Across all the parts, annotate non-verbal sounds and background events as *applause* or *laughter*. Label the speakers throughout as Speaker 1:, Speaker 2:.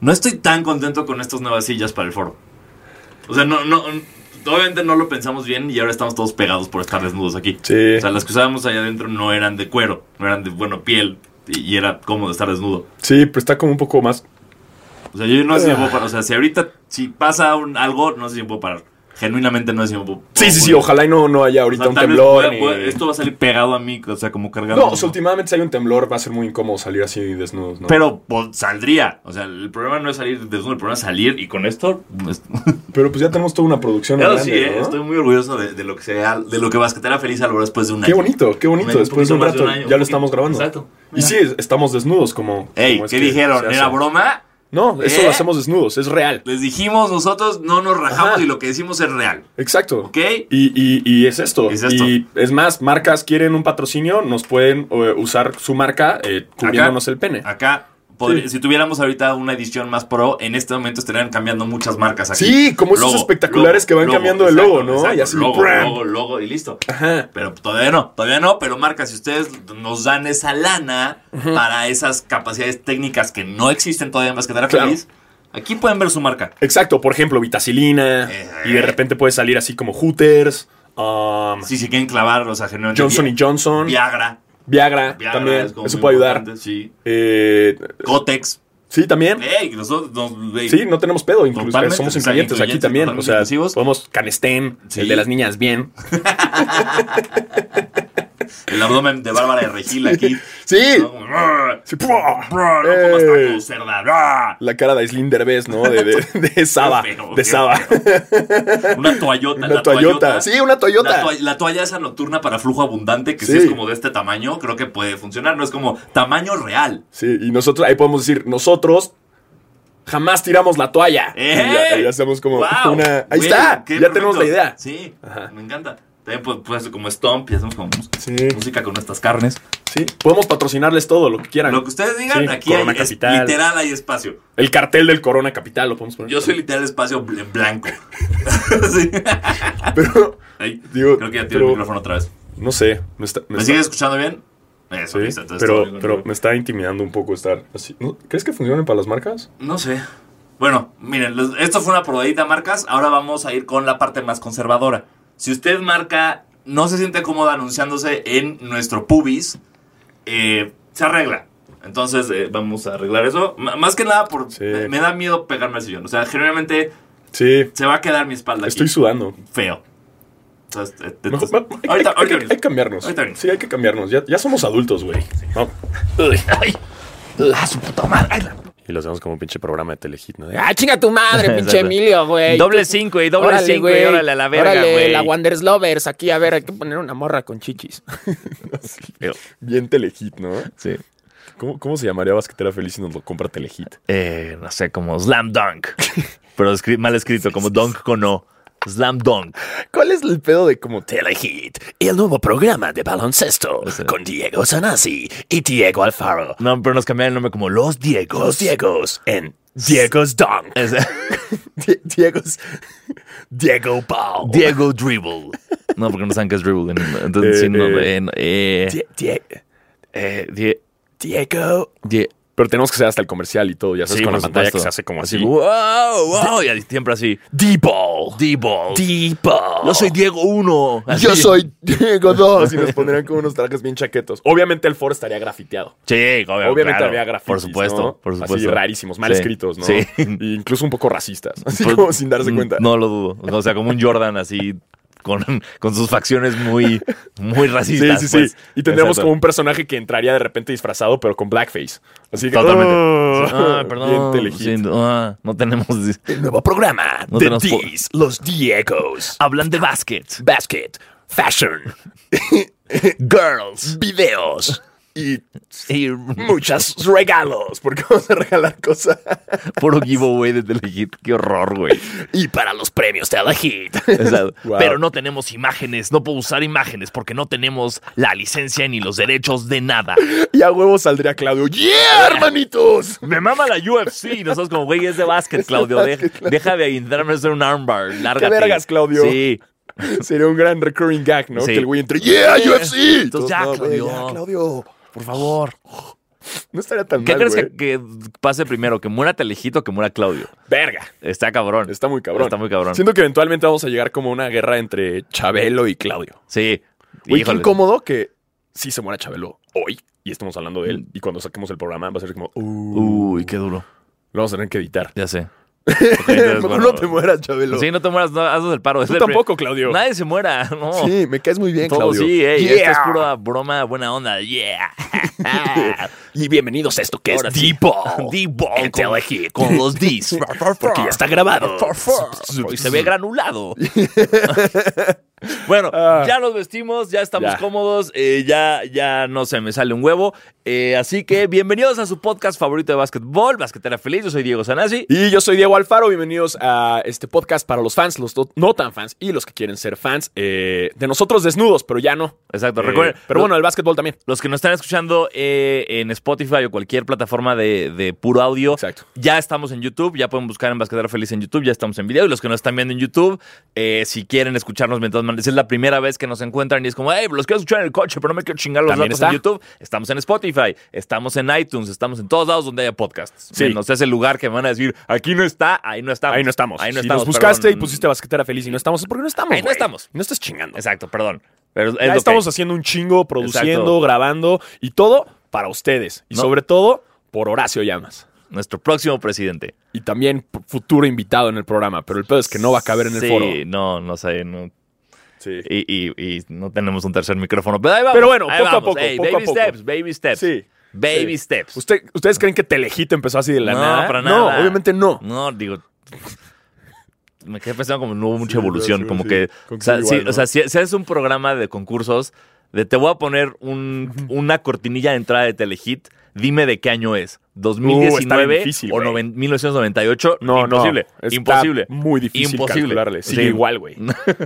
Speaker 1: no estoy tan contento con estas nuevas sillas para el foro. O sea, no, no, obviamente no lo pensamos bien y ahora estamos todos pegados por estar desnudos aquí.
Speaker 2: Sí.
Speaker 1: O sea, las que usábamos allá adentro no eran de cuero, no eran de, bueno, piel y, y era cómodo estar desnudo.
Speaker 2: Sí, pero está como un poco más.
Speaker 1: O sea, yo no sé si me puedo parar. O sea, si ahorita, si pasa un- algo, no sé si me puedo parar. Genuinamente no sé si me puedo
Speaker 2: Sí, sí, sí,
Speaker 1: puedo-
Speaker 2: ojalá y no, no haya
Speaker 1: O
Speaker 2: ahorita
Speaker 1: sea,
Speaker 2: un
Speaker 1: tal vez
Speaker 2: temblor.
Speaker 1: pueda-
Speaker 2: ni-
Speaker 1: pueda- esto va a salir pegado a mí, o sea, como cargando.
Speaker 2: No, o sea, últimamente si hay un temblor va a ser muy incómodo salir así desnudos, ¿no?
Speaker 1: Pero pues, saldría. O sea, el problema no es salir desnudo, el problema es salir y con esto. pues,
Speaker 2: Pero pues ya tenemos toda una producción
Speaker 1: Claro,
Speaker 2: grande,
Speaker 1: sí, eh,
Speaker 2: ¿no?
Speaker 1: estoy muy orgulloso de, de lo que sea, de lo que Basquetera Feliz logró después de un año.
Speaker 2: Qué bonito, qué bonito.
Speaker 1: Un
Speaker 2: Después de un
Speaker 1: poquito más
Speaker 2: rato
Speaker 1: año,
Speaker 2: ya
Speaker 1: un
Speaker 2: lo estamos
Speaker 1: poquito.
Speaker 2: grabando.
Speaker 1: Exacto.
Speaker 2: Y sí, es- estamos desnudos como...
Speaker 1: Ey,
Speaker 2: como es
Speaker 1: ¿qué
Speaker 2: que
Speaker 1: dijeron?
Speaker 2: se hace.
Speaker 1: ¿Era broma?
Speaker 2: No, eso
Speaker 1: ¿Eh?
Speaker 2: lo hacemos desnudos, es real.
Speaker 1: Les dijimos nosotros, no nos rajamos
Speaker 2: Ajá.
Speaker 1: y lo que decimos es real.
Speaker 2: Exacto.
Speaker 1: ¿Ok?
Speaker 2: Y, y- y es esto.
Speaker 1: Es esto.
Speaker 2: Y es más, marcas quieren un patrocinio, nos pueden eh, usar su marca eh, cubriéndonos el pene.
Speaker 1: Acá, podri-
Speaker 2: Sí.
Speaker 1: si tuviéramos ahorita una edición más pro, en este momento estarían cambiando muchas marcas aquí.
Speaker 2: Sí, como esos espectaculares que van cambiando de logo, ¿no?
Speaker 1: exacto,
Speaker 2: Y así,
Speaker 1: logo,
Speaker 2: ¡pram!
Speaker 1: logo, logo y listo.
Speaker 2: Ajá.
Speaker 1: Pero todavía no, todavía no, pero marcas, si ustedes nos dan esa lana para esas capacidades técnicas que no existen todavía en Basquetera
Speaker 2: Claro.
Speaker 1: Feliz, aquí pueden ver su marca.
Speaker 2: Exacto, por ejemplo, vitacilina.
Speaker 1: Eh.
Speaker 2: Y de repente puede salir así como Hooters, um,
Speaker 1: Si se quieren clavar, o sea, genuinamente.
Speaker 2: Johnson y Johnson,
Speaker 1: Viagra.
Speaker 2: Viagra,
Speaker 1: Viagra
Speaker 2: también.
Speaker 1: es como
Speaker 2: Eso
Speaker 1: muy
Speaker 2: puede ayudar.
Speaker 1: importante, Sí.
Speaker 2: Eh,
Speaker 1: Cotex.
Speaker 2: sí, también.
Speaker 1: Ey, nosotros. nos- ey,
Speaker 2: Sí, no tenemos pedo, incluso
Speaker 1: Totalmente,
Speaker 2: somos
Speaker 1: o sea,
Speaker 2: incluyentes aquí
Speaker 1: incluyentes,
Speaker 2: también. O
Speaker 1: totalmente
Speaker 2: sea,
Speaker 1: inclusivos.
Speaker 2: podemos Canestén,
Speaker 1: Sí.
Speaker 2: el de las
Speaker 1: *laughs*
Speaker 2: niñas bien.
Speaker 1: El abdomen de Bárbara de Regil aquí.
Speaker 2: *laughs* Sí,
Speaker 1: ¿no? Como, "Brr,
Speaker 2: Sí, ¡pua!
Speaker 1: brr, no
Speaker 2: Eh.
Speaker 1: comas tacos, cerda, brr".
Speaker 2: la cara de Slim Derbez, ¿no? De, de, de
Speaker 1: *laughs*
Speaker 2: Saba.
Speaker 1: Qué feo,
Speaker 2: de
Speaker 1: qué
Speaker 2: Saba.
Speaker 1: Una toallota.
Speaker 2: *laughs* Una
Speaker 1: la
Speaker 2: Toyota. Sí, una
Speaker 1: La,
Speaker 2: Toyota.
Speaker 1: toa- la toalla esa nocturna para flujo abundante, que
Speaker 2: Sí.
Speaker 1: si es como de este tamaño, creo que puede funcionar. No es como tamaño real.
Speaker 2: Sí, y nosotros, ahí podemos decir, nosotros jamás tiramos la toalla.
Speaker 1: ¡Eh!
Speaker 2: Y ya, ya hacemos como
Speaker 1: ¡Guau!
Speaker 2: una. Ahí
Speaker 1: Güey,
Speaker 2: está, ya
Speaker 1: qué
Speaker 2: tenemos
Speaker 1: perfecto.
Speaker 2: la idea.
Speaker 1: Sí,
Speaker 2: Ajá.
Speaker 1: me encanta. También puede, puede ser como stomp y hacemos como
Speaker 2: Sí.
Speaker 1: música con nuestras carnes.
Speaker 2: Sí, podemos patrocinarles todo lo que quieran.
Speaker 1: Lo que ustedes digan,
Speaker 2: Sí,
Speaker 1: aquí hay,
Speaker 2: Corona
Speaker 1: es-
Speaker 2: Capital.
Speaker 1: literal hay espacio.
Speaker 2: El cartel del Corona Capital lo podemos poner.
Speaker 1: Yo soy literal espacio bl- en blanco. *laughs* Sí.
Speaker 2: *laughs* Pero,
Speaker 1: Ay,
Speaker 2: Digo,
Speaker 1: creo que ya tiene
Speaker 2: pero-
Speaker 1: el micrófono otra vez.
Speaker 2: no sé, me está.
Speaker 1: ¿Me,
Speaker 2: me está-
Speaker 1: sigues escuchando bien? Eso,
Speaker 2: sí,
Speaker 1: listo, entonces todo
Speaker 2: pero,
Speaker 1: bien.
Speaker 2: pero me está intimidando un poco estar así. ¿No? ¿Crees que funcionen para las marcas?
Speaker 1: No sé. Bueno, miren, los- esto fue una probadita marcas. Ahora vamos a ir con la parte más conservadora. Si usted marca, no se siente cómoda anunciándose en nuestro pubis, eh, se arregla. Entonces eh, vamos a arreglar eso. M- más que nada, por,
Speaker 2: Sí.
Speaker 1: me, me da miedo pegarme al sillón. O sea, generalmente
Speaker 2: Sí,
Speaker 1: se va a quedar mi espalda
Speaker 2: estoy
Speaker 1: aquí.
Speaker 2: sudando.
Speaker 1: Feo. Entonces, eh, te-
Speaker 2: Mejor- hay- hay, *laughs*
Speaker 1: ahorita,
Speaker 2: hay-
Speaker 1: ahorita.
Speaker 2: hay- hay que cambiarnos.
Speaker 1: Ahorita venimos.
Speaker 2: Sí, hay que cambiarnos. Ya, ya somos adultos, güey. ¿no?
Speaker 1: Ah, su puta madre. Ay, la-
Speaker 2: Y lo hacemos como un pinche programa de telehit, ¿no?
Speaker 3: Ah, chinga tu
Speaker 4: *laughs*
Speaker 3: madre, pinche
Speaker 2: Exacto.
Speaker 3: Emilio, güey.
Speaker 4: Doble 5 y doble 5 y órale a la verga,
Speaker 3: Órale,
Speaker 4: güey.
Speaker 3: la Wanderers Lovers. Aquí, a ver, hay que poner una morra con
Speaker 5: *laughs*
Speaker 3: chichis.
Speaker 2: Bien telehit, ¿no?
Speaker 4: Sí.
Speaker 2: ¿Cómo, cómo se llamaría Basquetera Feliz si nos lo compra telehit?
Speaker 4: Eh, no sé, como Slam
Speaker 2: *laughs*
Speaker 4: Dunk. Pero escri- mal escrito, como Dunk con O. Slam Dunk.
Speaker 2: ¿Cuál es el pedo de como
Speaker 5: Telehit, el nuevo programa de baloncesto con Diego Sanasi y Diego Alfaro.
Speaker 4: No, pero nos cambiaron el nombre como Los Diegos.
Speaker 5: Los Diegos en
Speaker 4: *laughs*
Speaker 5: Diego's Dunk.
Speaker 2: *laughs*
Speaker 4: Es- eh,
Speaker 2: Die- Diego's?
Speaker 5: Diego Pau.
Speaker 4: Diego Dribble. No, porque no saben qué es Dribble. en- Entonces,
Speaker 2: Eh,
Speaker 4: sí, no,
Speaker 2: eh.
Speaker 4: en- eh,
Speaker 5: Die- Die-
Speaker 4: eh, die-
Speaker 5: Diego.
Speaker 4: die-
Speaker 2: Pero tenemos que ser hasta el comercial y todo. Ya sabes,
Speaker 4: Sí,
Speaker 2: con la
Speaker 4: por
Speaker 2: pantalla
Speaker 4: supuesto.
Speaker 2: que se hace como así.
Speaker 4: Wow, wow. Y siempre así.
Speaker 5: D-Ball.
Speaker 4: D-Ball.
Speaker 5: D-Ball.
Speaker 4: Yo soy Diego 1.
Speaker 2: soy Diego 2. Y nos pondrían como unos trajes bien chaquetos. Obviamente el foro estaría grafiteado.
Speaker 4: Sí, obvio,
Speaker 2: Obviamente
Speaker 4: claro.
Speaker 2: había grafitis,
Speaker 4: Por supuesto,
Speaker 2: ¿no?
Speaker 4: por supuesto.
Speaker 2: Así rarísimos, mal
Speaker 4: Sí,
Speaker 2: escritos, ¿no?
Speaker 4: Sí.
Speaker 2: *laughs* E incluso un poco racistas. Así
Speaker 4: Pues,
Speaker 2: *laughs* como sin darse
Speaker 4: mm,
Speaker 2: cuenta.
Speaker 4: No lo dudo. O sea, como un Jordan así, con, con sus facciones muy, muy
Speaker 2: Sí,
Speaker 4: racistas.
Speaker 2: sí, sí.
Speaker 4: pues.
Speaker 2: y tendríamos
Speaker 4: Exacto.
Speaker 2: como un personaje que entraría de repente disfrazado, pero con blackface. Así que.
Speaker 4: Totalmente.
Speaker 2: ¡oh!
Speaker 4: Ah, perdón.
Speaker 2: Bien telehit.
Speaker 4: sí, no, ah, no tenemos.
Speaker 5: El nuevo programa
Speaker 4: No
Speaker 5: de
Speaker 4: tenemos po-
Speaker 5: Dis, los Diegos.
Speaker 4: Hablan de básquet.
Speaker 5: Basket, fashion, *laughs* girls, videos
Speaker 2: Y
Speaker 4: Y
Speaker 5: muchos regalos.
Speaker 2: porque vamos a regalar cosas.
Speaker 4: puro giveaway de Telehit. Qué horror, güey.
Speaker 5: Y para los premios Telehit.
Speaker 4: Exacto.
Speaker 2: Wow.
Speaker 4: Pero no tenemos imágenes. No puedo usar imágenes porque no tenemos la licencia ni los derechos de nada.
Speaker 2: Y a huevo saldría Claudio. ¡Yeah, hermanitos!
Speaker 4: Me mama la UFC. Nosotros como, güey, es de básquet, Claudio. Deja, deja de intentarme hacer un armbar. Lárgate.
Speaker 2: vergas, Claudio?
Speaker 4: Sí.
Speaker 2: Sería un gran recurring gag, ¿no?
Speaker 4: Sí.
Speaker 2: Que el güey entre. ¡Yeah, UFC!
Speaker 4: Entonces, ya,
Speaker 2: No, güey,
Speaker 4: Claudio.
Speaker 2: ya, Claudio.
Speaker 4: Por favor.
Speaker 5: No estaría tan
Speaker 1: ¿Qué
Speaker 5: mal,
Speaker 1: crees
Speaker 5: güey.
Speaker 1: que, que pase primero? ¿Que muera Telejito o que muera Claudio?
Speaker 5: Verga.
Speaker 1: Está cabrón.
Speaker 5: Está muy cabrón.
Speaker 1: Está muy cabrón.
Speaker 5: Siento que eventualmente vamos a llegar como a una guerra entre Chabelo y Claudio.
Speaker 1: Sí.
Speaker 5: Güey, qué
Speaker 1: Híjole.
Speaker 5: incómodo que si se muera Chabelo hoy y estamos hablando de
Speaker 1: Mm.
Speaker 5: él y cuando saquemos el programa va a ser como, uh,
Speaker 1: Uy, qué duro.
Speaker 5: lo vamos a tener
Speaker 1: *laughs*
Speaker 5: que editar.
Speaker 1: Ya sé. Ok,
Speaker 5: *laughs*
Speaker 1: entonces,
Speaker 5: Mejor
Speaker 1: bueno.
Speaker 5: no te mueras, Chabelo.
Speaker 1: Sí, no te mueras, no, haznos el paro. Es
Speaker 5: Tú
Speaker 1: el
Speaker 5: tampoco, Claudio.
Speaker 1: prim- Nadie se muera, no.
Speaker 5: Sí, me caes muy bien,
Speaker 1: Todo
Speaker 5: Claudio.
Speaker 1: sí, ey,
Speaker 5: Yeah.
Speaker 1: esto es pura broma, buena onda, yeah.
Speaker 5: Ah. *laughs*
Speaker 6: Y bienvenidos a esto que
Speaker 1: Ahora
Speaker 6: es
Speaker 1: sí.
Speaker 6: Deepo.
Speaker 1: *laughs* Deepo
Speaker 6: En
Speaker 1: con-
Speaker 6: Telehit.
Speaker 1: Con los Ds.
Speaker 6: Porque ya está grabado.
Speaker 1: Y se ve granulado. *laughs* bueno, ya nos vestimos, ya estamos
Speaker 5: Ya.
Speaker 1: cómodos, eh, ya, ya no se me sale un huevo. Eh, así que bienvenidos a su podcast favorito de básquetbol, Basquetera Feliz. Yo soy Diego Sanasi.
Speaker 5: Y yo soy Diego Alfaro, bienvenidos a este podcast para los fans, los no- no tan fans y los que quieren ser fans eh, de nosotros desnudos, pero ya no.
Speaker 1: Exacto,
Speaker 5: Eh,
Speaker 1: recuerden.
Speaker 5: Pero bueno, el básquetbol también.
Speaker 1: Los que nos están escuchando eh, en Spotify o cualquier plataforma de, de puro audio,
Speaker 5: Exacto.
Speaker 1: ya estamos en YouTube, ya pueden buscar en Basquetera Feliz en YouTube, ya estamos en video. Y los que nos están viendo en YouTube, eh, si quieren escucharnos mientras man- si es la primera vez que nos encuentran y es como, hey, los quiero escuchar en el coche, pero no me quiero chingar los
Speaker 5: También
Speaker 1: datos
Speaker 5: está.
Speaker 1: en YouTube, estamos en Spotify, estamos en iTunes, estamos en todos lados donde haya podcasts.
Speaker 5: Sí.
Speaker 1: No sé, es el lugar que me van a decir, aquí no está, ahí no estamos.
Speaker 5: Ahí no estamos.
Speaker 1: Ahí no
Speaker 5: si
Speaker 1: estamos.
Speaker 5: nos buscaste
Speaker 1: perdón.
Speaker 5: y pusiste basquetera feliz y no estamos, es porque no estamos.
Speaker 1: Ahí no
Speaker 5: güey.
Speaker 1: estamos.
Speaker 5: No estás chingando.
Speaker 1: Exacto, perdón. Pero es
Speaker 5: Ya
Speaker 1: lo que-
Speaker 5: estamos haciendo un chingo, produciendo,
Speaker 1: Exacto.
Speaker 5: grabando y todo para ustedes. Y
Speaker 1: No.
Speaker 5: sobre todo por Horacio Llamas.
Speaker 1: nuestro próximo presidente.
Speaker 5: Y también p- futuro invitado en el programa, pero el pedo es que no va a caber en el
Speaker 1: sí,
Speaker 5: foro.
Speaker 1: no, no sé, no,
Speaker 5: Sí.
Speaker 1: Y, y- y no tenemos un tercer micrófono. Pero ahí vamos.
Speaker 5: Pero bueno,
Speaker 1: ahí
Speaker 5: poco a
Speaker 1: vamos.
Speaker 5: poco,
Speaker 1: Ey,
Speaker 5: poco a
Speaker 1: baby
Speaker 5: poco.
Speaker 1: steps, baby steps.
Speaker 5: Sí,
Speaker 1: Baby
Speaker 5: sí.
Speaker 1: steps.
Speaker 5: ¿Usted, ¿Ustedes creen que Telejito empezó así de la
Speaker 1: no,
Speaker 5: nada?
Speaker 1: para nada.
Speaker 5: No, obviamente no.
Speaker 1: No, digo. Me quedé pensando como no hubo mucha evolución.
Speaker 5: sí,
Speaker 1: como
Speaker 5: sí.
Speaker 1: que.
Speaker 5: Con
Speaker 1: O sea,
Speaker 5: que
Speaker 1: sí,
Speaker 5: igual,
Speaker 1: o
Speaker 5: ¿no?
Speaker 1: sea, si, si haces un programa de concursos, de te voy a poner un- una cortinilla de entrada de Telehit, dime de qué año es.
Speaker 5: está Uh, bien
Speaker 1: 2019
Speaker 5: difícil,
Speaker 1: o
Speaker 5: güey.
Speaker 1: noven- 1998.
Speaker 5: No,
Speaker 1: imposible,
Speaker 5: no. Está
Speaker 1: Imposible.
Speaker 5: Muy difícil
Speaker 1: Imposible.
Speaker 5: calcularle. Sigue
Speaker 1: Sí.
Speaker 5: igual, *laughs* güey.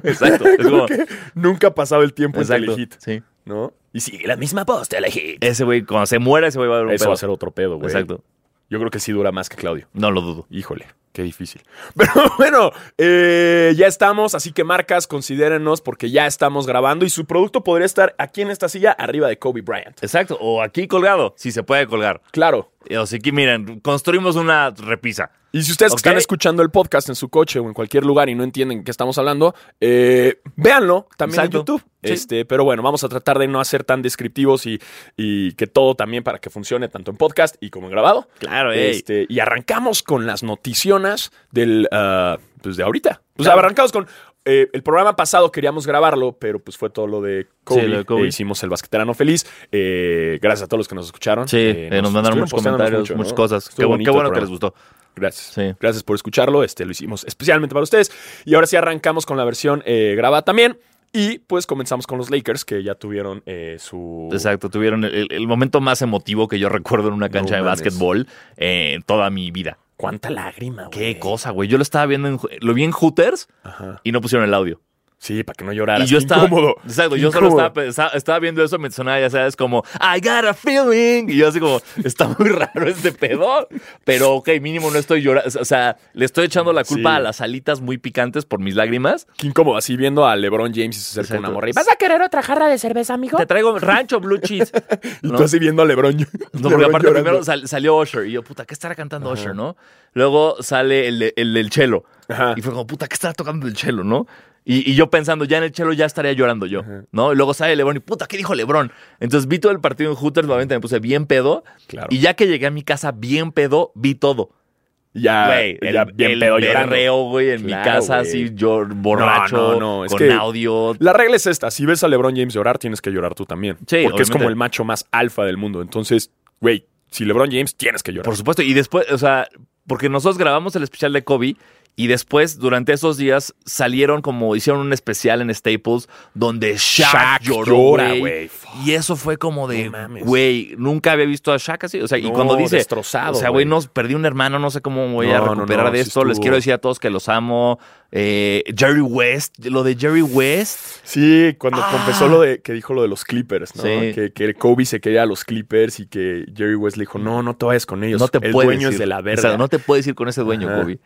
Speaker 1: Exacto. Es *laughs* como-
Speaker 5: Nunca ha pasado el tiempo en
Speaker 1: exacto.
Speaker 5: Telehit,
Speaker 1: Sí.
Speaker 5: ¿no?
Speaker 6: Y sigue la misma voz, Telehit.
Speaker 1: Ese güey, cuando se muera, ese güey va a haber un
Speaker 5: Eso
Speaker 1: pedo.
Speaker 5: va a ser otro pedo, güey.
Speaker 1: Exacto.
Speaker 5: Yo creo que sí dura más que Claudio.
Speaker 1: No lo dudo.
Speaker 5: Híjole, qué difícil. *laughs* Pero bueno, eh, ya estamos, así que marcas, considérenos porque ya estamos grabando y su producto podría estar aquí en esta silla arriba de Kobe Bryant.
Speaker 1: Exacto. O aquí colgado, si se puede colgar. Eh,
Speaker 5: Claro.
Speaker 1: O sea, aquí, miren, construimos una repisa.
Speaker 5: Y si ustedes que
Speaker 1: Ok.
Speaker 5: están escuchando el podcast en su coche o en cualquier lugar y no entienden qué estamos hablando, eh, véanlo también
Speaker 1: Exacto.
Speaker 5: en YouTube.
Speaker 1: Sí.
Speaker 5: Este, pero bueno, vamos a tratar de no hacer tan descriptivos y, y que todo también para que funcione tanto en podcast y como en grabado.
Speaker 1: Claro, ey.
Speaker 5: Este, y arrancamos con las noticionas del ah, pues de ahorita. Pues
Speaker 1: Claro.
Speaker 5: arrancamos con eh, el programa pasado queríamos grabarlo, pero pues fue todo lo de Kobe.
Speaker 1: Sí, lo de Kobe.
Speaker 5: Eh, hicimos el basqueterano feliz. Eh, gracias a todos los que nos escucharon.
Speaker 1: Sí,
Speaker 5: Eh,
Speaker 1: eh, nos, mandaron
Speaker 5: estuvieron
Speaker 1: muchos
Speaker 5: postándonos
Speaker 1: comentarios,
Speaker 5: mucho, ¿no?
Speaker 1: muchas cosas.
Speaker 5: Estuvo
Speaker 1: Qué, bu-
Speaker 5: bonito
Speaker 1: qué
Speaker 5: el
Speaker 1: bueno que les
Speaker 5: programa.
Speaker 1: gustó.
Speaker 5: Gracias.
Speaker 1: Sí.
Speaker 5: Gracias por escucharlo. Este lo hicimos especialmente para ustedes. Y ahora sí arrancamos con la versión eh, grabada también. Y pues comenzamos con los Lakers, que ya tuvieron eh, su.
Speaker 1: Exacto, tuvieron el, el- el momento más emotivo que yo recuerdo en una cancha de
Speaker 5: mames.
Speaker 1: básquetbol eh, en toda mi vida.
Speaker 5: Cuánta lágrima, güey.
Speaker 1: Qué cosa, güey. Yo lo estaba viendo, en, lo vi en Hooters
Speaker 5: Ajá.
Speaker 1: y no pusieron el audio.
Speaker 5: Sí, para que no lloraras.
Speaker 1: Y yo
Speaker 5: Qué
Speaker 1: estaba.
Speaker 5: incómodo.
Speaker 1: Exacto,
Speaker 5: Qué
Speaker 1: yo solo
Speaker 5: incómodo.
Speaker 1: estaba, pensa- estaba viendo eso, me sonaba, ya sabes, como, I got a feeling. Y yo así como, está muy *laughs* raro este pedo. Pero, ok, mínimo no estoy llorando. O sea, le estoy echando la culpa
Speaker 5: Sí.
Speaker 1: a las alitas muy picantes por mis lágrimas.
Speaker 5: Qué incómodo, así viendo a LeBron James y se acerca
Speaker 1: Exacto.
Speaker 5: una morra. Y, vas
Speaker 3: ¿Vas a querer otra jarra de cerveza, amigo?
Speaker 1: Te traigo rancho blue cheese.
Speaker 5: a- y tú así viendo a LeBron.
Speaker 1: *laughs* No, porque aparte primero sal- salió Usher y yo, puta, ¿qué estará cantando Usher, no? Luego sale el, de- el del chelo.
Speaker 5: Ajá.
Speaker 1: Y fue como, puta, ¿qué estará tocando el chelo, no? Y, y yo pensando, ya en el chelo ya estaría llorando yo, ¿no? Y luego sale Lebron y, puta, ¿qué dijo Lebron? Entonces vi todo el partido en Hooters, nuevamente me puse bien pedo.
Speaker 5: Claro.
Speaker 1: Y ya que llegué a mi casa bien pedo, vi todo.
Speaker 5: Ya,
Speaker 1: Güey, el,
Speaker 5: Ah, ya bien
Speaker 1: el
Speaker 5: pedo llorando.
Speaker 1: berreo, güey, en mi
Speaker 5: Claro,
Speaker 1: casa,
Speaker 5: güey.
Speaker 1: así, yo borracho,
Speaker 5: No, no, no, es
Speaker 1: con
Speaker 5: que-
Speaker 1: audio.
Speaker 5: La regla es esta: si ves a LeBron James llorar, tienes que llorar tú también. porque es
Speaker 1: obviamente.
Speaker 5: como el macho más alfa del mundo. Entonces, güey, si LeBron James tienes que llorar.
Speaker 1: Por supuesto, y después, o sea, porque nosotros grabamos el especial de Kobe y después, durante esos días, salieron como, hicieron un especial en Staples donde Shaq,
Speaker 5: Shaq
Speaker 1: lloró,
Speaker 5: llora, güey.
Speaker 1: güey. Y eso fue como de,
Speaker 5: No mames.
Speaker 1: güey, nunca había visto a Shaq así. O sea, y
Speaker 5: No,
Speaker 1: cuando dice,
Speaker 5: destrozado,
Speaker 1: o sea, güey,
Speaker 5: güey.
Speaker 1: nos perdí un hermano, no sé cómo voy a
Speaker 5: No, no,
Speaker 1: recuperar
Speaker 5: no,
Speaker 1: de
Speaker 5: sí
Speaker 1: esto. Les
Speaker 5: estuvo-
Speaker 1: quiero decir a todos que los amo. Eh, Jerry West, lo de Jerry West.
Speaker 5: Sí, cuando confesó lo de que dijo lo de los Clippers, ¿no?
Speaker 1: Ah. Sí.
Speaker 5: Que, que Kobe se quería a los Clippers y que Jerry West le dijo, no, no te vayas con ellos.
Speaker 1: No te
Speaker 5: el
Speaker 1: puedes
Speaker 5: dueño
Speaker 1: ir.
Speaker 5: es de la
Speaker 1: O sea,
Speaker 5: verga.
Speaker 1: no te puedes ir con ese dueño,
Speaker 5: Ajá.
Speaker 1: Kobe.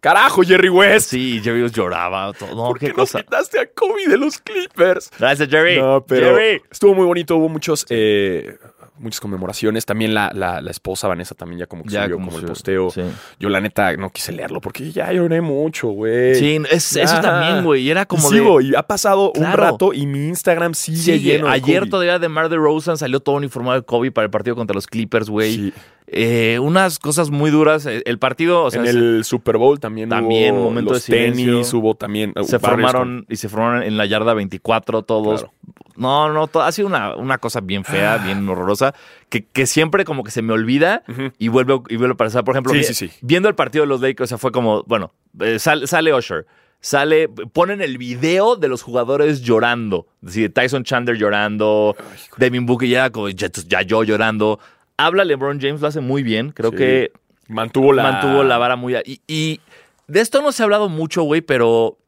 Speaker 5: Carajo, Jerry West.
Speaker 1: Sí, Jerry West lloraba. Todo. No,
Speaker 5: ¿Por
Speaker 1: qué,
Speaker 5: qué nos
Speaker 1: cosa.
Speaker 5: quitaste a Kobe de los Clippers?
Speaker 1: Gracias, Jerry.
Speaker 5: No, pero
Speaker 1: Jerry.
Speaker 5: estuvo muy bonito, hubo muchos eh, muchas conmemoraciones. También la, la, la esposa Vanessa también ya como que
Speaker 1: Ya
Speaker 5: subió
Speaker 1: como
Speaker 5: como el
Speaker 1: subió,
Speaker 5: posteo.
Speaker 1: sí.
Speaker 5: Yo la neta no quise leerlo porque ya lloré mucho, güey.
Speaker 1: Sí, es- eso
Speaker 5: Ya.
Speaker 1: también, güey. y Era como
Speaker 5: y sigo,
Speaker 1: de.
Speaker 5: y ha pasado un
Speaker 1: Claro.
Speaker 5: rato y mi Instagram sigue,
Speaker 1: Sí,
Speaker 5: lleno de
Speaker 1: ayer
Speaker 5: Kobe.
Speaker 1: todavía de Mar de Rosen salió todo uniformado de Kobe para el partido contra los Clippers, güey.
Speaker 5: Sí.
Speaker 1: Eh, unas cosas muy duras. Eh, El partido, o sea,
Speaker 5: en
Speaker 1: se-
Speaker 5: el Super Bowl también,
Speaker 1: También,
Speaker 5: hubo
Speaker 1: momento
Speaker 5: los
Speaker 1: de silencio.
Speaker 5: tenis, hubo también eh,
Speaker 1: se
Speaker 5: varios
Speaker 1: formaron y se formaron en la yarda 24 todos.
Speaker 5: Claro. Ah.
Speaker 1: No, no, to- ha sido una, una cosa bien fea, bien horrorosa, que, que siempre como que se me olvida y vuelve y vuelve a pasar. Por ejemplo,
Speaker 5: Sí,
Speaker 1: vi-
Speaker 5: sí, sí.
Speaker 1: viendo el partido de los Lakers, o sea, fue como, bueno, eh, sal- sale Usher, sale, ponen el video de los jugadores llorando, es decir, Tyson Chandler llorando, Devin Booker ya, como, ya, ya yo llorando. Habla LeBron James, lo hace muy bien, creo
Speaker 5: Sí.
Speaker 1: que
Speaker 5: con- mantuvo la
Speaker 1: mantuvo la vara muy... a- Y, y de esto no se ha hablado mucho, güey, pero...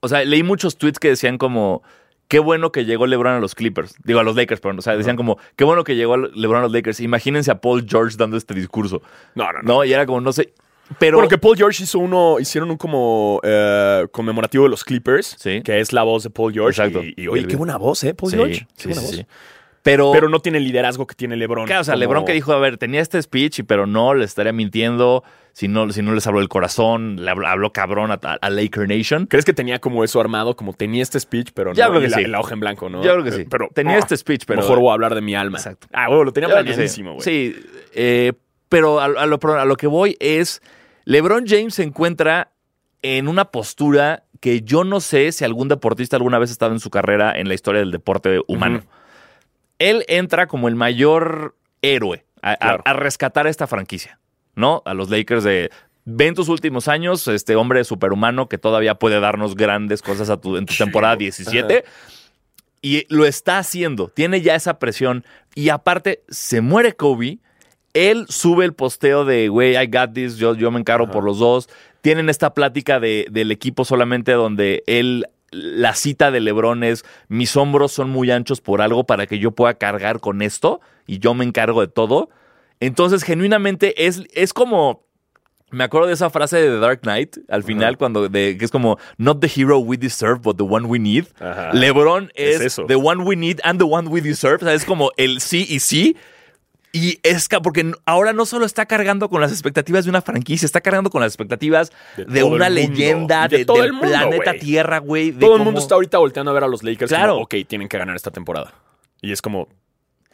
Speaker 1: O sea, leí muchos tweets que decían como... Qué bueno que llegó LeBron a los Clippers. Digo, a los Lakers, perdón. O sea, decían como... Qué bueno que llegó LeBron a los Lakers. Imagínense a Paul George dando este discurso.
Speaker 5: No, no, no.
Speaker 1: No, y era como, no sé... Pero...
Speaker 5: Bueno, que Paul George hizo uno, hicieron un como eh, conmemorativo de los Clippers,
Speaker 1: Sí.
Speaker 5: que es la voz de Paul George.
Speaker 1: Exacto.
Speaker 5: Y, y, oye,
Speaker 1: El-
Speaker 5: qué buena voz, ¿eh? Paul
Speaker 1: Sí,
Speaker 5: George. Qué
Speaker 1: sí,
Speaker 5: buena
Speaker 1: sí,
Speaker 5: voz.
Speaker 1: sí. Pero...
Speaker 5: Pero no tiene el liderazgo que tiene LeBron.
Speaker 1: Claro, o sea,
Speaker 5: como-
Speaker 1: LeBron que dijo, a ver, tenía este speech, y- pero no, le estaría mintiendo. Si no, si no les habló el corazón, le habló, habló cabrón a, a Laker Nation.
Speaker 5: ¿Crees que tenía como eso armado? Como tenía este speech, pero
Speaker 1: Ya
Speaker 5: no.
Speaker 1: creo
Speaker 5: y
Speaker 1: que
Speaker 5: la,
Speaker 1: sí.
Speaker 5: la hoja en blanco, ¿no?
Speaker 1: Yo creo que sí.
Speaker 5: Pero
Speaker 1: tenía
Speaker 5: ah,
Speaker 1: este speech, pero...
Speaker 5: Mejor voy a hablar de mi alma.
Speaker 1: Exacto.
Speaker 5: Ah, güey, lo tenía
Speaker 1: Claro que
Speaker 5: planeadísimo, güey.
Speaker 1: Sí, eh, pero a, a lo, a lo que voy es, LeBron James se encuentra en una postura que yo no sé si algún deportista alguna vez ha estado en su carrera en la historia del deporte humano. Él entra como el mayor héroe a, a-
Speaker 5: Claro.
Speaker 1: a rescatar esta franquicia, ¿no? A los Lakers de... Ven tus últimos años, este hombre superhumano que todavía puede darnos grandes cosas a tu, en tu temporada 17. Y lo está haciendo. Tiene ya esa presión. Y aparte, se muere Kobe. Él sube el posteo de, güey, I got this, yo, yo me encargo por los dos. Tienen esta plática de- del equipo solamente donde él, la cita de Lebron es, mis hombros son muy anchos por algo para que yo pueda cargar con esto y yo me encargo de todo. Entonces, genuinamente, es, es como... Me acuerdo de esa frase de The Dark Knight al final, cuando de, que es como, not the hero we deserve, but the one we need.
Speaker 5: Ajá.
Speaker 1: LeBron
Speaker 5: Ah, Es
Speaker 1: es,
Speaker 5: eso.
Speaker 1: the one we need and the one we deserve. O sea, es como el sí y sí. Y es ca- porque n- ahora no solo está cargando con las expectativas de una franquicia, está cargando con las expectativas de,
Speaker 5: De todo
Speaker 1: una
Speaker 5: el mundo.
Speaker 1: leyenda,
Speaker 5: De
Speaker 1: de-
Speaker 5: todo
Speaker 1: del
Speaker 5: el mundo,
Speaker 1: planeta
Speaker 5: güey.
Speaker 1: Tierra, güey. de
Speaker 5: Todo el
Speaker 1: cómo-
Speaker 5: mundo está ahorita volteando a ver a los Lakers.
Speaker 1: Claro.
Speaker 5: como, ok, tienen que ganar esta temporada. Y es como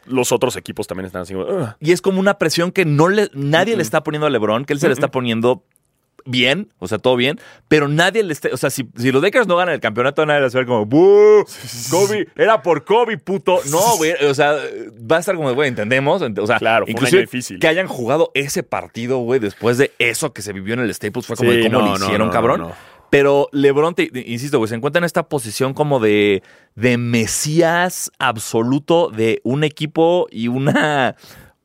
Speaker 5: los otros equipos también están así. como, "Ugh".
Speaker 1: Y es como una presión que no le, nadie le está poniendo a LeBron, que él se le está poniendo bien, o sea, todo bien, pero nadie le está. O sea, si, si los Lakers no ganan el campeonato, nadie va a ser como, "Bú, Kobe, era por Kobe, puto. No, güey, o sea, va a estar como, güey, entendemos. ent- O sea,
Speaker 5: Claro, fue un
Speaker 1: inclusive
Speaker 5: año difícil.
Speaker 1: Que hayan jugado ese partido, güey, después de eso que se vivió en el Staples, fue *laughs* como,
Speaker 5: Sí,
Speaker 1: de ¿cómo
Speaker 5: no,
Speaker 1: le
Speaker 5: no,
Speaker 1: hicieron,
Speaker 5: no, no,
Speaker 1: cabrón?
Speaker 5: no.
Speaker 1: Pero LeBron, te, te- insisto, güey, se encuentra en esta posición como de, de mesías absoluto de un equipo y una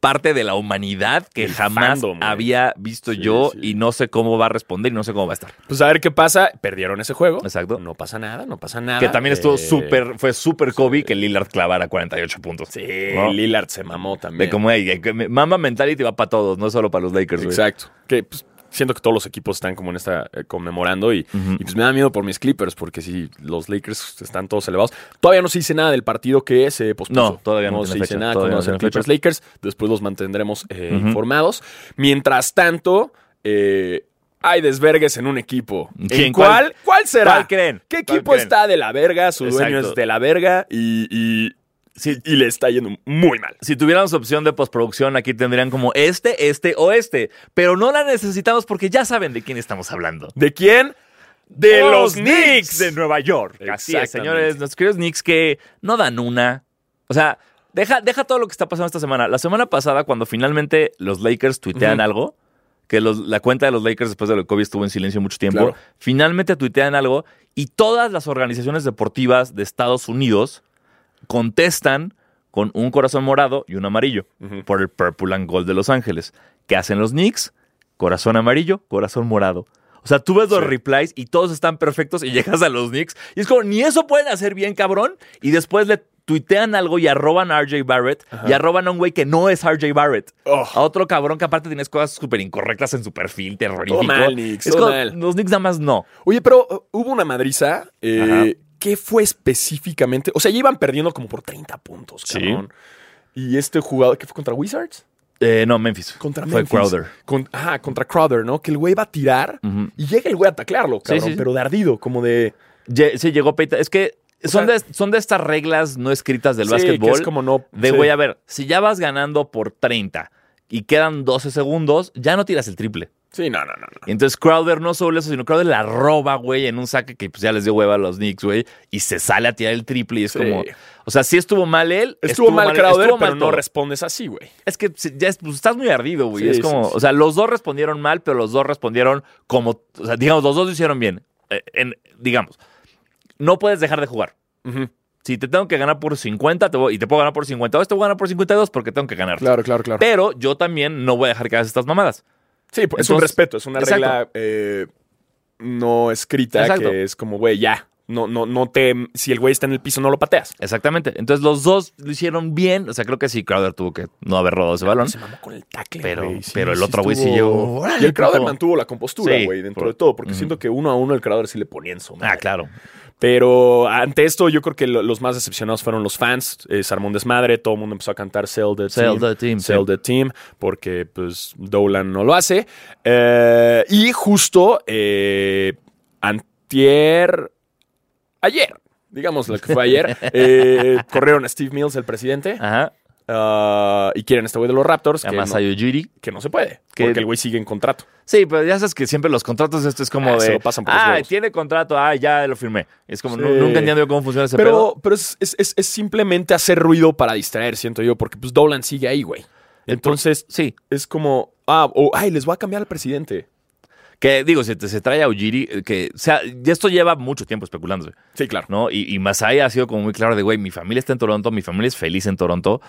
Speaker 1: parte de la humanidad que
Speaker 5: El
Speaker 1: jamás
Speaker 5: fandom, güey.
Speaker 1: había visto
Speaker 5: Sí,
Speaker 1: yo
Speaker 5: sí.
Speaker 1: y no sé cómo va a responder y no sé cómo va a estar.
Speaker 5: Pues a ver qué pasa. Perdieron ese juego.
Speaker 1: Exacto.
Speaker 5: No pasa nada, no pasa nada.
Speaker 1: que también estuvo
Speaker 5: Eh,
Speaker 1: súper, fue súper Kobe que Lillard clavara 48 puntos.
Speaker 5: Sí,
Speaker 1: ¿no?
Speaker 5: Eh, Lillard se mamó también.
Speaker 1: De como, "Ey, que me- mama mentality va para todos, no solo para los Lakers. güey".
Speaker 5: Exacto. Que pues, siento que todos los equipos están como en esta eh, conmemorando y, y, pues me da miedo por mis Clippers porque si los Lakers están todos elevados. Todavía no se dice nada del partido que se pospuso.
Speaker 1: No, todavía no
Speaker 5: se
Speaker 1: tiene
Speaker 5: dice
Speaker 1: fecha,
Speaker 5: nada
Speaker 1: todavía
Speaker 5: con
Speaker 1: no
Speaker 5: los
Speaker 1: tiene
Speaker 5: Clippers Lakers. Después los mantendremos eh, informados. Mientras tanto, eh, hay desvergues en un equipo.
Speaker 1: ¿Quién?
Speaker 5: ¿En cuál, ¿Cuál será?
Speaker 1: cuál creen?
Speaker 5: Ah, ¿Qué
Speaker 1: ¿Cuál
Speaker 5: equipo
Speaker 1: creen?
Speaker 5: está de la verga? Su dueño
Speaker 1: Exacto.
Speaker 5: es de la verga y, y- y le está yendo muy mal.
Speaker 1: Si tuviéramos opción de postproducción, aquí tendrían como este, este o este. Pero no la necesitamos porque ya saben de quién estamos hablando.
Speaker 5: ¿De quién? De
Speaker 1: Oh,
Speaker 5: los
Speaker 1: Knicks
Speaker 5: Knicks
Speaker 1: de
Speaker 5: Nueva York.
Speaker 1: Así es, señores, nuestros queridos Knicks que no dan una. O sea, deja, deja todo lo que está pasando esta semana. La semana pasada, cuando finalmente los Lakers tuitean algo, que los- la cuenta de los Lakers después de lo que Kobe estuvo en silencio mucho tiempo,
Speaker 5: Claro.
Speaker 1: finalmente tuitean algo y todas las organizaciones deportivas de Estados Unidos contestan con un corazón morado y un amarillo
Speaker 5: Ujú.
Speaker 1: por el Purple and Gold de Los Ángeles. ¿Qué hacen los Knicks? Corazón amarillo, corazón morado. O sea, tú ves los
Speaker 5: Sí.
Speaker 1: replies y todos están perfectos y *laughs* llegas a los Knicks y es como, ni eso pueden hacer bien, cabrón. Y después le tuitean algo y arroban a RJ Barrett y arroban a un güey que no es RJ Barrett.
Speaker 5: Oh.
Speaker 1: A otro cabrón que aparte tienes cosas súper incorrectas en su perfil, terrorífico.
Speaker 5: Todo mal, Knicks, oh,
Speaker 1: es
Speaker 5: todo
Speaker 1: como,
Speaker 5: mal.
Speaker 1: los Knicks nada más no.
Speaker 5: Oye, pero uh, hubo una madriza. eh,
Speaker 1: Ajá.
Speaker 5: ¿Qué fue específicamente? O sea, ya iban perdiendo como por 30 puntos,
Speaker 1: Sí.
Speaker 5: cabrón. Y este jugador que fue contra Wizards.
Speaker 1: Eh, no, Memphis.
Speaker 5: Contra
Speaker 1: Fue
Speaker 5: Memphis.
Speaker 1: Crowder.
Speaker 5: Con- ajá, contra Crowder, ¿no? Que el güey va a tirar
Speaker 1: Ujú.
Speaker 5: y llega el güey a taclearlo, cabrón.
Speaker 1: sí, sí.
Speaker 5: Pero de ardido, como de.
Speaker 1: Ye- sí, llegó Peyton. Es que son,
Speaker 5: sea-
Speaker 1: de, son de estas reglas no escritas del
Speaker 5: Sí, que
Speaker 1: básquetbol.
Speaker 5: es como no.
Speaker 1: De
Speaker 5: sí.
Speaker 1: güey, a ver, si ya vas ganando por 30 y quedan 12 segundos, ya no tiras el triple.
Speaker 5: Sí, no, no, no. no.
Speaker 1: Y entonces Crowder no solo eso, sino Crowder la roba, güey, en un saque que pues, ya les dio hueva a los Knicks, güey, y se sale a tirar el triple y es
Speaker 5: Sí.
Speaker 1: como. O sea, sí estuvo mal él.
Speaker 5: Estuvo, mal Crowder,
Speaker 1: estuvo mal
Speaker 5: pero no
Speaker 1: todo.
Speaker 5: respondes así, güey.
Speaker 1: Es que se- ya es- pues, estás muy ardido, güey.
Speaker 5: Sí,
Speaker 1: es como,
Speaker 5: sí, sí.
Speaker 1: o sea, los dos respondieron mal, pero los dos respondieron como, o sea, digamos, los dos lo hicieron bien. Eh, en- digamos, no puedes dejar de jugar.
Speaker 5: Ujú.
Speaker 1: Si te tengo que ganar por 50 te voy- y te puedo ganar por 52, te voy a ganar por 52 porque tengo que ganar.
Speaker 5: Claro, claro, claro.
Speaker 1: Pero yo también no voy a dejar que hagas estas mamadas.
Speaker 5: sí, pues, es un
Speaker 1: entonces-
Speaker 5: respeto, es una
Speaker 1: Exacto.
Speaker 5: regla eh, no escrita
Speaker 1: Exacto.
Speaker 5: que es como, güey, ya. No, no, no te. Si el güey está en el piso, no lo pateas.
Speaker 1: Exactamente. Entonces los dos lo hicieron bien. O sea, creo que sí, Crowder tuvo que no haber rodado ese balón.
Speaker 5: Se mamó con el tackle.
Speaker 1: Pero-
Speaker 5: Ah, güey. Sí,
Speaker 1: pero el otro güey sí
Speaker 5: estuvo-
Speaker 1: llegó,
Speaker 5: Y
Speaker 1: órale,
Speaker 5: el Crowder
Speaker 1: puto.
Speaker 5: mantuvo la compostura,
Speaker 1: Sí,
Speaker 5: güey, dentro
Speaker 1: por-
Speaker 5: de todo, porque
Speaker 1: Ujú.
Speaker 5: siento que uno a uno el Crowder sí le ponía en su madre.
Speaker 1: Ah, claro.
Speaker 5: Pero ante esto, yo creo que lo- los más decepcionados fueron los fans. Eh, se armó un desmadre, todo el mundo empezó a cantar Sell the
Speaker 1: Sell
Speaker 5: Team.
Speaker 1: the team,
Speaker 5: Sell
Speaker 1: sí.
Speaker 5: the Team, porque pues Dolan no lo hace. Eh, y justo eh, antier, ayer, digamos lo que
Speaker 1: *laughs*
Speaker 5: fue ayer, eh, corrieron a Steve Mills, el presidente,
Speaker 1: Ajá.
Speaker 5: ah, y quieren a este güey de los Raptors, que no,
Speaker 1: Además, Sayujiri.
Speaker 5: que no se puede,
Speaker 1: Que-
Speaker 5: porque el güey sigue en contrato.
Speaker 1: Sí, pero ya sabes que siempre los contratos, esto es como
Speaker 5: Ah,
Speaker 1: de.
Speaker 5: se lo pasan por los
Speaker 1: ah,
Speaker 5: huevos".
Speaker 1: tiene contrato, ah, ya lo firmé. Es como,
Speaker 5: Sí.
Speaker 1: nu- nunca entiendo cómo funciona ese
Speaker 5: Pero,
Speaker 1: pedo.
Speaker 5: pero es, es- es- es simplemente hacer ruido para distraer, siento yo, porque pues Dolan sigue ahí, güey. Entonces,
Speaker 1: Sí.
Speaker 5: es como, ah, o, ay, les voy a cambiar al presidente.
Speaker 1: Que digo, si te- se trae a Ujiri, eh, que. O sea, y esto lleva mucho tiempo especulándose,
Speaker 5: Sí, claro.
Speaker 1: ¿no? Y, y Masai ha sido como muy claro de, güey, mi familia está en Toronto, mi familia es feliz en Toronto,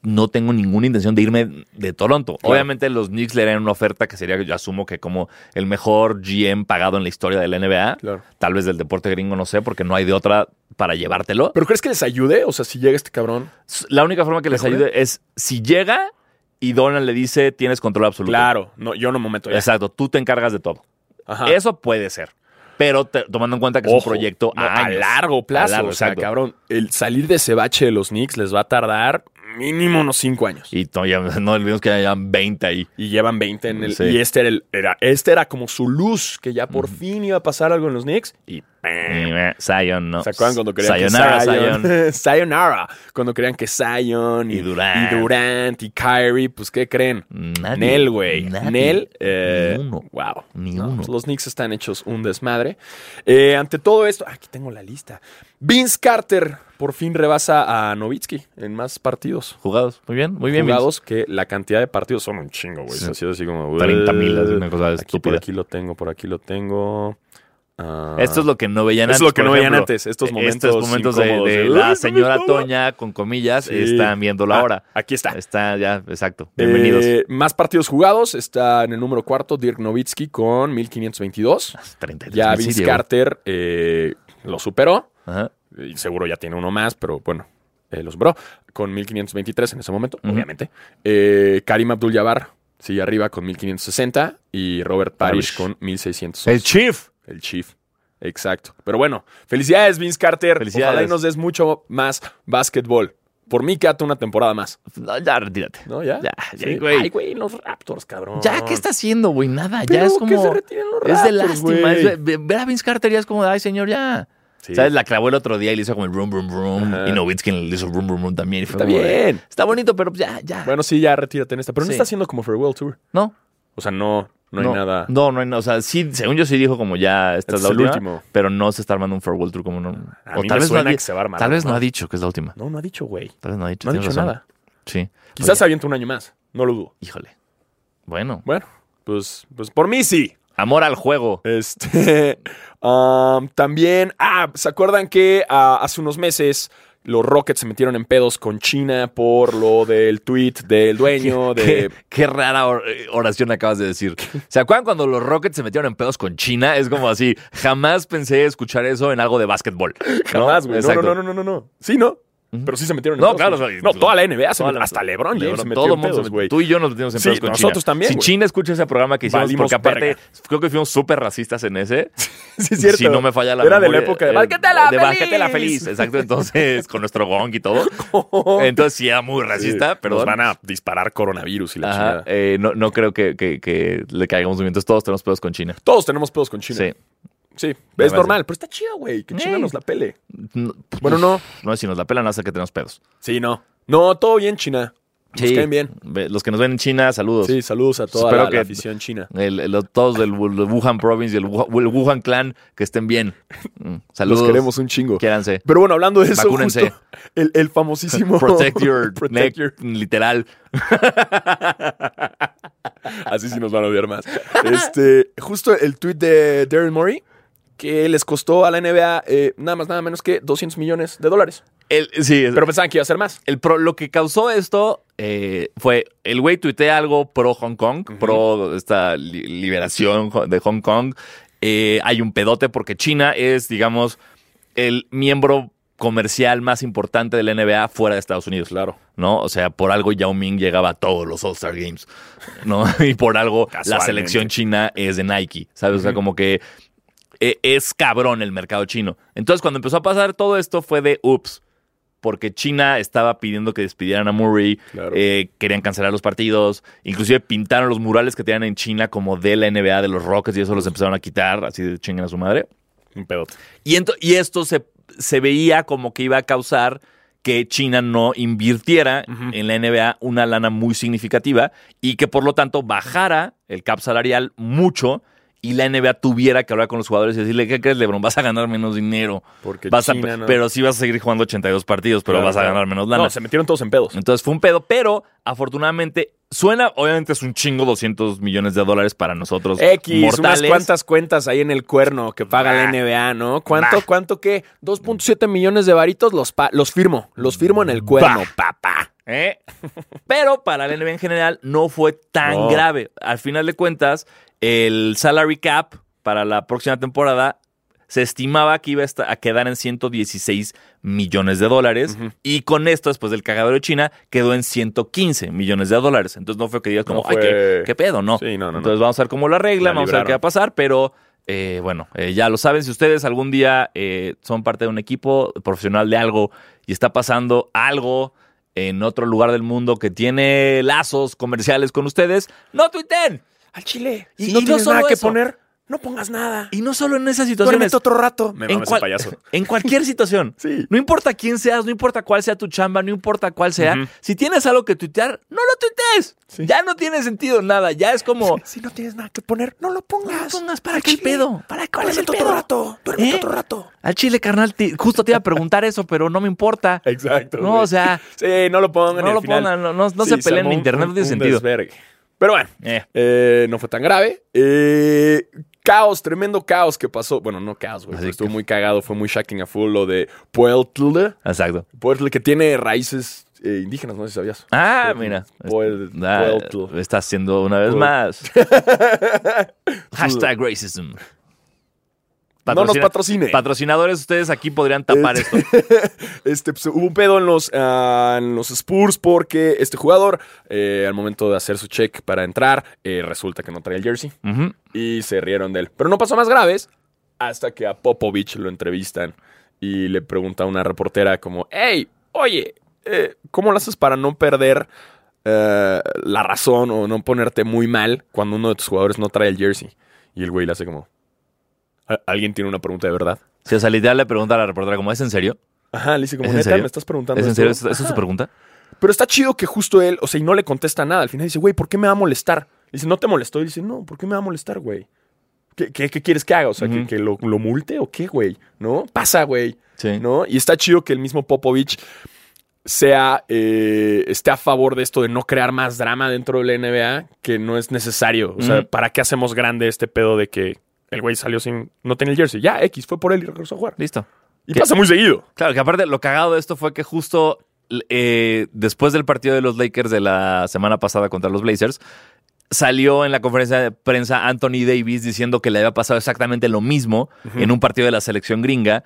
Speaker 1: no tengo ninguna intención de irme de Toronto. Obviamente, los Knicks le harían una oferta que sería, yo asumo que como el mejor GM pagado en la historia de la NBA.
Speaker 5: Claro.
Speaker 1: Tal vez del deporte gringo, no sé, porque no hay de otra para llevártelo.
Speaker 5: ¿Pero crees que les ayude? O sea, si llega este cabrón.
Speaker 1: La única forma que les
Speaker 5: Híjole.
Speaker 1: ayude es si llega y Donald le dice tienes control absoluto.
Speaker 5: Claro, no, yo no me meto ya.
Speaker 1: Exacto, tú te encargas de todo.
Speaker 5: Ajá.
Speaker 1: Eso puede ser. Pero te- tomando en cuenta que es
Speaker 5: Ojo,
Speaker 1: un proyecto
Speaker 5: no,
Speaker 1: a, años.
Speaker 5: largo plazo.
Speaker 1: A largo,
Speaker 5: o sea,
Speaker 1: exacto.
Speaker 5: cabrón, el salir de ese bache de los Knicks les va a tardar mínimo unos 5 años. Y,
Speaker 1: Y to- ya- no olvidemos que ya llevan 20 ahí.
Speaker 5: llevan 20 en el.
Speaker 1: Sí.
Speaker 5: Y este era, el- era- este era como su luz, que ya por fin iba a pasar algo en los Knicks. Y eh,
Speaker 1: Zion, no.
Speaker 5: ¿Se acuerdan cuando querían
Speaker 1: Sayonara,
Speaker 5: que
Speaker 1: Zion.
Speaker 5: Zion, *laughs* Sayonara. Cuando querían que Zion y,
Speaker 1: Y Durant.
Speaker 5: y Durant y Kyrie, pues ¿qué creen?
Speaker 1: Nadie,
Speaker 5: Nel, güey.
Speaker 1: nadie,
Speaker 5: Nel, eh,
Speaker 1: ni uno.
Speaker 5: wow.
Speaker 1: Ni
Speaker 5: No,
Speaker 1: uno.
Speaker 5: pues los Knicks están hechos un desmadre. Eh, ante todo esto, aquí tengo la lista. Vince Carter por fin rebasa a Nowitzki en más partidos.
Speaker 1: Jugados. Muy bien, muy bien.
Speaker 5: jugados que la cantidad de partidos son un chingo, güey.
Speaker 1: Sí.
Speaker 5: Ha sido así como
Speaker 1: 30 mil,
Speaker 5: "Ueh".
Speaker 1: una cosa
Speaker 5: Aquí, por
Speaker 1: estúpida.
Speaker 5: aquí lo tengo, por aquí lo tengo. Ah.
Speaker 1: Esto es lo que no veían
Speaker 5: Es
Speaker 1: antes.
Speaker 5: lo que
Speaker 1: por
Speaker 5: no veían
Speaker 1: ejemplo.
Speaker 5: antes, estos
Speaker 1: Eh,
Speaker 5: momentos
Speaker 1: momentos de,
Speaker 5: incómodos
Speaker 1: de
Speaker 5: de, "Ay, no
Speaker 1: la
Speaker 5: me
Speaker 1: señora
Speaker 5: estaba".
Speaker 1: Toña, con comillas,
Speaker 5: Sí.
Speaker 1: están viéndolo
Speaker 5: Ah,
Speaker 1: ahora.
Speaker 5: Aquí está.
Speaker 1: Está ya, exacto. Eh, Bienvenidos.
Speaker 5: Eh, más partidos jugados. Está en el número cuarto Dirk Nowitzki con 1522.
Speaker 1: 33
Speaker 5: Ya
Speaker 1: mil sí
Speaker 5: Vince
Speaker 1: llegó.
Speaker 5: Carter eh, lo superó.
Speaker 1: Ajá.
Speaker 5: Y seguro ya tiene uno más, pero bueno, eh, lo superó. Con 1523 en ese momento,
Speaker 1: Ujú.
Speaker 5: obviamente. Eh, Karim Abdul-Jabbar sigue arriba con 1560. Y Robert Parrish
Speaker 1: Parrish.
Speaker 5: con 1600.
Speaker 1: El Chief.
Speaker 5: El Chief. Exacto. Pero bueno, felicidades, Vince Carter.
Speaker 1: Felicidades.
Speaker 5: Ojalá y nos des mucho más básquetbol. Por mí, quédate una temporada más.
Speaker 1: No, ya, retírate.
Speaker 5: ¿No? ¿Ya?
Speaker 1: Ya, ya,
Speaker 5: Sí.
Speaker 1: güey.
Speaker 5: Ay, güey, los Raptors, cabrón.
Speaker 1: Ya, ¿qué está haciendo, güey? Nada,
Speaker 5: Pero
Speaker 1: ya es
Speaker 5: que
Speaker 1: como.
Speaker 5: se retiren los
Speaker 1: es de
Speaker 5: Raptors,
Speaker 1: lástima.
Speaker 5: güey.
Speaker 1: es de- ve- ver a Vince Carter ya es como, ay, señor, ya.
Speaker 5: Sí.
Speaker 1: ¿Sabes? La clavó el otro día y le hizo como el rum, rum, rum.
Speaker 5: Ajá.
Speaker 1: Y Nowitzki le hizo rum, rum, rum también. y fue
Speaker 5: Está
Speaker 1: como de,
Speaker 5: bien.
Speaker 1: está bonito, pero ya, ya.
Speaker 5: Bueno, sí, ya retírate en esta. Pero no
Speaker 1: Sí.
Speaker 5: está haciendo como farewell tour.
Speaker 1: no.
Speaker 5: O sea, no, no, hay nada.
Speaker 1: No, no hay nada. O sea, sí, según yo sí dijo como ya, esta
Speaker 5: Este
Speaker 1: es la
Speaker 5: es el
Speaker 1: última.
Speaker 5: último.
Speaker 1: Pero no se está armando un farewell tour como no.
Speaker 5: A
Speaker 1: o
Speaker 5: mí
Speaker 1: tal
Speaker 5: me
Speaker 1: vez, no ha,
Speaker 5: suena
Speaker 1: di-
Speaker 5: que se va a armar
Speaker 1: tal vez
Speaker 5: una.
Speaker 1: no ha dicho que es la última.
Speaker 5: No, no ha dicho, güey.
Speaker 1: Tal vez no ha dicho.
Speaker 5: No ha
Speaker 1: tienes
Speaker 5: dicho
Speaker 1: razón.
Speaker 5: nada.
Speaker 1: Sí.
Speaker 5: Quizás
Speaker 1: Oye,
Speaker 5: avienta un año más. No lo dudo.
Speaker 1: Híjole. Bueno.
Speaker 5: Bueno, pues, pues por mí sí.
Speaker 1: Amor al
Speaker 5: *laughs*
Speaker 1: juego.
Speaker 5: Este. um, también. Ah, ¿se acuerdan que ah, hace unos meses los Rockets se metieron en pedos con China por lo del tweet del *laughs* dueño
Speaker 1: Qué,
Speaker 5: de.
Speaker 1: Eh, qué rara or- oración acabas de decir. ¿Se acuerdan cuando los Rockets se metieron en pedos con China? Es como así, jamás pensé escuchar eso en algo de básquetbol. ¿no?
Speaker 5: Jamás, güey. No,
Speaker 1: Exacto.
Speaker 5: no, no, no, no, no. Sí, ¿no?
Speaker 2: Pero sí se metieron en
Speaker 1: No,
Speaker 2: pedos,
Speaker 1: claro,
Speaker 2: güey.
Speaker 1: o sea, pues,
Speaker 2: No, toda la NBA, se
Speaker 1: toda
Speaker 2: met-
Speaker 1: la-
Speaker 2: hasta LeBron, James
Speaker 1: LeBron,
Speaker 2: se Ah, metió
Speaker 1: todo
Speaker 2: en
Speaker 1: mundo se
Speaker 2: pedos,
Speaker 1: metió.
Speaker 2: güey.
Speaker 1: Tú y yo nos metimos en
Speaker 2: Sí,
Speaker 1: pedos con
Speaker 2: nosotros
Speaker 1: China.
Speaker 2: también,
Speaker 1: Si
Speaker 2: güey.
Speaker 1: China escucha ese programa que hicimos,
Speaker 2: Valimos
Speaker 1: porque aparte
Speaker 2: verga.
Speaker 1: creo que fuimos súper racistas en ese.
Speaker 2: *laughs* Sí, es cierto.
Speaker 1: Si no me falla la
Speaker 2: Era
Speaker 1: memoria,
Speaker 2: de la época de
Speaker 1: eh,
Speaker 2: "Bárquetela,
Speaker 1: de Bárquetela
Speaker 2: feliz".
Speaker 1: feliz. Exacto, entonces con nuestro gong y
Speaker 2: *laughs*
Speaker 1: todo. Entonces sí era muy racista,
Speaker 2: Sí,
Speaker 1: pero
Speaker 2: Nos van a disparar coronavirus y la
Speaker 1: Ajá,
Speaker 2: chingada.
Speaker 1: eh, no, no creo que, que- que le caigamos bien. Entonces todos tenemos pedos con China.
Speaker 2: Todos tenemos pedos con China.
Speaker 1: Sí.
Speaker 2: Sí, es
Speaker 1: parece.
Speaker 2: normal, pero está chido, güey. Que China
Speaker 1: Ey.
Speaker 2: nos la pele.
Speaker 1: No,
Speaker 2: Bueno, no.
Speaker 1: no si nos la pelan hasta que tenemos pedos.
Speaker 2: Sí, no. No, todo bien, China. Nos
Speaker 1: Sí.
Speaker 2: caen bien.
Speaker 1: Ve- Los que nos ven en China, saludos.
Speaker 2: Sí, saludos a toda
Speaker 1: Espero
Speaker 2: la,
Speaker 1: que-
Speaker 2: la afición china.
Speaker 1: El- el- todos del Wu- Wuhan Province y el Wuhan, el Wuhan Clan, que estén bien. Mm, Saludos.
Speaker 2: Los queremos un chingo. *laughs*
Speaker 1: Quiéranse.
Speaker 2: Pero bueno, hablando de eso,
Speaker 1: Vacúnense.
Speaker 2: justo, el, el
Speaker 1: *laughs*
Speaker 2: famosísimo...
Speaker 1: Protect your
Speaker 2: *laughs* Protect
Speaker 1: neck,
Speaker 2: your-
Speaker 1: literal.
Speaker 2: Así sí nos van a odiar más. Este, justo el tweet de Darren Murray, que les costó a la NBA eh, nada más, nada menos que 200 millones de dólares.
Speaker 1: El- sí, es-
Speaker 2: Pero pensaban que iba a ser más.
Speaker 1: el pro- lo que causó esto eh, fue el güey tuitea algo pro Hong Kong, pro esta li- liberación jo- de Hong Kong. Eh, hay un pedote porque China es, digamos, el miembro comercial más importante del NBA fuera de Estados Unidos. Claro. ¿No? O sea, por algo Yao Ming llegaba a todos los All-Star Games. ¿No? *laughs* y por algo la
Speaker 2: Casualmente.
Speaker 1: selección china es de Nike. ¿Sabes? O sea, como que eh, es cabrón el mercado chino. Entonces, cuando empezó a pasar todo esto, fue de ups. Porque China estaba pidiendo que despidieran a Murray,
Speaker 2: Claro.
Speaker 1: eh, querían cancelar los partidos, inclusive pintaron los murales que tenían en China como de la NBA, de los Rockets, y eso los empezaron a quitar, así de chingan a su madre.
Speaker 2: Un pedote.
Speaker 1: Y, ento- y esto se, se veía como que iba a causar que China no invirtiera en la NBA una lana muy significativa y que por lo tanto bajara el cap salarial mucho y la NBA tuviera que hablar con los jugadores y decirle, ¿qué crees, Lebron? Vas a ganar menos dinero.
Speaker 2: Porque
Speaker 1: Vas a-
Speaker 2: China no-
Speaker 1: Pero sí vas a seguir jugando 82 partidos, pero
Speaker 2: Claro,
Speaker 1: vas a
Speaker 2: claro.
Speaker 1: ganar menos lana.
Speaker 2: No, se metieron todos en pedos.
Speaker 1: Entonces fue un pedo, pero afortunadamente suena, obviamente es un chingo 200 millones de dólares para nosotros
Speaker 2: X,
Speaker 1: mortales.
Speaker 2: unas cuantas cuentas ahí en el cuerno que paga la NBA, ¿no? ¿Cuánto, cuánto qué? 2.7 millones de varitos los, pa- los firmo. Los firmo en el cuerno, papá.
Speaker 1: ¿eh? Pero para el NBA en general no fue tan
Speaker 2: No.
Speaker 1: grave. Al final de cuentas, el salary cap para la próxima temporada se estimaba que iba a, esta- a quedar en 116 millones de dólares. Y con esto, después del cagadero de China, quedó en 115 millones de dólares. Entonces no fue que digas como,
Speaker 2: No
Speaker 1: ay,
Speaker 2: fue-
Speaker 1: ¿qué, qué pedo, ¿no?
Speaker 2: Sí, no, no, no.
Speaker 1: Entonces pues vamos a ver cómo lo arreglan,
Speaker 2: La
Speaker 1: vamos a ver qué va a
Speaker 2: libraron.
Speaker 1: pasar, pero... eh, bueno, eh, ya lo saben, si ustedes algún día eh, son parte de un equipo profesional de algo y está pasando algo en otro lugar del mundo que tiene lazos comerciales con ustedes, no tuiten.
Speaker 5: Al chile.
Speaker 1: Y,
Speaker 2: Si
Speaker 1: y
Speaker 2: no tienes nada
Speaker 1: solo
Speaker 2: que
Speaker 1: eso.
Speaker 2: poner, no pongas nada.
Speaker 1: Y no solo en esas situaciones.
Speaker 2: Duérmete otro rato. Me
Speaker 1: En,
Speaker 2: mames
Speaker 1: cual- *laughs*
Speaker 2: el payaso.
Speaker 1: en cualquier situación.
Speaker 2: Sí.
Speaker 1: No importa quién seas, no importa cuál sea tu chamba, no importa cuál sea.
Speaker 2: Ujú.
Speaker 1: Si tienes algo que tuitear, no lo tuitees. Ya no tiene sentido nada. Ya es como.
Speaker 2: Si no tienes nada que poner, no lo pongas.
Speaker 1: pongas, ¿para qué el pedo? ¿Para cuál es el
Speaker 2: Duérmete otro
Speaker 1: pedo?
Speaker 2: rato. Duérmete
Speaker 1: ¿Eh?
Speaker 2: otro rato.
Speaker 1: Al chile, carnal, te- justo te iba a preguntar eso, pero no me
Speaker 2: *laughs*
Speaker 1: importa.
Speaker 2: Exacto.
Speaker 1: No,
Speaker 2: güey.
Speaker 1: o
Speaker 2: *laughs*
Speaker 1: sea,
Speaker 2: Sí, no lo pongan.
Speaker 1: no
Speaker 2: y al
Speaker 1: lo
Speaker 2: final-
Speaker 1: pongan, no, no- no se
Speaker 2: Sí,
Speaker 1: peleen
Speaker 2: armó
Speaker 1: en
Speaker 2: un-
Speaker 1: internet, no
Speaker 2: un-
Speaker 1: tiene
Speaker 2: un
Speaker 1: sentido.
Speaker 2: desvergue. Pero bueno,
Speaker 1: Eh.
Speaker 2: eh, no fue tan grave. Eh, caos, tremendo caos que pasó. Bueno, no caos, güey.
Speaker 1: Así
Speaker 2: pero
Speaker 1: que-
Speaker 2: Estuvo muy cagado, fue muy shocking a full lo de Pueltle.
Speaker 1: Exacto.
Speaker 2: Pueltle que tiene raíces eh, indígenas, no sé si sabías.
Speaker 1: Ah,
Speaker 2: Pueltle.
Speaker 1: mira.
Speaker 2: Puel-
Speaker 1: Ah,
Speaker 2: Pueltle.
Speaker 1: está haciendo una vez
Speaker 2: Pueltle.
Speaker 1: más.
Speaker 2: *laughs*
Speaker 1: *laughs* Hashtag racism.
Speaker 2: No nos
Speaker 1: Patrocina-
Speaker 2: patrocine.
Speaker 1: Patrocinadores, ustedes aquí podrían tapar esto.
Speaker 2: *laughs* Este, pues, hubo un pedo en los, ah, en los Spurs porque este jugador, eh, al momento de hacer su check para entrar, eh, resulta que no traía el jersey.
Speaker 1: Ujú.
Speaker 2: y se rieron de él. Pero no pasó más graves hasta que a Popovich lo entrevistan y le pregunta a una reportera como, hey, oye, eh, ¿cómo lo haces para no perder eh, la razón o no ponerte muy mal cuando uno de tus jugadores no trae el jersey? Y el güey le hace como, "¿Al- ¿alguien tiene una pregunta de verdad?
Speaker 1: Sí, o sea, literal le pregunta a la reportera como, ¿es en serio?
Speaker 2: Ajá, le dice como,
Speaker 1: ¿Es en
Speaker 2: neta,
Speaker 1: serio?
Speaker 2: me estás preguntando
Speaker 1: ¿Es en
Speaker 2: esto?".
Speaker 1: serio? ¿Esa esa es
Speaker 2: *laughs* Ajá.
Speaker 1: su pregunta?
Speaker 2: Pero está chido que justo él, o sea, y no le contesta nada. Al final dice, güey, ¿por qué me va a molestar? Le dice, no te molestó. Y dice, no, ¿por qué me va a molestar, güey? ¿Qué, qué, qué quieres que haga? O sea, ¿que-
Speaker 1: Ujú.
Speaker 2: ¿que, lo, lo multe o qué, güey? ¿No? Pasa, güey.
Speaker 1: Sí.
Speaker 2: ¿No? Y está chido que el mismo Popovich sea, eh, esté a favor de esto de no crear más drama dentro de la NBA, que no es necesario. O sea,
Speaker 1: Ujú.
Speaker 2: ¿para qué hacemos grande este pedo de que el güey salió sin, no tenía el jersey? Ya, X, fue por él y regresó a jugar.
Speaker 1: Listo.
Speaker 2: Y
Speaker 1: ¿Qué?
Speaker 2: pasa muy seguido.
Speaker 1: Claro, que aparte lo cagado de esto fue que justo eh, después del partido de los Lakers de la semana pasada contra los Blazers, salió en la conferencia de prensa Anthony Davis diciendo que le había pasado exactamente lo mismo en un partido de la selección gringa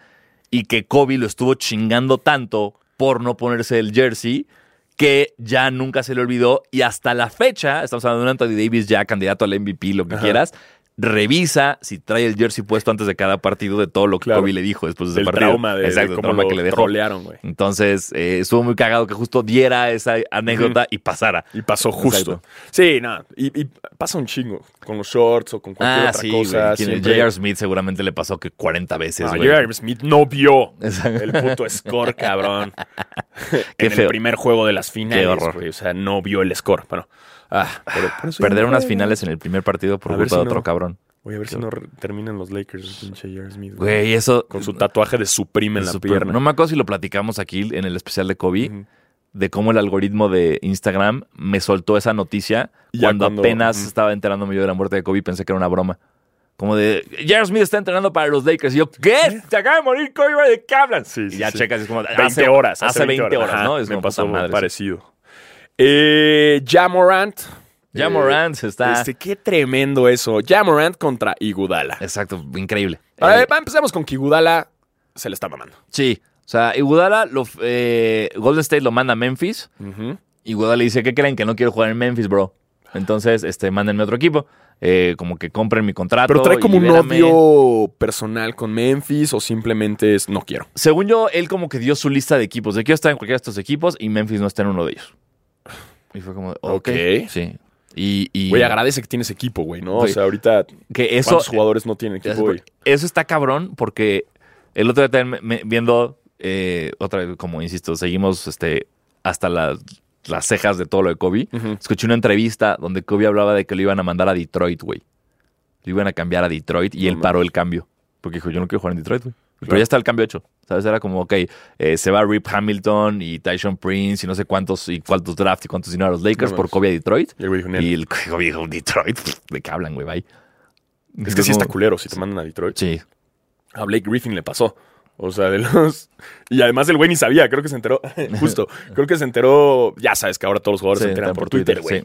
Speaker 1: y que Kobe lo estuvo chingando tanto por no ponerse el jersey que ya nunca se le olvidó y hasta la fecha, estamos hablando de un Anthony Davis ya candidato al MVP, lo que quieras, revisa si trae el jersey puesto antes de cada partido de todo lo que
Speaker 5: Claro.
Speaker 1: Kobe le dijo después de ese
Speaker 5: El
Speaker 1: partido.
Speaker 5: trauma de,
Speaker 1: Exacto,
Speaker 5: de
Speaker 1: el
Speaker 5: cómo
Speaker 1: trauma
Speaker 5: lo
Speaker 1: que le dejó.
Speaker 5: trolearon, güey.
Speaker 1: Entonces, eh, estuvo muy cagado que justo diera esa anécdota y pasara.
Speaker 5: Y pasó justo.
Speaker 1: Exacto.
Speaker 5: Sí, nada. Y, y pasa un chingo. Con los shorts o con cualquier
Speaker 1: Ah,
Speaker 5: otra
Speaker 1: sí, güey.
Speaker 5: cosa.
Speaker 1: Quien-
Speaker 5: siempre-
Speaker 1: J.R. Smith seguramente le pasó que 40 veces,
Speaker 5: Ah,
Speaker 1: güey. *laughs*
Speaker 5: J.R. Smith no vio el puto score,
Speaker 1: *laughs*
Speaker 5: cabrón.
Speaker 1: Qué
Speaker 5: en el
Speaker 1: feo.
Speaker 5: primer juego de las finales.
Speaker 1: Qué horror.
Speaker 5: güey. O sea, no vio el score. Bueno, ah, pero por eso
Speaker 1: Perder
Speaker 5: yo-
Speaker 1: unas finales en el primer partido por
Speaker 5: A ver
Speaker 1: culpa
Speaker 5: si
Speaker 1: de otro
Speaker 5: no.
Speaker 1: cabrón.
Speaker 5: Voy a ver si no re- terminan los Lakers, pinche J.R. Smith. güey.
Speaker 1: Güey, eso.
Speaker 5: Con su tatuaje de Supreme en la
Speaker 1: Super-
Speaker 5: pierna.
Speaker 1: No me acuerdo si lo platicamos aquí en el especial de Kobe,
Speaker 5: Ujú.
Speaker 1: de cómo el algoritmo de Instagram me soltó esa noticia
Speaker 5: Ya
Speaker 1: cuando,
Speaker 5: cuando-
Speaker 1: apenas
Speaker 5: ujú.
Speaker 1: estaba enterándome yo de la muerte de Kobe y pensé que era una broma. Como de, Jared Smith está entrenando para los Lakers. Y yo, ¿qué? Se acaba de morir Kobe Bryant. ¿De qué hablan?
Speaker 5: Sí, sí,
Speaker 1: y ya
Speaker 5: sí.
Speaker 1: checas, y es como,
Speaker 5: 20
Speaker 1: hace,
Speaker 5: horas.
Speaker 1: Hace 20 horas,
Speaker 5: Ajá,
Speaker 1: ¿no? Es
Speaker 5: me
Speaker 1: como,
Speaker 5: pasó
Speaker 1: puta madre, sí.
Speaker 5: parecido. Eh, ja Morant.
Speaker 1: Ya Morant se está...
Speaker 5: Este, qué tremendo eso. Ja Morant contra Igudala.
Speaker 1: Exacto, increíble.
Speaker 5: A
Speaker 1: Eh,
Speaker 5: ver, va, empecemos con que Igudala se le está mamando.
Speaker 1: sí, o sea, Iguodala, lo, eh, Golden State lo manda a Memphis. Iguodala le dice, ¿qué creen? Que no quiero jugar en Memphis, bro. Entonces, este, mándenme otro equipo. Eh, como que compren mi contrato.
Speaker 5: Pero trae
Speaker 1: y
Speaker 5: como un
Speaker 1: libérame.
Speaker 5: odio personal con Memphis o simplemente es no quiero.
Speaker 1: Según yo, él como que dio su lista de equipos. De quiero estar en cualquiera de estos equipos y Memphis no está en uno de ellos. Y fue como, ok.
Speaker 5: Ok.
Speaker 1: Sí. Y, y
Speaker 5: Güey, agradece que tienes equipo, güey, ¿no? O
Speaker 1: Güey,
Speaker 5: sea, ahorita
Speaker 1: que eso,
Speaker 5: ¿cuántos jugadores no tienen equipo, güey?
Speaker 1: eso está cabrón porque el otro día también me- me- viendo, eh, otra vez, como insisto, seguimos este, hasta las, las cejas de todo lo de Kobe.
Speaker 5: Ujú.
Speaker 1: Escuché una entrevista donde Kobe hablaba de que lo iban a mandar a Detroit, güey. Lo iban a cambiar a Detroit y
Speaker 5: No
Speaker 1: él
Speaker 5: mames.
Speaker 1: paró el cambio. Porque dijo, yo no quiero jugar en Detroit, güey. Pero
Speaker 5: Claro.
Speaker 1: ya está el cambio hecho. ¿Sabes? Era como, ok, eh, se va Rip Hamilton y Tyson Prince y no sé cuántos y cuántos draft y cuántos dinero a los Lakers
Speaker 5: No
Speaker 1: por
Speaker 5: mames.
Speaker 1: Kobe a Detroit.
Speaker 5: Y el güey dijo, "Nel".
Speaker 1: Y el *laughs* Kobe dijo, Detroit, ¿de qué hablan, güey? Bye.
Speaker 5: Es que sí está
Speaker 1: como-
Speaker 5: culero si te mandan a Detroit.
Speaker 1: Sí,
Speaker 5: A Blake Griffin le pasó. O sea, de los. *laughs* Y además el güey ni sabía, creo que se enteró. *laughs* Justo, creo que se enteró. Ya sabes que ahora todos los jugadores
Speaker 1: Sí,
Speaker 5: se enteran
Speaker 1: está
Speaker 5: por Twitter, güey.
Speaker 1: sí.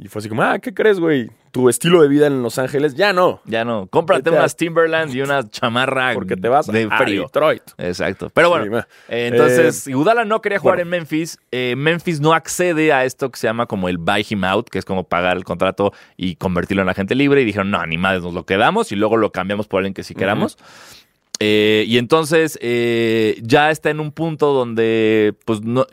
Speaker 5: Y fue así como, ah, ¿qué crees, güey? Tu estilo de vida en Los Ángeles ya no.
Speaker 1: Ya no. Cómprate
Speaker 5: Vete a-
Speaker 1: unas Timberland y una chamarra
Speaker 5: Porque te vas
Speaker 1: Mm, de
Speaker 5: a
Speaker 1: frío.
Speaker 5: Detroit.
Speaker 1: Exacto. Pero
Speaker 5: Sí,
Speaker 1: bueno,
Speaker 5: ma.
Speaker 1: eh, entonces, Iguodala no quería jugar
Speaker 5: bueno.
Speaker 1: en Memphis. Eh, Memphis no accede a esto que se llama como el buy him out, que es como pagar el contrato y convertirlo en agente libre. Y dijeron, no, ni madres, nos lo quedamos y luego lo cambiamos por alguien que sí queramos. Eh, y entonces eh, ya está en un punto donde, pues, no.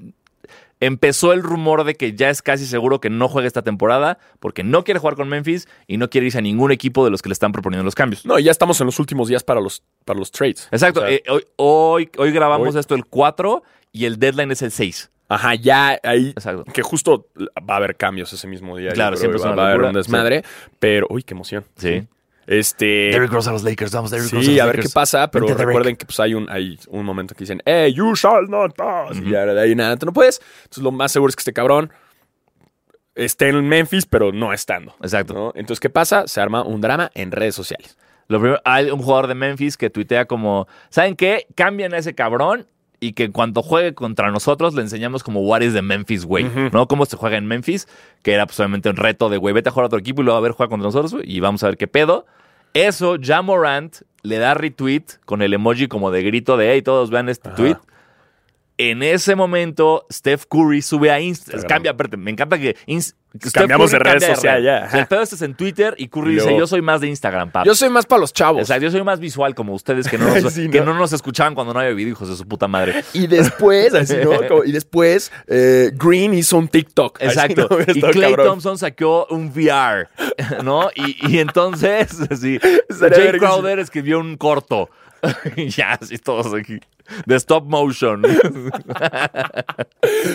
Speaker 1: Empezó el rumor de que ya es casi seguro que no juega esta temporada porque no quiere jugar con Memphis y no quiere irse a ningún equipo de los que le están proponiendo los cambios.
Speaker 5: No, y ya estamos en los últimos días para los, para los trades.
Speaker 1: Exacto.
Speaker 5: O sea,
Speaker 1: eh, hoy, hoy, hoy grabamos
Speaker 5: hoy.
Speaker 1: esto el 4 y el deadline es el 6.
Speaker 5: ajá, ya ahí.
Speaker 1: Exacto.
Speaker 5: Que justo va a haber cambios ese mismo día. yo
Speaker 1: Claro,
Speaker 5: creo,
Speaker 1: siempre
Speaker 5: y
Speaker 1: es
Speaker 5: va,
Speaker 1: una
Speaker 5: va a haber
Speaker 1: locura.
Speaker 5: un desmadre. Pero, uy, qué emoción.
Speaker 1: Sí.
Speaker 5: Este.
Speaker 1: Rose a los Lakers. Vamos, Derrick
Speaker 5: Sí, a ver qué pasa, pero
Speaker 1: Vente, Derek.
Speaker 5: recuerden que pues, hay, un, hay un momento que dicen, eh, you shall not pass. Y ya de ahí nada, tú no puedes. Entonces, lo más seguro es que este cabrón esté en Memphis, pero no estando.
Speaker 1: Exacto.
Speaker 5: ¿no? Entonces, ¿qué pasa? Se arma un drama en redes sociales.
Speaker 1: Lo primero, hay un jugador de Memphis que tuitea como, ¿saben qué? Cambian a ese cabrón y que en cuanto juegue contra nosotros le enseñamos como what is de Memphis, güey, ¿no? Cómo se juega en Memphis, que era pues obviamente un reto de, güey, vete a jugar a otro equipo y luego a ver, juega contra nosotros güey, y vamos a ver qué pedo. Eso, ya Morant le da retweet con el emoji como de grito de, hey, todos vean este tweet. En ese momento, Steph Curry sube a Instagram.
Speaker 5: Instagram.
Speaker 1: Cambia, espérate, me encanta que... Inst- Steph
Speaker 5: Cambiamos de
Speaker 1: Curry
Speaker 5: redes
Speaker 1: cambia
Speaker 5: sociales,
Speaker 1: red.
Speaker 5: ya.
Speaker 1: O sea, el pedo este es en Twitter y Curry
Speaker 5: Y
Speaker 1: dice,
Speaker 5: luego-
Speaker 1: yo soy más de Instagram, papi.
Speaker 5: Yo soy más para los chavos.
Speaker 1: O sea, yo soy más visual como ustedes
Speaker 5: *laughs*
Speaker 1: que no nos,
Speaker 5: Sí, ¿no?
Speaker 1: Que no nos escuchaban cuando no había video, hijos de su puta madre.
Speaker 5: Y después, así, ¿no? Como- y después, eh, Green hizo un TikTok.
Speaker 1: *laughs*
Speaker 5: Así,
Speaker 1: Exacto.
Speaker 5: ¿no? *laughs*
Speaker 1: y
Speaker 5: Está
Speaker 1: Clay
Speaker 5: cabrón.
Speaker 1: Thompson sacó un VR, *laughs* ¿no? Y, y entonces, *laughs* sí,
Speaker 5: Estaría
Speaker 1: Jay
Speaker 5: verguísima.
Speaker 1: Crowder escribió un corto. *laughs* Y ya, así todos aquí. De stop
Speaker 5: *laughs*
Speaker 1: motion.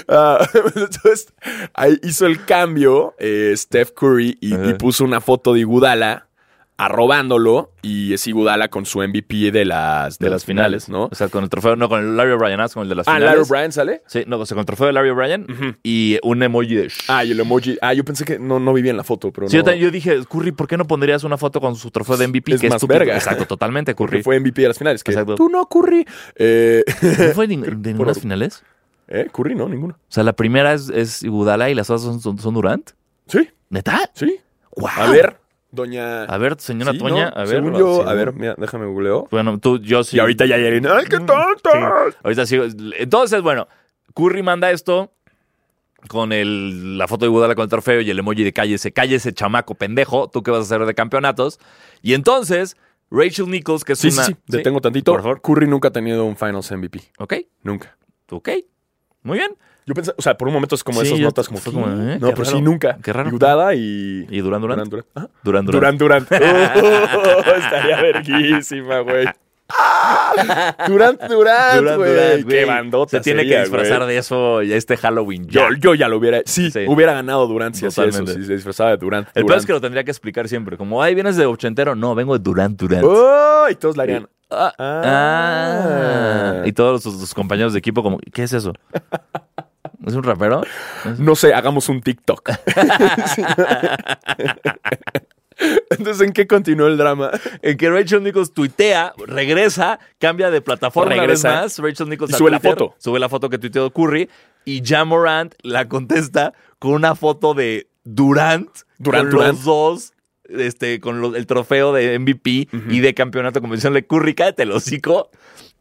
Speaker 5: Ah, *laughs* entonces, ahí hizo el cambio eh, Steph Curry y, y puso una foto de Igudala arrobándolo y es Igudala con su MVP de las, de las finales, ¿no?
Speaker 1: O sea, con el trofeo, no, con el Larry O'Brien, ¿no? con el de las
Speaker 5: Ah,
Speaker 1: finales.
Speaker 5: Larry O'Brien sale.
Speaker 1: Sí, no, o sea, con el trofeo de Larry O'Brien y un emoji de... shh.
Speaker 5: Ah, y el emoji. Ah, yo pensé que no, no vivía en la foto, pero
Speaker 1: Sí, yo,
Speaker 5: no.
Speaker 1: también- yo dije, Curry, ¿por qué no pondrías una foto con su trofeo de MVP?
Speaker 5: Es
Speaker 1: Qué
Speaker 5: más
Speaker 1: estúpido.
Speaker 5: verga.
Speaker 1: Exacto, totalmente,
Speaker 5: Porque
Speaker 1: Curry.
Speaker 5: fue MVP de las finales. Que
Speaker 1: Exacto.
Speaker 5: Tú no, Curry. Eh, *laughs*
Speaker 1: ¿No fue de, de ninguna
Speaker 5: Por-
Speaker 1: finales?
Speaker 5: eh, Curry no, ninguno.
Speaker 1: O sea, la primera es, es Iguodala y las otras son, son, son Durant.
Speaker 5: Sí, Ah,
Speaker 1: ¿Neta?
Speaker 5: sí.
Speaker 1: ¡Wow!
Speaker 5: A ver, Doña.
Speaker 1: A ver, señora
Speaker 5: Ah, Sí,
Speaker 1: Toña,
Speaker 5: ¿no?
Speaker 1: a ver.
Speaker 5: Según
Speaker 1: va,
Speaker 5: yo,
Speaker 1: según-
Speaker 5: a ver, mira, déjame googleo.
Speaker 1: Bueno, tú, yo sí.
Speaker 5: Y ahorita ya Yarin. ¡Ay, qué tonto!
Speaker 1: Mm, Sí. Ahorita sigo. Entonces, bueno, Curry manda esto con el- la foto de Iguodala con el trofeo y el emoji de cállese, cállese, chamaco, pendejo, tú que vas a hacer de campeonatos. Y entonces, Rachel Nichols, que es
Speaker 5: Sí, sí,
Speaker 1: una...
Speaker 5: sí, Detengo tantito.
Speaker 1: Por favor.
Speaker 5: Curry nunca ha tenido un Finals MVP.
Speaker 1: Ok,
Speaker 5: Nunca.
Speaker 1: ok, muy bien.
Speaker 5: Yo pensé, o sea, por un momento es como
Speaker 1: Sí,
Speaker 5: esas
Speaker 1: yo-
Speaker 5: notas como. "Mm,
Speaker 1: fue
Speaker 5: "¿Qué?".
Speaker 1: como, ¿eh?
Speaker 5: no,
Speaker 1: Qué
Speaker 5: pero
Speaker 1: raro,
Speaker 5: sí, nunca.
Speaker 1: qué raro.
Speaker 5: Yudala y.
Speaker 1: ¿Y Durán Durán?
Speaker 5: Durant. Durant. Ajá.
Speaker 1: Durán Durán.
Speaker 5: Durant, Durant. *laughs* Oh, estaría verguísima, güey. Ah, Durant, Durant,
Speaker 1: Durán,
Speaker 5: güey.
Speaker 1: Durán,
Speaker 5: Qué
Speaker 1: güey.
Speaker 5: bandota.
Speaker 1: Se tiene
Speaker 5: sería,
Speaker 1: que disfrazar
Speaker 5: güey.
Speaker 1: de eso ya este Halloween. Ya.
Speaker 5: Yo, yo ya lo hubiera. Sí,
Speaker 1: Sí.
Speaker 5: hubiera ganado Durant si hacía eso.
Speaker 1: Totalmente.
Speaker 5: Si se disfrazaba de Durant.
Speaker 1: el peor
Speaker 5: Durant.
Speaker 1: es que lo tendría que explicar siempre. Como, ay, vienes de ochentero. No, vengo de Durán Durán.
Speaker 5: ¡Oh! Y todos la harían.
Speaker 1: Ah,
Speaker 5: Ah.
Speaker 1: ah. Y todos sus, sus compañeros de equipo como, ¿qué es eso? *laughs* ¿Es un rapero?
Speaker 5: No sé, hagamos un TikTok.
Speaker 1: *laughs*
Speaker 5: *laughs* Sí. Entonces, ¿en qué continuó el drama?
Speaker 1: En que Rachel Nichols tuitea, regresa, cambia de plataforma
Speaker 5: Regresa.
Speaker 1: una vez más. Rachel Nichols
Speaker 5: Y
Speaker 1: a
Speaker 5: sube la
Speaker 1: Twitter,
Speaker 5: foto.
Speaker 1: Sube la foto que tuiteó Curry y Ja Morant la contesta con una foto de Durant.
Speaker 5: Durant,
Speaker 1: con
Speaker 5: Durant.
Speaker 1: los dos. Este, con lo- el trofeo de MVP y de campeonato convención de Curry, cállate el hocico.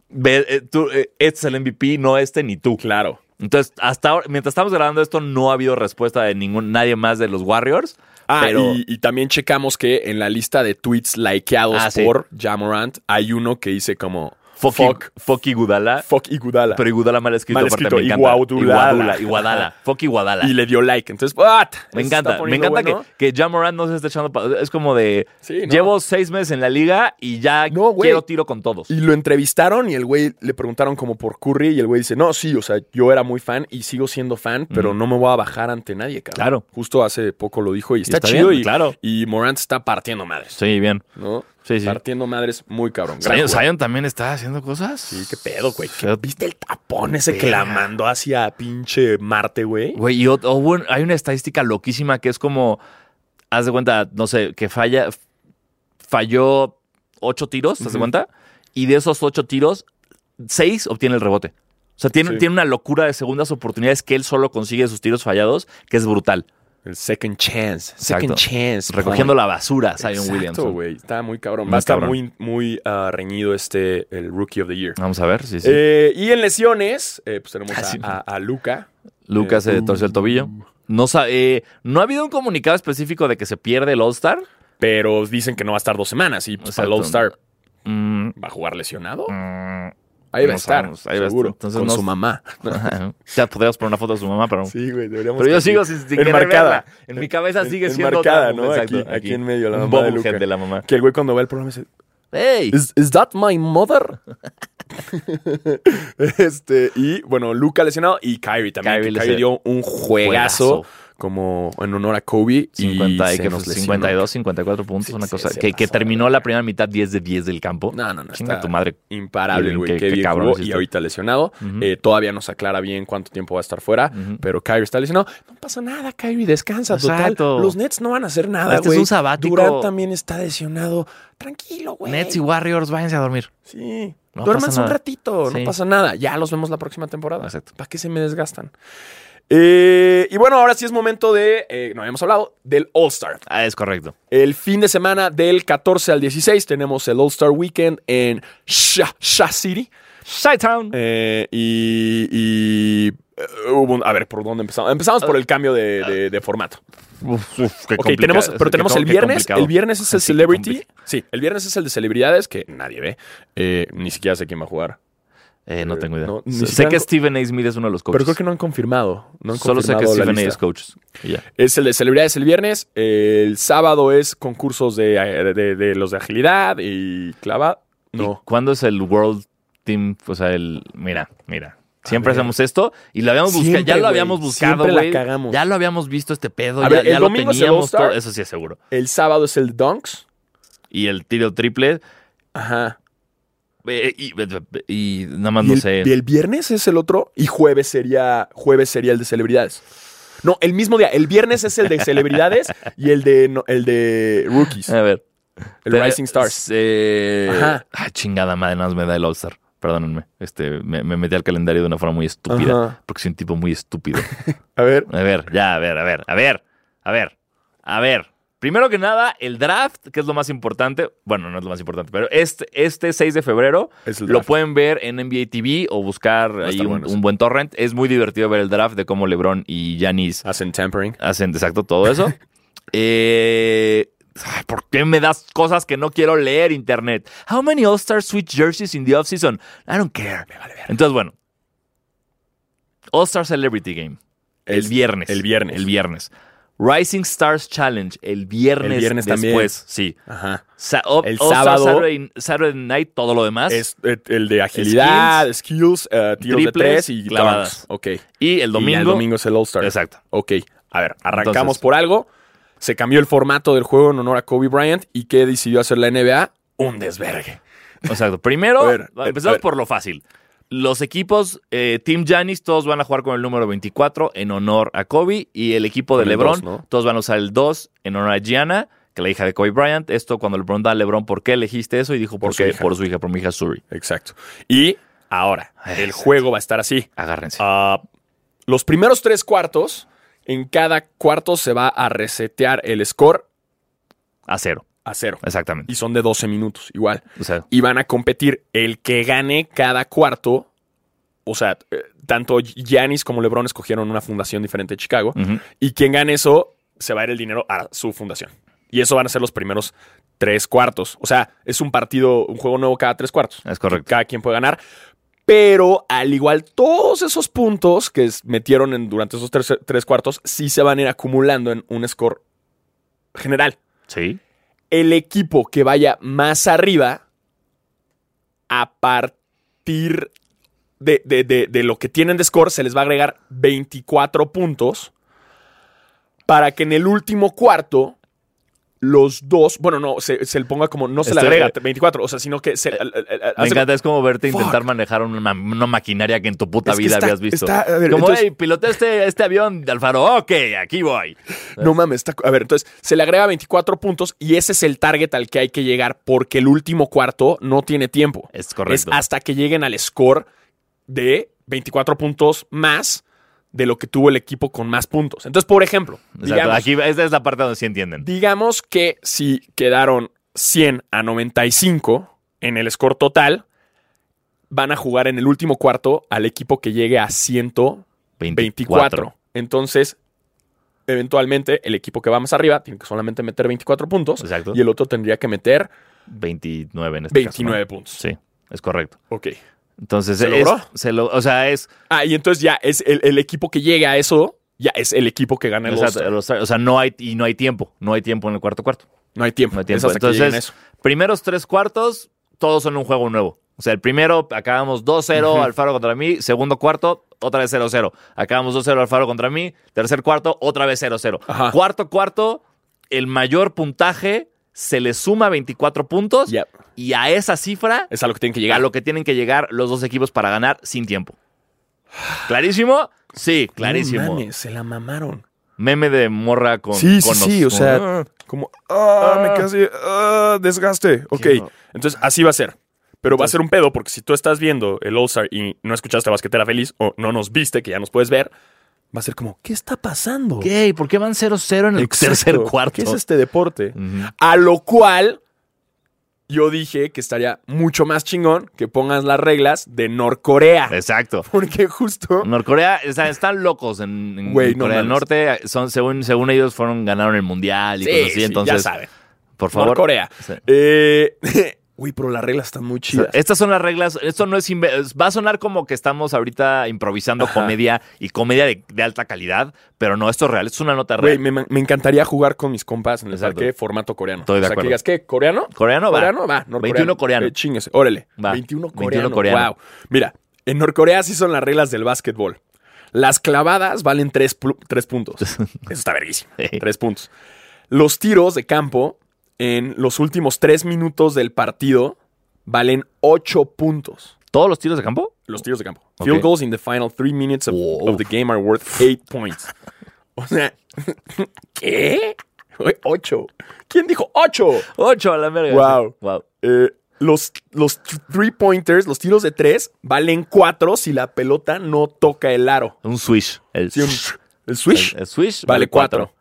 Speaker 1: Ve, eh, tú, eh, este es el MVP, no este ni tú.
Speaker 5: Claro.
Speaker 1: Entonces, hasta ahora, mientras estamos grabando esto, no ha habido respuesta de ningún, nadie más de los Warriors.
Speaker 5: Ah,
Speaker 1: pero
Speaker 5: y, y también checamos que en la lista de tweets likeados
Speaker 1: Ah, sí.
Speaker 5: por Jamorant hay uno que dice como
Speaker 1: fuck,
Speaker 5: fuck,
Speaker 1: fuck Iguodala,
Speaker 5: fuck Igudala.
Speaker 1: Pero Iguodala mal escrito,
Speaker 5: Mal
Speaker 1: aparte
Speaker 5: escrito,
Speaker 1: me encanta.
Speaker 5: Iguaudulala.
Speaker 1: Iguadula,
Speaker 5: *laughs*
Speaker 1: Iguadala. Fuck Iguadala.
Speaker 5: Y le dio like. Entonces, what?
Speaker 1: Me encanta, me encanta que, que Ja Morant no se esté echando. pa- Es como de.
Speaker 5: Sí, ¿no?
Speaker 1: Llevo seis meses en la liga y ya
Speaker 5: No, güey.
Speaker 1: quiero tiro con todos.
Speaker 5: Y lo entrevistaron y el güey le preguntaron como por Curry y el güey dice, no, sí, o sea, yo era muy fan y sigo siendo fan, pero no me voy a bajar ante nadie, cabrón.
Speaker 1: Claro.
Speaker 5: Justo hace poco lo dijo y está,
Speaker 1: está
Speaker 5: chido
Speaker 1: bien,
Speaker 5: y,
Speaker 1: claro.
Speaker 5: y Morant está partiendo madres,
Speaker 1: Sí, bien.
Speaker 5: ¿no?
Speaker 1: Sí, sí.
Speaker 5: Partiendo madres muy cabrón. Gran
Speaker 1: Zion,
Speaker 5: jugador.
Speaker 1: Zion también está haciendo cosas.
Speaker 5: Sí, qué pedo, güey. ¿Qué-
Speaker 1: Feo.
Speaker 5: ¿Viste el tapón ese que la mandó hacia pinche Marte, güey?
Speaker 1: Güey, y ot- o bueno, hay una estadística loquísima que es como, haz de cuenta, no sé, que falla, f- falló ocho tiros, ¿haz de cuenta? Y de esos ocho tiros, seis obtiene el rebote. O sea, tiene,
Speaker 5: Sí.
Speaker 1: tiene una locura de segundas oportunidades que él solo consigue de sus tiros fallados, que es brutal.
Speaker 5: El second chance.
Speaker 1: Exacto.
Speaker 5: Second chance.
Speaker 1: Recogiendo la basura, Zion
Speaker 5: Zion
Speaker 1: Williamson.
Speaker 5: güey. Está muy cabrón.
Speaker 1: Muy
Speaker 5: Va a estar
Speaker 1: cabrón.
Speaker 5: muy, muy ah, reñido este, el Rookie of the Year.
Speaker 1: Vamos a ver, sí, sí.
Speaker 5: Eh, y en lesiones, eh, pues tenemos
Speaker 1: Ah, sí.
Speaker 5: a, a- a Luca.
Speaker 1: Lucas se
Speaker 5: eh,
Speaker 1: torció el tobillo. No, sa- eh, no ha habido un comunicado específico de que se pierde el All-Star.
Speaker 5: Pero dicen que no va a estar dos semanas y pues, para el
Speaker 1: Exacto.
Speaker 5: All-Star
Speaker 1: Mm,
Speaker 5: va a jugar lesionado.
Speaker 1: mm, *laughs*
Speaker 5: Ahí
Speaker 1: no
Speaker 5: va a estar,
Speaker 1: sabemos, ahí va a
Speaker 5: seguro.
Speaker 1: estar. Entonces,
Speaker 5: con
Speaker 1: no-
Speaker 5: su mamá.
Speaker 1: Ajá. Ya podríamos poner una foto de su mamá, pero.
Speaker 5: Sí, güey, deberíamos.
Speaker 1: Pero yo sigo
Speaker 5: conseguir.
Speaker 1: sin, sin querer verla. En mi cabeza sigue
Speaker 5: En-
Speaker 1: siendo
Speaker 5: enmarcada,
Speaker 1: otra,
Speaker 5: ¿no?
Speaker 1: exacto,
Speaker 5: aquí, aquí en medio, la
Speaker 1: Un
Speaker 5: mamá de
Speaker 1: bobblehead
Speaker 5: Luca.
Speaker 1: de la mamá.
Speaker 5: Que el güey cuando ve el programa dice,
Speaker 1: ¡Ey!
Speaker 5: ¿Is, is that
Speaker 1: *laughs*
Speaker 5: my mother? este, y bueno, Luca lesionado y Kyrie también.
Speaker 1: Kyrie
Speaker 5: que Kyrie
Speaker 1: lesionado.
Speaker 5: dio un juegazo,
Speaker 1: Juegazo.
Speaker 5: como en honor a Kobe.
Speaker 1: 50
Speaker 5: y
Speaker 1: y
Speaker 5: se
Speaker 1: que
Speaker 5: nos
Speaker 1: fue
Speaker 5: lesionó.
Speaker 1: 52, 54 puntos,
Speaker 5: Sí,
Speaker 1: una
Speaker 5: sí,
Speaker 1: cosa.
Speaker 5: se
Speaker 1: que, que
Speaker 5: pasa,
Speaker 1: terminó
Speaker 5: güey.
Speaker 1: la primera mitad 10 de 10 del campo.
Speaker 5: No, no, no.
Speaker 1: Chinga
Speaker 5: está
Speaker 1: tu madre.
Speaker 5: Imparable,
Speaker 1: Qué-
Speaker 5: güey.
Speaker 1: qué-
Speaker 5: Qué,
Speaker 1: qué
Speaker 5: bien
Speaker 1: cabrón
Speaker 5: jugó,
Speaker 1: es
Speaker 5: Y
Speaker 1: esto.
Speaker 5: ahorita lesionado.
Speaker 1: Ujú.
Speaker 5: Eh, todavía no se aclara bien cuánto tiempo va a estar fuera.
Speaker 1: Ujú.
Speaker 5: Pero Kyrie está lesionado. No pasa nada, Kyrie. Descansa. Total.
Speaker 1: Exacto.
Speaker 5: Los Nets no van a hacer nada,
Speaker 1: Este es
Speaker 5: güey.
Speaker 1: un sabático.
Speaker 5: Durant también está lesionado. Tranquilo, güey.
Speaker 1: Nets y Warriors, váyanse a dormir.
Speaker 5: Sí.
Speaker 1: No
Speaker 5: Duérmanse
Speaker 1: pasa
Speaker 5: un
Speaker 1: nada.
Speaker 5: ratito,
Speaker 1: Sí.
Speaker 5: no pasa nada. Ya los vemos la próxima temporada.
Speaker 1: Exacto.
Speaker 5: ¿Para qué se me desgastan? Eh, y bueno, ahora sí es momento de, eh, no habíamos hablado, del All-Star.
Speaker 1: Ah, es correcto.
Speaker 5: El fin de semana del 14 al 16 tenemos el All-Star Weekend en Sha, Sha City.
Speaker 1: Chi-Town.
Speaker 5: Eh, y y, eh, hubo un- a ver, ¿por dónde empezamos? Empezamos por el cambio de, de- de formato.
Speaker 1: Uf, uf, qué
Speaker 5: Ok,
Speaker 1: complica-
Speaker 5: tenemos, pero
Speaker 1: qué
Speaker 5: tenemos
Speaker 1: com-
Speaker 5: el
Speaker 1: qué
Speaker 5: viernes.
Speaker 1: complicado.
Speaker 5: El viernes es el
Speaker 1: Sí, qué
Speaker 5: Celebrity.
Speaker 1: complicado.
Speaker 5: Sí, el viernes es el de celebridades que nadie ve. Eh, ni siquiera sé quién va a jugar.
Speaker 1: Eh, no tengo idea.
Speaker 5: No, ni
Speaker 1: sé
Speaker 5: siquiera-
Speaker 1: que Steven A. Smith es uno de los coaches.
Speaker 5: Pero creo que no han confirmado. No han
Speaker 1: Solo sé que
Speaker 5: confirmado la
Speaker 1: Steven A.
Speaker 5: lista.
Speaker 1: es coaches. Y ya.
Speaker 5: Es el de celebridades el viernes. El sábado es concursos de, de- de los de agilidad y clava.
Speaker 1: No.
Speaker 5: No.
Speaker 1: ¿Cuándo es el World Team? O sea, el. Mira, mira. Siempre
Speaker 5: ver.
Speaker 1: hacemos esto y lo habíamos buscado.
Speaker 5: Siempre,
Speaker 1: Ya lo
Speaker 5: güey.
Speaker 1: habíamos buscado,
Speaker 5: Siempre la
Speaker 1: güey.
Speaker 5: cagamos.
Speaker 1: Ya lo habíamos visto este pedo.
Speaker 5: A
Speaker 1: ya
Speaker 5: ver, el
Speaker 1: ya lo
Speaker 5: domingo es el
Speaker 1: teníamos
Speaker 5: All-Star.
Speaker 1: todo. Eso sí es seguro.
Speaker 5: El sábado es el Dunks.
Speaker 1: Y el tiro triple.
Speaker 5: Ajá.
Speaker 1: eh, y, y nada más
Speaker 5: Y
Speaker 1: no
Speaker 5: el,
Speaker 1: sé.
Speaker 5: y el viernes es el otro. Y jueves sería, jueves sería el de celebridades. No, el mismo día. El viernes es el de
Speaker 1: *laughs*
Speaker 5: celebridades y el de, no- el de rookies.
Speaker 1: A ver.
Speaker 5: El
Speaker 1: Pero,
Speaker 5: Rising Stars.
Speaker 1: eh,
Speaker 5: Ajá.
Speaker 1: Ah, chingada madre. Nada más me da el All-Star. Perdónenme. Este, me, me metí al calendario de una forma muy estúpida.
Speaker 5: Ajá.
Speaker 1: Porque soy un tipo muy estúpido.
Speaker 5: A ver.
Speaker 1: A ver, ya, a ver, a ver, a ver, a ver, a ver. Primero que nada, el draft, que es lo más importante. Bueno, no es lo más importante, pero este, este 6 de febrero
Speaker 5: Es el
Speaker 1: lo
Speaker 5: draft.
Speaker 1: pueden ver en NBA TV o buscar
Speaker 5: a
Speaker 1: ahí
Speaker 5: estar
Speaker 1: un,
Speaker 5: bueno eso.
Speaker 1: un buen torrent. Es muy divertido ver el draft de cómo LeBron y Giannis
Speaker 5: Hacen tampering.
Speaker 1: hacen exacto todo
Speaker 5: *laughs*
Speaker 1: eso. Eh, ay, ¿Por qué me das cosas que no quiero leer, internet? How many All-Star Sweet jerseys in the offseason? I don't care. Entonces, bueno. All-Star Celebrity Game. El
Speaker 5: Es-
Speaker 1: viernes.
Speaker 5: El viernes.
Speaker 1: El viernes. Rising Stars Challenge. El viernes.
Speaker 5: El viernes también.
Speaker 1: después. Sí.
Speaker 5: Ajá.
Speaker 1: Sa- o-
Speaker 5: El
Speaker 1: All-Star
Speaker 5: sábado.
Speaker 1: Saturday, Saturday Night, todo lo demás.
Speaker 5: Es eh, el de agilidad, skills, eh, tiros de
Speaker 1: triples,
Speaker 5: tres y
Speaker 1: clavadas.
Speaker 5: clavadas. Ok.
Speaker 1: y el domingo.
Speaker 5: Y el domingo es el All-Star.
Speaker 1: Exacto.
Speaker 5: Ok. A ver, arrancamos
Speaker 1: Entonces-
Speaker 5: por algo. Se cambió el formato del juego en honor a Kobe Bryant y ¿qué decidió hacer la NBA? Un desvergue.
Speaker 1: Exacto. Primero,
Speaker 5: A ver, eh, a
Speaker 1: empezamos
Speaker 5: ver.
Speaker 1: por lo fácil. Los equipos, eh, Team Janis, todos van a jugar con el número 24 en honor a Kobe. Y el equipo de
Speaker 5: Con el
Speaker 1: LeBron,
Speaker 5: dos, ¿no?
Speaker 1: todos van a usar el 2 en honor a Gianna, que es la hija de Kobe Bryant. Esto cuando le pregunta a LeBron por qué elegiste eso y dijo por,
Speaker 5: su
Speaker 1: qué,
Speaker 5: hija.
Speaker 1: por su hija, por mi hija Suri.
Speaker 5: Exacto. Y ahora, el juego va a estar así.
Speaker 1: Agárrense.
Speaker 5: Ah, los primeros tres cuartos, en cada cuarto se va a resetear el score
Speaker 1: A cero,
Speaker 5: a cero.
Speaker 1: exactamente.
Speaker 5: Y son de 12 minutos, igual.
Speaker 1: O sea,
Speaker 5: Y van a competir el que gane cada cuarto. O sea, eh, tanto Giannis como LeBron escogieron una fundación diferente de Chicago.
Speaker 1: ujú.
Speaker 5: Y quien gane eso, se va a ir el dinero a su fundación. Y eso van a ser los primeros tres cuartos. O sea, es un partido, un juego nuevo cada tres cuartos.
Speaker 1: Es correcto.
Speaker 5: Cada quien puede ganar. Pero al igual, todos esos puntos que es- metieron en, durante esos tres, tres cuartos, sí se van a ir acumulando en un score general.
Speaker 1: Sí.
Speaker 5: El equipo que vaya más arriba, a partir de, de- de- de lo que tienen de score, se les va a agregar 24 puntos para que en el último cuarto los dos, bueno, no, se, se le ponga como, no se le
Speaker 1: Estoy- Eh,
Speaker 5: agrega 24 o sea, sino que se... al- al- al-
Speaker 1: Me
Speaker 5: hace-
Speaker 1: encanta, es como verte
Speaker 5: Fuck.
Speaker 1: intentar manejar una, una maquinaria que en tu puta
Speaker 5: Es que
Speaker 1: vida
Speaker 5: está-
Speaker 1: habías visto.
Speaker 5: está- a ver,
Speaker 1: como,
Speaker 5: entonces-
Speaker 1: hey, pilotea este, este avión de Alfaro. Ok, aquí voy.
Speaker 5: No mames, está- a ver, entonces se le agrega 24 puntos y ese es el target al que hay que llegar porque el último cuarto no tiene tiempo.
Speaker 1: Es correcto.
Speaker 5: Es hasta que lleguen al score de 24 puntos más de lo que tuvo el equipo con más puntos. Entonces, por ejemplo,
Speaker 1: Exacto,
Speaker 5: digamos,
Speaker 1: aquí esta es la parte donde sí entienden.
Speaker 5: digamos que si quedaron 100 a 95 en el score total, van a jugar en el último cuarto al equipo que llegue a 100 24. Entonces, eventualmente, el equipo que va más arriba tiene que solamente meter 24 puntos.
Speaker 1: Exacto.
Speaker 5: Y el otro tendría que meter
Speaker 1: 29 en este
Speaker 5: 29
Speaker 1: caso, ¿no?
Speaker 5: puntos.
Speaker 1: Sí, es correcto.
Speaker 5: Ok.
Speaker 1: Entonces,
Speaker 5: ¿Se
Speaker 1: es-
Speaker 5: logró?
Speaker 1: se lo- o sea, es.
Speaker 5: Ah, y entonces ya es el, el equipo que llega a eso, ya es el equipo que gana el
Speaker 1: exacto,
Speaker 5: All-Star.
Speaker 1: el All-Star, o sea, no hay, y no hay tiempo. No hay tiempo en el cuarto cuarto.
Speaker 5: No hay tiempo.
Speaker 1: No hay
Speaker 5: Es
Speaker 1: tiempo.
Speaker 5: hasta que lleguen a
Speaker 1: Entonces,
Speaker 5: eso.
Speaker 1: primeros tres cuartos, todos son un juego nuevo. O sea, el primero acabamos 2-0 Alfaro contra mí. Segundo cuarto, otra vez 0-0. Acabamos 2-0 Alfaro contra mí. Tercer cuarto, otra vez 0-0.
Speaker 5: Ajá.
Speaker 1: Cuarto cuarto, el mayor puntaje se le suma 24 puntos.
Speaker 5: Ya.
Speaker 1: Y a esa cifra
Speaker 5: Es a lo que tienen que
Speaker 1: a
Speaker 5: llegar.
Speaker 1: lo que tienen que llegar los dos equipos para ganar sin tiempo. ¿Clarísimo? Sí, clarísimo.
Speaker 5: No mames, se la mamaron.
Speaker 1: Meme de morra con.
Speaker 5: sí, sí,
Speaker 1: conos.
Speaker 5: sí, o
Speaker 1: Como,
Speaker 5: sea,
Speaker 1: "Ah,
Speaker 5: como, ah, me casi, ah, desgaste. Ok,
Speaker 1: Quiero-
Speaker 5: entonces así va a ser. Pero va a ser un pedo porque si tú estás viendo el All-Star y no escuchaste a Basquetera Feliz o no nos viste, que ya nos puedes ver, va a ser como, ¿qué está pasando?
Speaker 1: ¿Qué? ¿Por qué van 0-0 en el
Speaker 5: Exacto.
Speaker 1: tercer cuarto?
Speaker 5: ¿Qué es este deporte?
Speaker 1: Ujú.
Speaker 5: A lo cual yo dije que estaría mucho más chingón que pongas las reglas de Norcorea.
Speaker 1: Exacto.
Speaker 5: Porque justo...
Speaker 1: Mm, Norcorea, o sea, están locos en, en
Speaker 5: Güey, no
Speaker 1: Corea del
Speaker 5: mames.
Speaker 1: Norte. Son, según, según ellos fueron, ganaron el mundial y
Speaker 5: Sí,
Speaker 1: cosas así.
Speaker 5: sí,
Speaker 1: Entonces,
Speaker 5: ya saben.
Speaker 1: por favor.
Speaker 5: Norcorea.
Speaker 1: Sí.
Speaker 5: Eh, *laughs* Uy, pero las reglas están muy
Speaker 1: O sea,
Speaker 5: chidas.
Speaker 1: Estas son las reglas. Esto no es. inve- Va a sonar como que estamos ahorita improvisando comedia y comedia de, de alta calidad, pero no, esto es real. Esto es una nota real.
Speaker 5: Güey, me, me encantaría jugar con mis compas en el
Speaker 1: Exacto.
Speaker 5: parque formato coreano.
Speaker 1: Estoy de
Speaker 5: o sea,
Speaker 1: acuerdo.
Speaker 5: que digas, ¿qué? ¿Coreano?
Speaker 1: Coreano va.
Speaker 5: Coreano va. norcoreano.
Speaker 1: 21 coreano.
Speaker 5: Eh, chingues, órale.
Speaker 1: Va.
Speaker 5: 21 coreano.
Speaker 1: 21 coreano.
Speaker 5: Wow. Mira, en Norcorea sí son las reglas del básquetbol. Las clavadas valen 3,
Speaker 1: *laughs*
Speaker 5: puntos. Eso está verguísimo.
Speaker 1: Sí.
Speaker 5: 3 puntos. Los tiros de campo en los últimos 3 minutos del partido valen 8 puntos.
Speaker 1: ¿Todos los tiros de campo?
Speaker 5: Los tiros de campo.
Speaker 1: Ok.
Speaker 5: Field goals in the final 3 minutes of,
Speaker 1: Wow.
Speaker 5: of the game are worth 8 points. O sea, *laughs* ¿qué? 8. ¿Quién dijo 8?
Speaker 1: Ocho a la verga.
Speaker 5: Wow.
Speaker 1: Sí. Wow.
Speaker 5: Eh, los, los three pointers, los tiros de tres, valen cuatro si la pelota no toca el aro.
Speaker 1: Un swish. El,
Speaker 5: Sí, un- el swish
Speaker 1: el- el swish
Speaker 5: vale cuatro.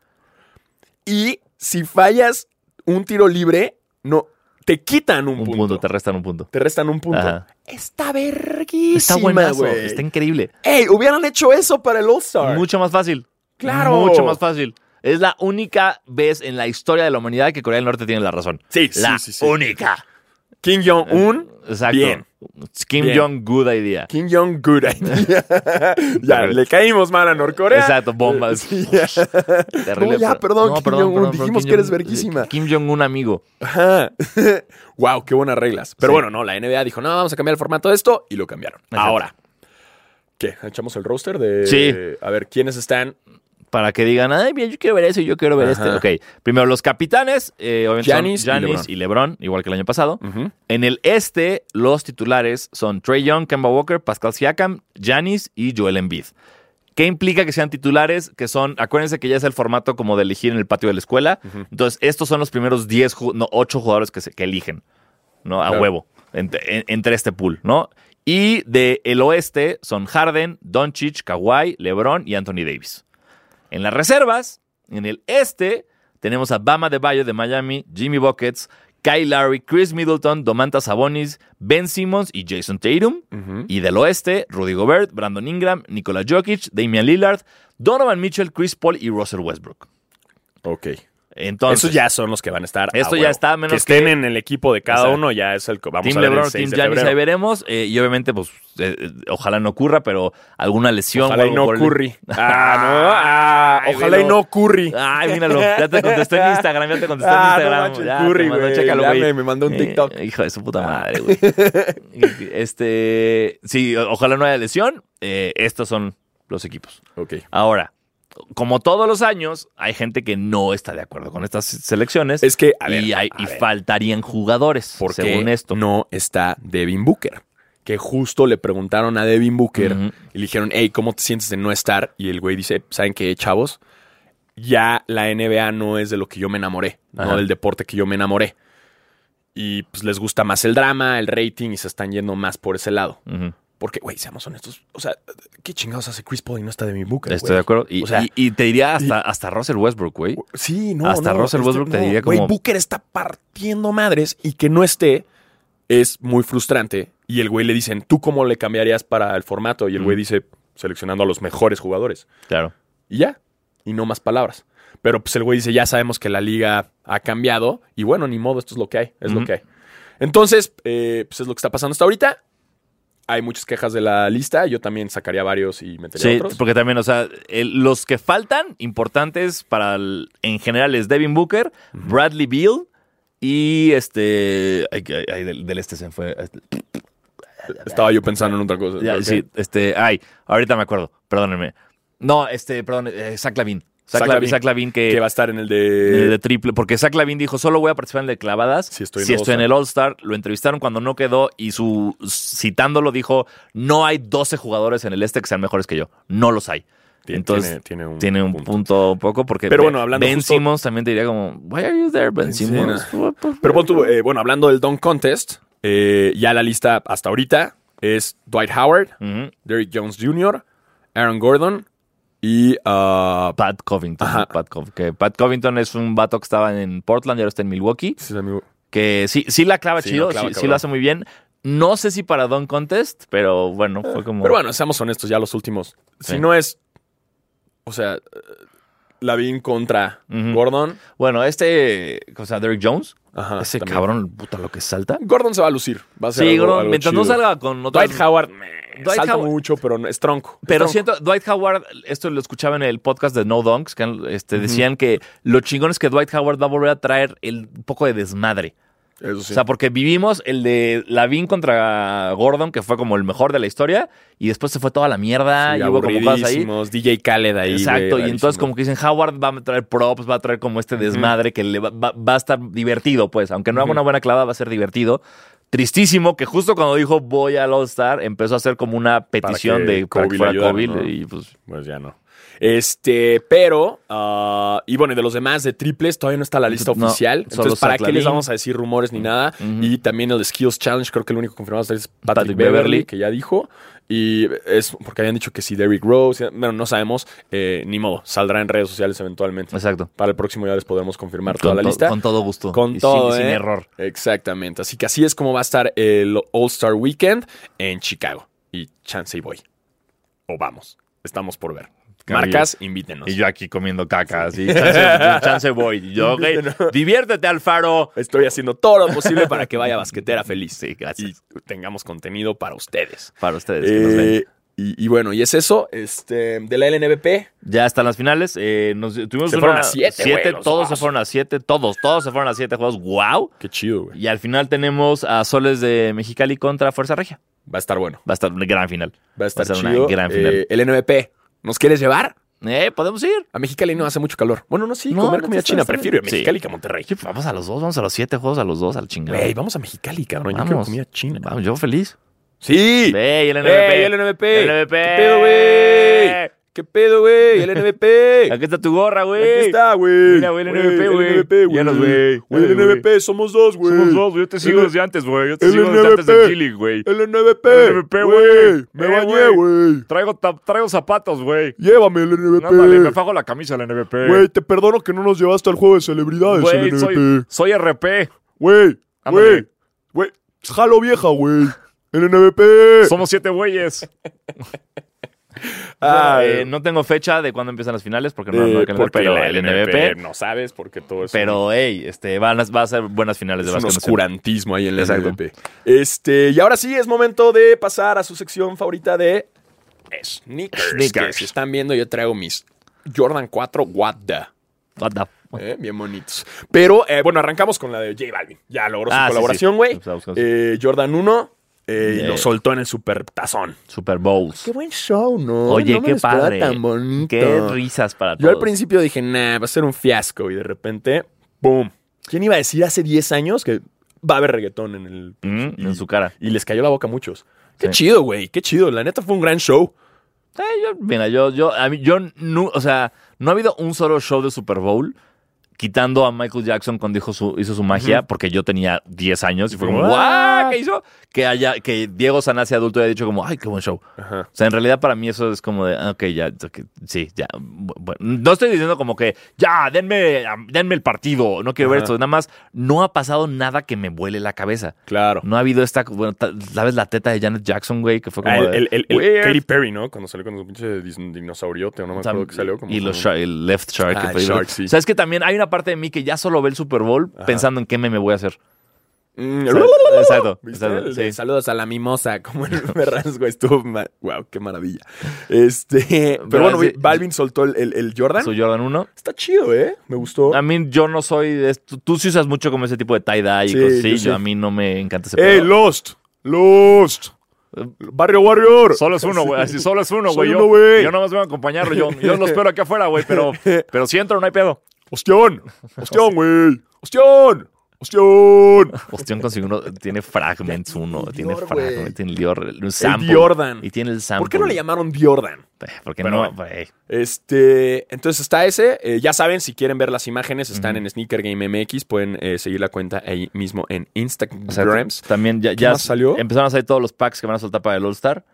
Speaker 5: Y si fallas un tiro libre, no, te quitan un,
Speaker 1: Un punto.
Speaker 5: punto.
Speaker 1: te restan un punto.
Speaker 5: Te restan un punto.
Speaker 1: Ajá.
Speaker 5: Está verguísima,
Speaker 1: Está buenazo,
Speaker 5: güey.
Speaker 1: está increíble.
Speaker 5: ¡Ey! Hubieran hecho eso para el All-Star.
Speaker 1: Mucho más fácil.
Speaker 5: Claro.
Speaker 1: Mucho más fácil. Es la única vez en la historia de la humanidad que Corea del Norte tiene la razón.
Speaker 5: Sí, sí,
Speaker 1: La
Speaker 5: sí, sí.
Speaker 1: única.
Speaker 5: Kim
Speaker 1: Eh.
Speaker 5: Jong-un.
Speaker 1: Exacto.
Speaker 5: Bien.
Speaker 1: Kim
Speaker 5: Bien.
Speaker 1: Jong, good idea.
Speaker 5: Kim Jong-good.
Speaker 1: *laughs*
Speaker 5: *laughs* ya, le caímos mal a Norcorea.
Speaker 1: Exacto, bombas.
Speaker 5: *laughs* Sí, ya.
Speaker 1: Terrible,
Speaker 5: No, ya,
Speaker 1: pero-
Speaker 5: perdón, Kim Jong-un,
Speaker 1: perdón,
Speaker 5: dijimos
Speaker 1: Kim
Speaker 5: que eres
Speaker 1: Jong-
Speaker 5: verguísima.
Speaker 1: Kim Jong-un, amigo.
Speaker 5: Ajá. wow, qué buenas reglas. Pero
Speaker 1: Sí.
Speaker 5: bueno, no, la NBA dijo, no, vamos a cambiar el formato de esto y lo cambiaron.
Speaker 1: Exacto.
Speaker 5: Ahora. ¿Qué? ¿Echamos el roster de...
Speaker 1: Sí.
Speaker 5: A ver, ¿quiénes están?
Speaker 1: Para que digan, ay, bien, yo quiero ver eso y yo quiero ver
Speaker 5: Ajá.
Speaker 1: este. Ok, primero los capitanes, eh, obviamente
Speaker 5: Giannis y
Speaker 1: son Giannis
Speaker 5: LeBron.
Speaker 1: y LeBron, igual que el año pasado. En el este, los titulares son Trey Young, Kemba Walker, Pascal Siakam, Giannis y Joel Embiid. ¿Qué implica que sean titulares? Que son, acuérdense que ya es el formato como de elegir en el patio de la escuela. Entonces, estos son los primeros 10, ju- no, 8 jugadores que, se, que eligen, ¿no? A
Speaker 5: Claro.
Speaker 1: huevo, entre, en- entre este pool, ¿no? Y del el oeste son Harden, Doncic, Kawhi, LeBron y Anthony Davis. En las reservas, en el este, tenemos a Bama de Bayo de Miami, Jimmy Buckets, Kyle Lowry, Chris Middleton, Domantas Sabonis, Ben Simmons y Jason Tatum. Y del oeste, Rudy Gobert, Brandon Ingram, Nikola Jokic, Damian Lillard, Donovan Mitchell, Chris Paul y Russell Westbrook.
Speaker 5: Ok.
Speaker 1: Entonces,
Speaker 5: Esos ya son los que van a estar. a
Speaker 1: Esto ya
Speaker 5: huevo.
Speaker 1: está, menos
Speaker 5: que estén
Speaker 1: que-
Speaker 5: en el equipo de cada
Speaker 1: Exacto.
Speaker 5: uno, ya es el... co- Vamos
Speaker 1: Team
Speaker 5: a ver el
Speaker 1: LeBron,
Speaker 5: 6
Speaker 1: Team
Speaker 5: de
Speaker 1: Giannis,
Speaker 5: febrero.
Speaker 1: ahí veremos. Eh, y obviamente, pues, eh, eh, ojalá no ocurra, pero alguna lesión.
Speaker 5: Ojalá y
Speaker 1: o algo
Speaker 5: no
Speaker 1: por el- *laughs*
Speaker 5: Curry. Ah, no. Ah,
Speaker 1: Ay,
Speaker 5: ojalá y
Speaker 1: velo.
Speaker 5: no Curry.
Speaker 1: Ay, míralo. Ya te contestó en Instagram, ya te contestó
Speaker 5: Ah, no
Speaker 1: en Instagram.
Speaker 5: manches,
Speaker 1: ya, te
Speaker 5: Curry,
Speaker 1: mandó,
Speaker 5: güey.
Speaker 1: chécalo,
Speaker 5: Ya
Speaker 1: güey.
Speaker 5: me- me mandó un
Speaker 1: Eh,
Speaker 5: TikTok. Ah.
Speaker 1: hijo de su puta madre,
Speaker 5: *laughs*
Speaker 1: güey. este. Sí, o- ojalá no haya lesión. Eh, estos son los equipos.
Speaker 5: Ok.
Speaker 1: Ahora, como todos los años, hay gente que no está de acuerdo con estas selecciones.
Speaker 5: Es que, a ver,
Speaker 1: y hay-
Speaker 5: a
Speaker 1: y
Speaker 5: ver.
Speaker 1: faltarían jugadores,
Speaker 5: ¿Por qué
Speaker 1: según esto.
Speaker 5: no está Devin Booker? Que justo le preguntaron a Devin Booker
Speaker 1: Ujú.
Speaker 5: y le dijeron, hey, ¿cómo te sientes de no estar? Y el güey dice, ¿saben qué, chavos? Ya la NBA no es de lo que yo me enamoré,
Speaker 1: Ajá.
Speaker 5: no del deporte que yo me enamoré. Y pues les gusta más el drama, el rating y se están yendo más por ese lado.
Speaker 1: Ujú.
Speaker 5: Porque, güey, seamos honestos, o sea, ¿qué chingados hace Chris Paul y no está Devin Booker?
Speaker 1: Estoy
Speaker 5: güey?
Speaker 1: de acuerdo. Y,
Speaker 5: O sea,
Speaker 1: y- y te diría hasta, hasta Russell Westbrook, güey.
Speaker 5: Sí, no.
Speaker 1: Hasta
Speaker 5: no,
Speaker 1: Russell
Speaker 5: este-
Speaker 1: Westbrook te
Speaker 5: no,
Speaker 1: diría
Speaker 5: güey,
Speaker 1: como-
Speaker 5: Booker está partiendo madres y que no esté es muy frustrante. Y el güey le dicen, ¿tú cómo le cambiarías para el formato? Y el güey dice, seleccionando a los mejores jugadores.
Speaker 1: Claro.
Speaker 5: Y ya. Y no más palabras. Pero pues el güey dice, ya sabemos que la liga ha cambiado. Y bueno, ni modo, esto es lo que hay. Es lo
Speaker 1: Ujú.
Speaker 5: que hay. Entonces, eh, pues es lo que está pasando hasta ahorita. Hay muchas quejas de la lista. Yo también sacaría varios y metería
Speaker 1: Sí,
Speaker 5: otros.
Speaker 1: porque también, o sea, el- los que faltan importantes para el- en general es Devin Booker, Bradley Beal y este ay, ay, ay, del, del este se fue. este,
Speaker 5: Estaba yo pensando en otra cosa.
Speaker 1: ya,
Speaker 5: Ok.
Speaker 1: Sí, este, ay, ahorita me acuerdo, perdónenme. No, este, perdón, eh, Zach Lavin. Zach,
Speaker 5: Zach
Speaker 1: Lavin,
Speaker 5: Lavin.
Speaker 1: Zach Lavin que,
Speaker 5: Que va a estar en el
Speaker 1: eh,
Speaker 5: de...
Speaker 1: de triple, porque Zach Lavin dijo, solo voy a participar en el de clavadas
Speaker 5: Si estoy en
Speaker 1: si
Speaker 5: el
Speaker 1: estoy en
Speaker 5: All-Star".
Speaker 1: el All-Star. Lo entrevistaron cuando no quedó y su citándolo dijo, no hay 12 jugadores en el este que sean mejores que yo. No los hay.
Speaker 5: Tiene-
Speaker 1: Entonces,
Speaker 5: tiene- tiene un punto.
Speaker 1: punto. un poco porque
Speaker 5: Pero
Speaker 1: Be-
Speaker 5: bueno, hablando
Speaker 1: Ben
Speaker 5: justo-
Speaker 1: Simmons también te diría como, why are you there, Ben
Speaker 5: Sí,
Speaker 1: Simmons?
Speaker 5: Pero pon tú, eh, bueno, hablando del Don Contest, eh, ya la lista hasta ahorita es Dwight Howard,
Speaker 1: Ujú.
Speaker 5: Derrick Jones Jr., Aaron Gordon y ah,
Speaker 1: Pat Covington.
Speaker 5: Ajá.
Speaker 1: Pat, Cov- que Pat Covington es un vato que estaba en Portland y ahora está en Milwaukee. Que sí, sí la clava
Speaker 5: Sí,
Speaker 1: chido,
Speaker 5: la clava,
Speaker 1: sí, sí
Speaker 5: cabrón.
Speaker 1: lo hace muy bien. No sé si para Don Contest, pero bueno, fue como...
Speaker 5: Eh, Pero bueno, seamos honestos, ya los últimos. Si
Speaker 1: Sí.
Speaker 5: no es, o sea, eh, Lavin contra
Speaker 1: Ujú.
Speaker 5: Gordon.
Speaker 1: Bueno, este, o sea, Derrick Jones,
Speaker 5: Ajá,
Speaker 1: ese
Speaker 5: también.
Speaker 1: cabrón, puta, lo que salta.
Speaker 5: Gordon se va a lucir. Va a ser
Speaker 1: Sí,
Speaker 5: algo-
Speaker 1: Gordon,
Speaker 5: algo
Speaker 1: mientras no
Speaker 5: chido.
Speaker 1: salga con otras...
Speaker 5: Dwight Howard meh,
Speaker 1: Dwight
Speaker 5: salta
Speaker 1: Howard-
Speaker 5: mucho, pero no- es tronco. es
Speaker 1: Pero
Speaker 5: tronco.
Speaker 1: siento, Dwight Howard, esto lo escuchaba en el podcast de No Dunks, que este, decían que lo chingón es que Dwight Howard va a volver a traer el, un poco de desmadre.
Speaker 5: Eso sí.
Speaker 1: O sea, porque vivimos el de Lavin contra Gordon, que fue como el mejor de la historia, y después se fue toda la mierda,
Speaker 5: Sí,
Speaker 1: Ah, y hubo como cosas ahí.
Speaker 5: aburridísimos, DJ Khaled ahí. güey,
Speaker 1: Exacto, y entonces
Speaker 5: rarísimo.
Speaker 1: como que dicen, Howard va a traer props, va a traer como este desmadre que le va, va- va a estar divertido, pues, aunque no haga una buena clavada, va a ser divertido. Tristísimo que justo cuando dijo voy al All Star, empezó a hacer como una petición
Speaker 5: que
Speaker 1: de para que
Speaker 5: Kobe le
Speaker 1: fuera
Speaker 5: ayudara,
Speaker 1: Kobe,
Speaker 5: ¿no?
Speaker 1: y pues
Speaker 5: Pues ya no. Este, pero, ah, y bueno, y de los demás de triples todavía no está la lista
Speaker 1: No,
Speaker 5: oficial.
Speaker 1: solo
Speaker 5: Entonces, ¿para qué
Speaker 1: Zach
Speaker 5: les
Speaker 1: Lavine.
Speaker 5: vamos a decir rumores ni nada? Y también el Skills Challenge, creo que el único confirmado hasta ahí es Patrick,
Speaker 1: Patrick
Speaker 5: Beverly,
Speaker 1: Beverly.
Speaker 5: que ya dijo. Y es porque habían dicho que si Derrick Rose, bueno, no sabemos, eh, ni modo, saldrá en redes sociales eventualmente.
Speaker 1: Exacto.
Speaker 5: Para el próximo ya les podremos confirmar toda la
Speaker 1: to-
Speaker 5: lista.
Speaker 1: Con todo gusto.
Speaker 5: Con
Speaker 1: Y
Speaker 5: todo,
Speaker 1: Sin, sin
Speaker 5: ¿eh?
Speaker 1: error.
Speaker 5: Exactamente. Así que así es como va a estar el All-Star Weekend en Chicago. Y chance y voy. O vamos. Estamos por ver. Marcas, invítenos.
Speaker 1: Y yo aquí comiendo caca, así. *laughs* Chance, chance
Speaker 5: *laughs*
Speaker 1: voy. Yo, ok. Diviértete, Alfaro.
Speaker 5: Estoy haciendo todo lo posible para que vaya basquetera feliz.
Speaker 1: Sí, gracias.
Speaker 5: Y tengamos contenido para ustedes.
Speaker 1: Para ustedes que nos ven.
Speaker 5: Eh, y, y bueno, y es eso. Este, de la LNBP.
Speaker 1: Ya están las finales. eh, nos, tuvimos
Speaker 5: Se
Speaker 1: una-
Speaker 5: fueron a siete, güey, los
Speaker 1: todos se
Speaker 5: vasos.
Speaker 1: fueron a siete. Todos, todos se fueron a siete juegos. ¡Wow!
Speaker 5: Qué chido, güey.
Speaker 1: Y al final tenemos a Soles de Mexicali contra Fuerza Regia.
Speaker 5: Va a estar bueno.
Speaker 1: Va a estar una gran final.
Speaker 5: Va a estar
Speaker 1: ser una
Speaker 5: chido.
Speaker 1: gran final.
Speaker 5: Eh, LNBP, ¿nos quieres llevar?
Speaker 1: Eh, podemos ir.
Speaker 5: A Mexicali no hace mucho calor. Bueno, no, sí,
Speaker 1: No,
Speaker 5: comer
Speaker 1: no,
Speaker 5: comida
Speaker 1: está-
Speaker 5: china.
Speaker 1: está bien.
Speaker 5: Prefiero ir a
Speaker 1: Sí.
Speaker 5: Mexicali que a Monterrey.
Speaker 1: Sí, vamos a los dos, vamos a los siete juegos, a los dos, al chingado.
Speaker 5: Güey, vamos a Mexicali, cabrón. Yo quiero
Speaker 1: Vamos.
Speaker 5: comida china.
Speaker 1: Vamos, yo feliz.
Speaker 5: Sí.
Speaker 1: ¡Ey, el NBP!
Speaker 5: ¡Ey, el NBP!
Speaker 1: LNBP.
Speaker 5: ¿Qué pedo, güey? ¿Qué pedo,
Speaker 1: *laughs*
Speaker 5: güey? El NBP.
Speaker 1: Aquí está tu gorra, güey.
Speaker 5: Aquí está, güey.
Speaker 1: Mira, güey, el NBP, güey.
Speaker 5: NBP, güey.
Speaker 1: Ya los, güey.
Speaker 5: Güey, el
Speaker 1: Dale, güey.
Speaker 5: NBP, somos dos, güey.
Speaker 1: yo te
Speaker 5: sigo desde
Speaker 1: antes, güey. Yo
Speaker 5: te sigo desde antes de Kili,
Speaker 1: güey.
Speaker 5: El NBP.
Speaker 1: El NBP, güey.
Speaker 5: Me
Speaker 1: Eh,
Speaker 5: bañé, güey.
Speaker 1: Traigo, traigo zapatos, güey.
Speaker 5: Llévame el NBP.
Speaker 1: fago la camisa al NBP.
Speaker 5: Güey, te perdono que no nos llevaste al juego de celebridades, el NBP.
Speaker 1: RP.
Speaker 5: Güey,
Speaker 1: Ándale.
Speaker 5: güey. Güey, jalo vieja, güey. El NBP.
Speaker 1: Somos siete güeyes.
Speaker 5: Ah,
Speaker 1: eh, no tengo fecha de cuándo empiezan las finales porque no,
Speaker 5: Eh,
Speaker 1: no hay que
Speaker 5: porque
Speaker 1: pero
Speaker 5: la
Speaker 1: el
Speaker 5: LNBP,
Speaker 1: NBP.
Speaker 5: No sabes porque todo es un-
Speaker 1: Pero, hey, este, van a, va a ser buenas finales de
Speaker 5: es un
Speaker 1: básquet.
Speaker 5: oscurantismo ahí en la
Speaker 1: Exacto.
Speaker 5: LNBP. Este, y ahora sí es momento de pasar a su sección favorita de sneakers.
Speaker 1: Sneakers.
Speaker 5: Que si están viendo, yo traigo mis Jordan 4 What the.
Speaker 1: What the-
Speaker 5: eh, bien bonitos. Pero eh, bueno, arrancamos con la de J Balvin. Ya logró su
Speaker 1: Ah, sí,
Speaker 5: colaboración,
Speaker 1: sí.
Speaker 5: güey.
Speaker 1: Pues, vamos con-
Speaker 5: Eh, Jordan 1 eh, y
Speaker 1: Yeah.
Speaker 5: lo soltó en el super tazón.
Speaker 1: Super Bowls.
Speaker 5: Qué buen show, ¿no?
Speaker 1: Oye,
Speaker 5: No me
Speaker 1: qué
Speaker 5: lo esperaba
Speaker 1: padre.
Speaker 5: tan bonito.
Speaker 1: Qué risas para todos.
Speaker 5: Yo al principio dije, nah, va a ser un fiasco. Y de repente, ¡boom! ¿Quién iba a decir hace 10 años que va a haber reggaetón en el.
Speaker 1: Mm,
Speaker 5: y-
Speaker 1: en su cara.
Speaker 5: Y les cayó la boca a muchos. Qué
Speaker 1: Sí.
Speaker 5: chido, güey. Qué chido. La neta fue un gran show.
Speaker 1: Eh, yo- mira, yo, yo, a mí, yo, no, o sea, no ha habido un solo show de Super Bowl quitando a Michael Jackson cuando dijo su, hizo su magia, porque yo tenía 10 años y fue como,
Speaker 5: Ujú.
Speaker 1: ¡guau! ¿Qué hizo? Que, haya, que Diego Sanasi adulto haya dicho como, ¡ay, qué buen show!
Speaker 5: Ajá.
Speaker 1: O sea, en realidad para mí eso es como de, ah, ok, ya, ok, sí, ya. bu- bueno. no estoy diciendo como que, ya, denme, denme el partido, no quiero ver
Speaker 5: Ajá.
Speaker 1: esto. Nada más, no ha pasado nada que me vuele la cabeza.
Speaker 5: Claro.
Speaker 1: No ha habido esta, bueno, ta- ¿sabes la teta de Janet Jackson, güey? Que fue como
Speaker 5: Ah, el,
Speaker 1: de,
Speaker 5: el, el- el
Speaker 1: "Weird".
Speaker 5: Katy Perry, ¿no? Cuando salió con su pinche dis- dinosauriote, no me
Speaker 1: O sea,
Speaker 5: acuerdo que salió. Como
Speaker 1: y los Shark- el Left Shark.
Speaker 5: Ah,
Speaker 1: que
Speaker 5: el
Speaker 1: fue-
Speaker 5: Shark, sí.
Speaker 1: O sea, es que también hay una parte de mí que ya solo ve el Super Bowl pensando en qué meme voy a
Speaker 5: *laughs*
Speaker 1: hacer.
Speaker 5: Mm,
Speaker 1: Exacto,
Speaker 5: ¿Viste?
Speaker 1: exacto,
Speaker 5: El de
Speaker 1: sí.
Speaker 5: Saludos a la mimosa, *laughs* como el Ferraz, güey. Estuvo. ma- Wow, qué maravilla. Este. *laughs* Pero
Speaker 1: Pero
Speaker 5: bueno,
Speaker 1: ese-
Speaker 5: Balvin soltó el, el- el Jordan.
Speaker 1: Soy Jordan 1.
Speaker 5: Está chido, ¿eh? Me gustó.
Speaker 1: A mí yo no soy de esto. Tú sí usas mucho como ese tipo de tie-dye y
Speaker 5: Sí,
Speaker 1: cosas así.
Speaker 5: yo
Speaker 1: Yo,
Speaker 5: sí.
Speaker 1: a mí no me encanta ese
Speaker 5: ¡Ey,
Speaker 1: pedo.
Speaker 5: Lost! ¡Lost! Barrio Warrior.
Speaker 1: Solo es uno, güey. Así solo es uno, güey.
Speaker 5: Soy
Speaker 1: Yo,
Speaker 5: uno, güey.
Speaker 1: yo nomás voy a acompañarlo. Yo, yo
Speaker 5: *laughs*
Speaker 1: lo espero aquí afuera, güey. Pero, pero si entro, no hay pedo.
Speaker 5: ¡Ostión! ¡Ostión, güey! ¡Ostión! ¡Ostión!
Speaker 1: Hostión consigue uno. Tiene Fragments 1. Tiene
Speaker 5: Dior, güey.
Speaker 1: Fragments. Tiene Dior. Un sample.
Speaker 5: Diordan.
Speaker 1: Y tiene el sample.
Speaker 5: ¿Por qué no le llamaron Jordan?
Speaker 1: Eh, Porque
Speaker 5: Pero
Speaker 1: no.
Speaker 5: bueno.
Speaker 1: güey.
Speaker 5: Este, entonces está ese. Eh, ya saben, si quieren ver las imágenes, están en Sneaker Game MX. Pueden eh, seguir la cuenta ahí mismo en Instagram.
Speaker 1: O sea, también ya,
Speaker 5: ¿Qué
Speaker 1: ya
Speaker 5: más salió?
Speaker 1: empezaron a salir todos los packs que van a soltar para el All-Star.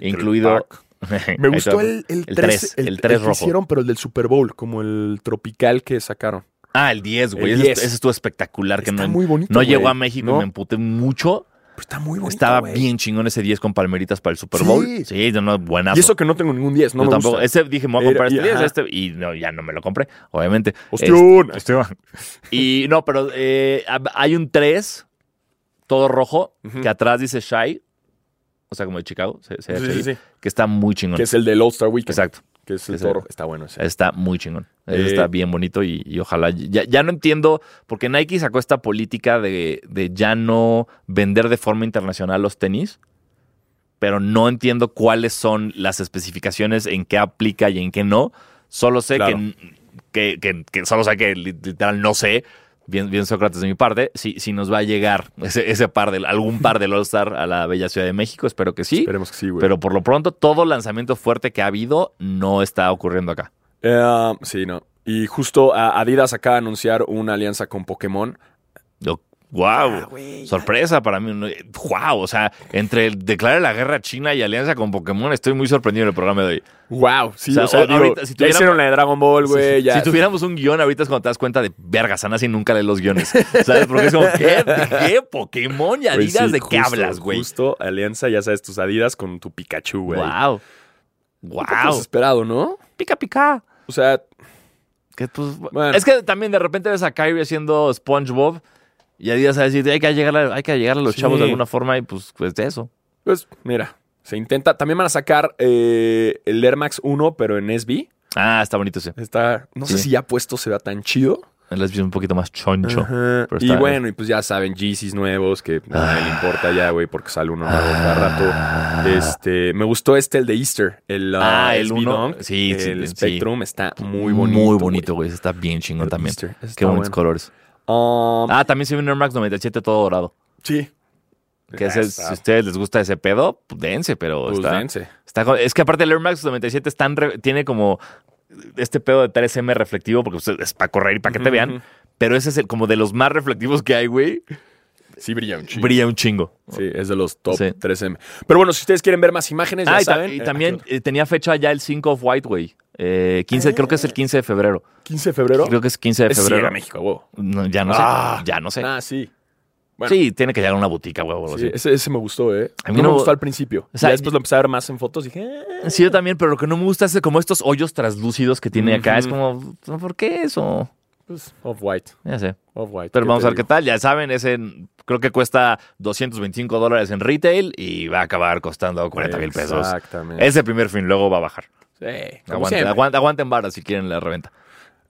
Speaker 1: incluido.
Speaker 5: *laughs* Me
Speaker 1: Oh, Ahí
Speaker 5: gustó
Speaker 1: está.
Speaker 5: el, el,
Speaker 1: El
Speaker 5: 3,
Speaker 1: tres, el tres
Speaker 5: que
Speaker 1: rojo.
Speaker 5: hicieron, pero el del Super Bowl, como el tropical que sacaron.
Speaker 1: Ah, el 10, güey.
Speaker 5: El
Speaker 1: Ese,
Speaker 5: 10.
Speaker 1: ese estuvo espectacular. que
Speaker 5: Está
Speaker 1: no,
Speaker 5: muy bonito,
Speaker 1: No
Speaker 5: güey.
Speaker 1: llegó a México
Speaker 5: No.
Speaker 1: y me emputé mucho.
Speaker 5: Pero está muy bonito.
Speaker 1: Estaba
Speaker 5: güey.
Speaker 1: bien chingón ese 10 con palmeritas para el Super
Speaker 5: Sí.
Speaker 1: Bowl. Sí, de una buena.
Speaker 5: Y eso que no tengo ningún 10, no me
Speaker 1: tampoco.
Speaker 5: gusta.
Speaker 1: Ese dije, me voy a
Speaker 5: Era-
Speaker 1: comprar este
Speaker 5: y-
Speaker 1: 10,
Speaker 5: ajá.
Speaker 1: este, y no, ya no me lo compré, obviamente.
Speaker 5: ¡Ostión!
Speaker 1: Este, y no, pero eh, hab- hay un 3, todo rojo, que atrás dice Shy. O sea, como de Chicago. se- se-
Speaker 5: Sí, sí,
Speaker 1: se-
Speaker 5: sí.
Speaker 1: Que está muy chingón.
Speaker 5: Que es el del All Star Weekend.
Speaker 1: Exacto.
Speaker 5: Que es el
Speaker 1: Es el-
Speaker 5: toro. Está bueno ese.
Speaker 1: Está muy chingón. Ese
Speaker 5: Eh,
Speaker 1: está bien bonito y, y ojalá. Ya, ya no entiendo, porque Nike sacó esta política de, de ya no vender de forma internacional los tenis, pero no entiendo cuáles son las especificaciones, en qué aplica y en qué no. Solo sé
Speaker 5: Claro.
Speaker 1: que, que, que- que solo sé que li- literal no sé, bien, bien Sócrates de mi parte, si, si nos va a llegar ese, ese par del, algún par del All-Star a la bella Ciudad de México, espero que sí.
Speaker 5: Esperemos que sí, güey.
Speaker 1: Pero por lo pronto, todo lanzamiento fuerte que ha habido no está ocurriendo acá.
Speaker 5: Eh, sí, no. Y justo ah, Adidas acaba de anunciar una alianza con Pokémon.
Speaker 1: wow, sorpresa para mí. Wow, o sea, entre el declarar la guerra a China y alianza con Pokémon, estoy muy sorprendido en el programa de hoy.
Speaker 5: Wow, sí,
Speaker 1: O sea,
Speaker 5: o sea, digo,
Speaker 1: ahorita, si
Speaker 5: ya
Speaker 1: tuviéramos-
Speaker 5: hicieron la de Dragon Ball, güey. ya-
Speaker 1: si tuviéramos un guión, ahorita es cuando te das cuenta de verga, Sanasi nunca lee los *laughs* guiones. ¿Sabes? Porque es como, ¿qué? ¿Qué? ¿Pokémon y
Speaker 5: Güey,
Speaker 1: Adidas?
Speaker 5: sí,
Speaker 1: ¿De qué
Speaker 5: justo,
Speaker 1: hablas, güey?
Speaker 5: Justo, alianza, ya sabes, tus Adidas con tu Pikachu, güey.
Speaker 1: Wow. Wow.
Speaker 5: Desesperado, ¿no?
Speaker 1: Pica, pica.
Speaker 5: O sea,
Speaker 1: Que, pues,
Speaker 5: Bueno.
Speaker 1: Es que también de repente ves a Kyrie haciendo SpongeBob y Adidas a decir, hay que llegar a, hay que llegar a los
Speaker 5: Sí.
Speaker 1: chavos de alguna forma y pues, pues de eso.
Speaker 5: pues mira, se intenta. También van a sacar eh, el Air Max 1, pero en SB.
Speaker 1: Ah, está bonito ese.
Speaker 5: Está, no sé
Speaker 1: Sí.
Speaker 5: si ya puesto se vea tan chido.
Speaker 1: El lesbio es un poquito más choncho.
Speaker 5: Ajá.
Speaker 1: pero
Speaker 5: Y
Speaker 1: está- eh, Ah.
Speaker 5: bueno, y pues ya saben, Yeezys nuevos, que a nadie le importa ya, güey, porque sale uno nuevo cada rato. Este, me gustó este, el de Easter, el, uh,
Speaker 1: Ah, el
Speaker 5: SB
Speaker 1: uno.
Speaker 5: Dunk,
Speaker 1: Sí, sí,
Speaker 5: el
Speaker 1: sí.
Speaker 5: Spectrum, está muy bonito.
Speaker 1: Muy
Speaker 5: güey.
Speaker 1: bonito, güey. Está bien chingón
Speaker 5: El
Speaker 1: también.
Speaker 5: Easter, está
Speaker 1: Qué bonitos
Speaker 5: bueno.
Speaker 1: colores.
Speaker 5: Um,
Speaker 1: Ah, también se viene Air Max 97 todo dorado.
Speaker 5: sí.
Speaker 1: Que ese,
Speaker 5: Está-
Speaker 1: si a ustedes les gusta ese pedo, pues, dense, pero
Speaker 5: pues,
Speaker 1: está,
Speaker 5: dense.
Speaker 1: está con- Es que aparte el Air Max 97 es tan re- tiene como este pedo de 3M reflectivo, porque pues, es para correr y para que te
Speaker 5: Ujú,
Speaker 1: vean.
Speaker 5: ujú.
Speaker 1: Pero ese es el, como de los más reflectivos que hay, güey.
Speaker 5: Sí, brilla un chingo.
Speaker 1: Brilla un chingo.
Speaker 5: Sí, es de los top
Speaker 1: Sí.
Speaker 5: 3M. Pero bueno, si ustedes quieren ver más imágenes, ya
Speaker 1: Ah, y, ta-
Speaker 5: saben.
Speaker 1: y
Speaker 5: eh,
Speaker 1: también
Speaker 5: aquí
Speaker 1: eh, tenía fecha ya el 5 of White, güey. Eh, 15, creo que es el 15 de febrero.
Speaker 5: otro. 15 de febrero.
Speaker 1: Creo que es 15 de
Speaker 5: es
Speaker 1: febrero.
Speaker 5: Sierra México, huevo.
Speaker 1: No, ya no sé.
Speaker 5: Ah.
Speaker 1: ya no sé.
Speaker 5: Ah, sí. bueno.
Speaker 1: Sí, tiene que llegar a una botica, güey. o algo
Speaker 5: Sí,
Speaker 1: así.
Speaker 5: ese, ese me gustó, ¿eh?
Speaker 1: Pues A mí
Speaker 5: no, me
Speaker 1: no-
Speaker 5: gustó al principio.
Speaker 1: O sea,
Speaker 5: ya después lo empecé a ver más en fotos y dije. eh,
Speaker 1: Sí, yo también, pero lo que no me gusta es como estos hoyos translúcidos que tiene acá.
Speaker 5: Ujú.
Speaker 1: Es como, ¿por qué eso?
Speaker 5: Pues, off-white.
Speaker 1: Ya sé.
Speaker 5: Off-white.
Speaker 1: Pero
Speaker 5: ¿qué
Speaker 1: vamos
Speaker 5: te
Speaker 1: a ver qué
Speaker 5: digo?
Speaker 1: tal. Ya saben, ese creo que cuesta 225 dólares en retail y va a acabar costando 40 mil pesos.
Speaker 5: Exactamente.
Speaker 1: Ese primer fin, luego va a bajar.
Speaker 5: Sí, como
Speaker 1: Aguanten,
Speaker 5: siempre.
Speaker 1: aguanten, aguanten vara si quieren la reventa.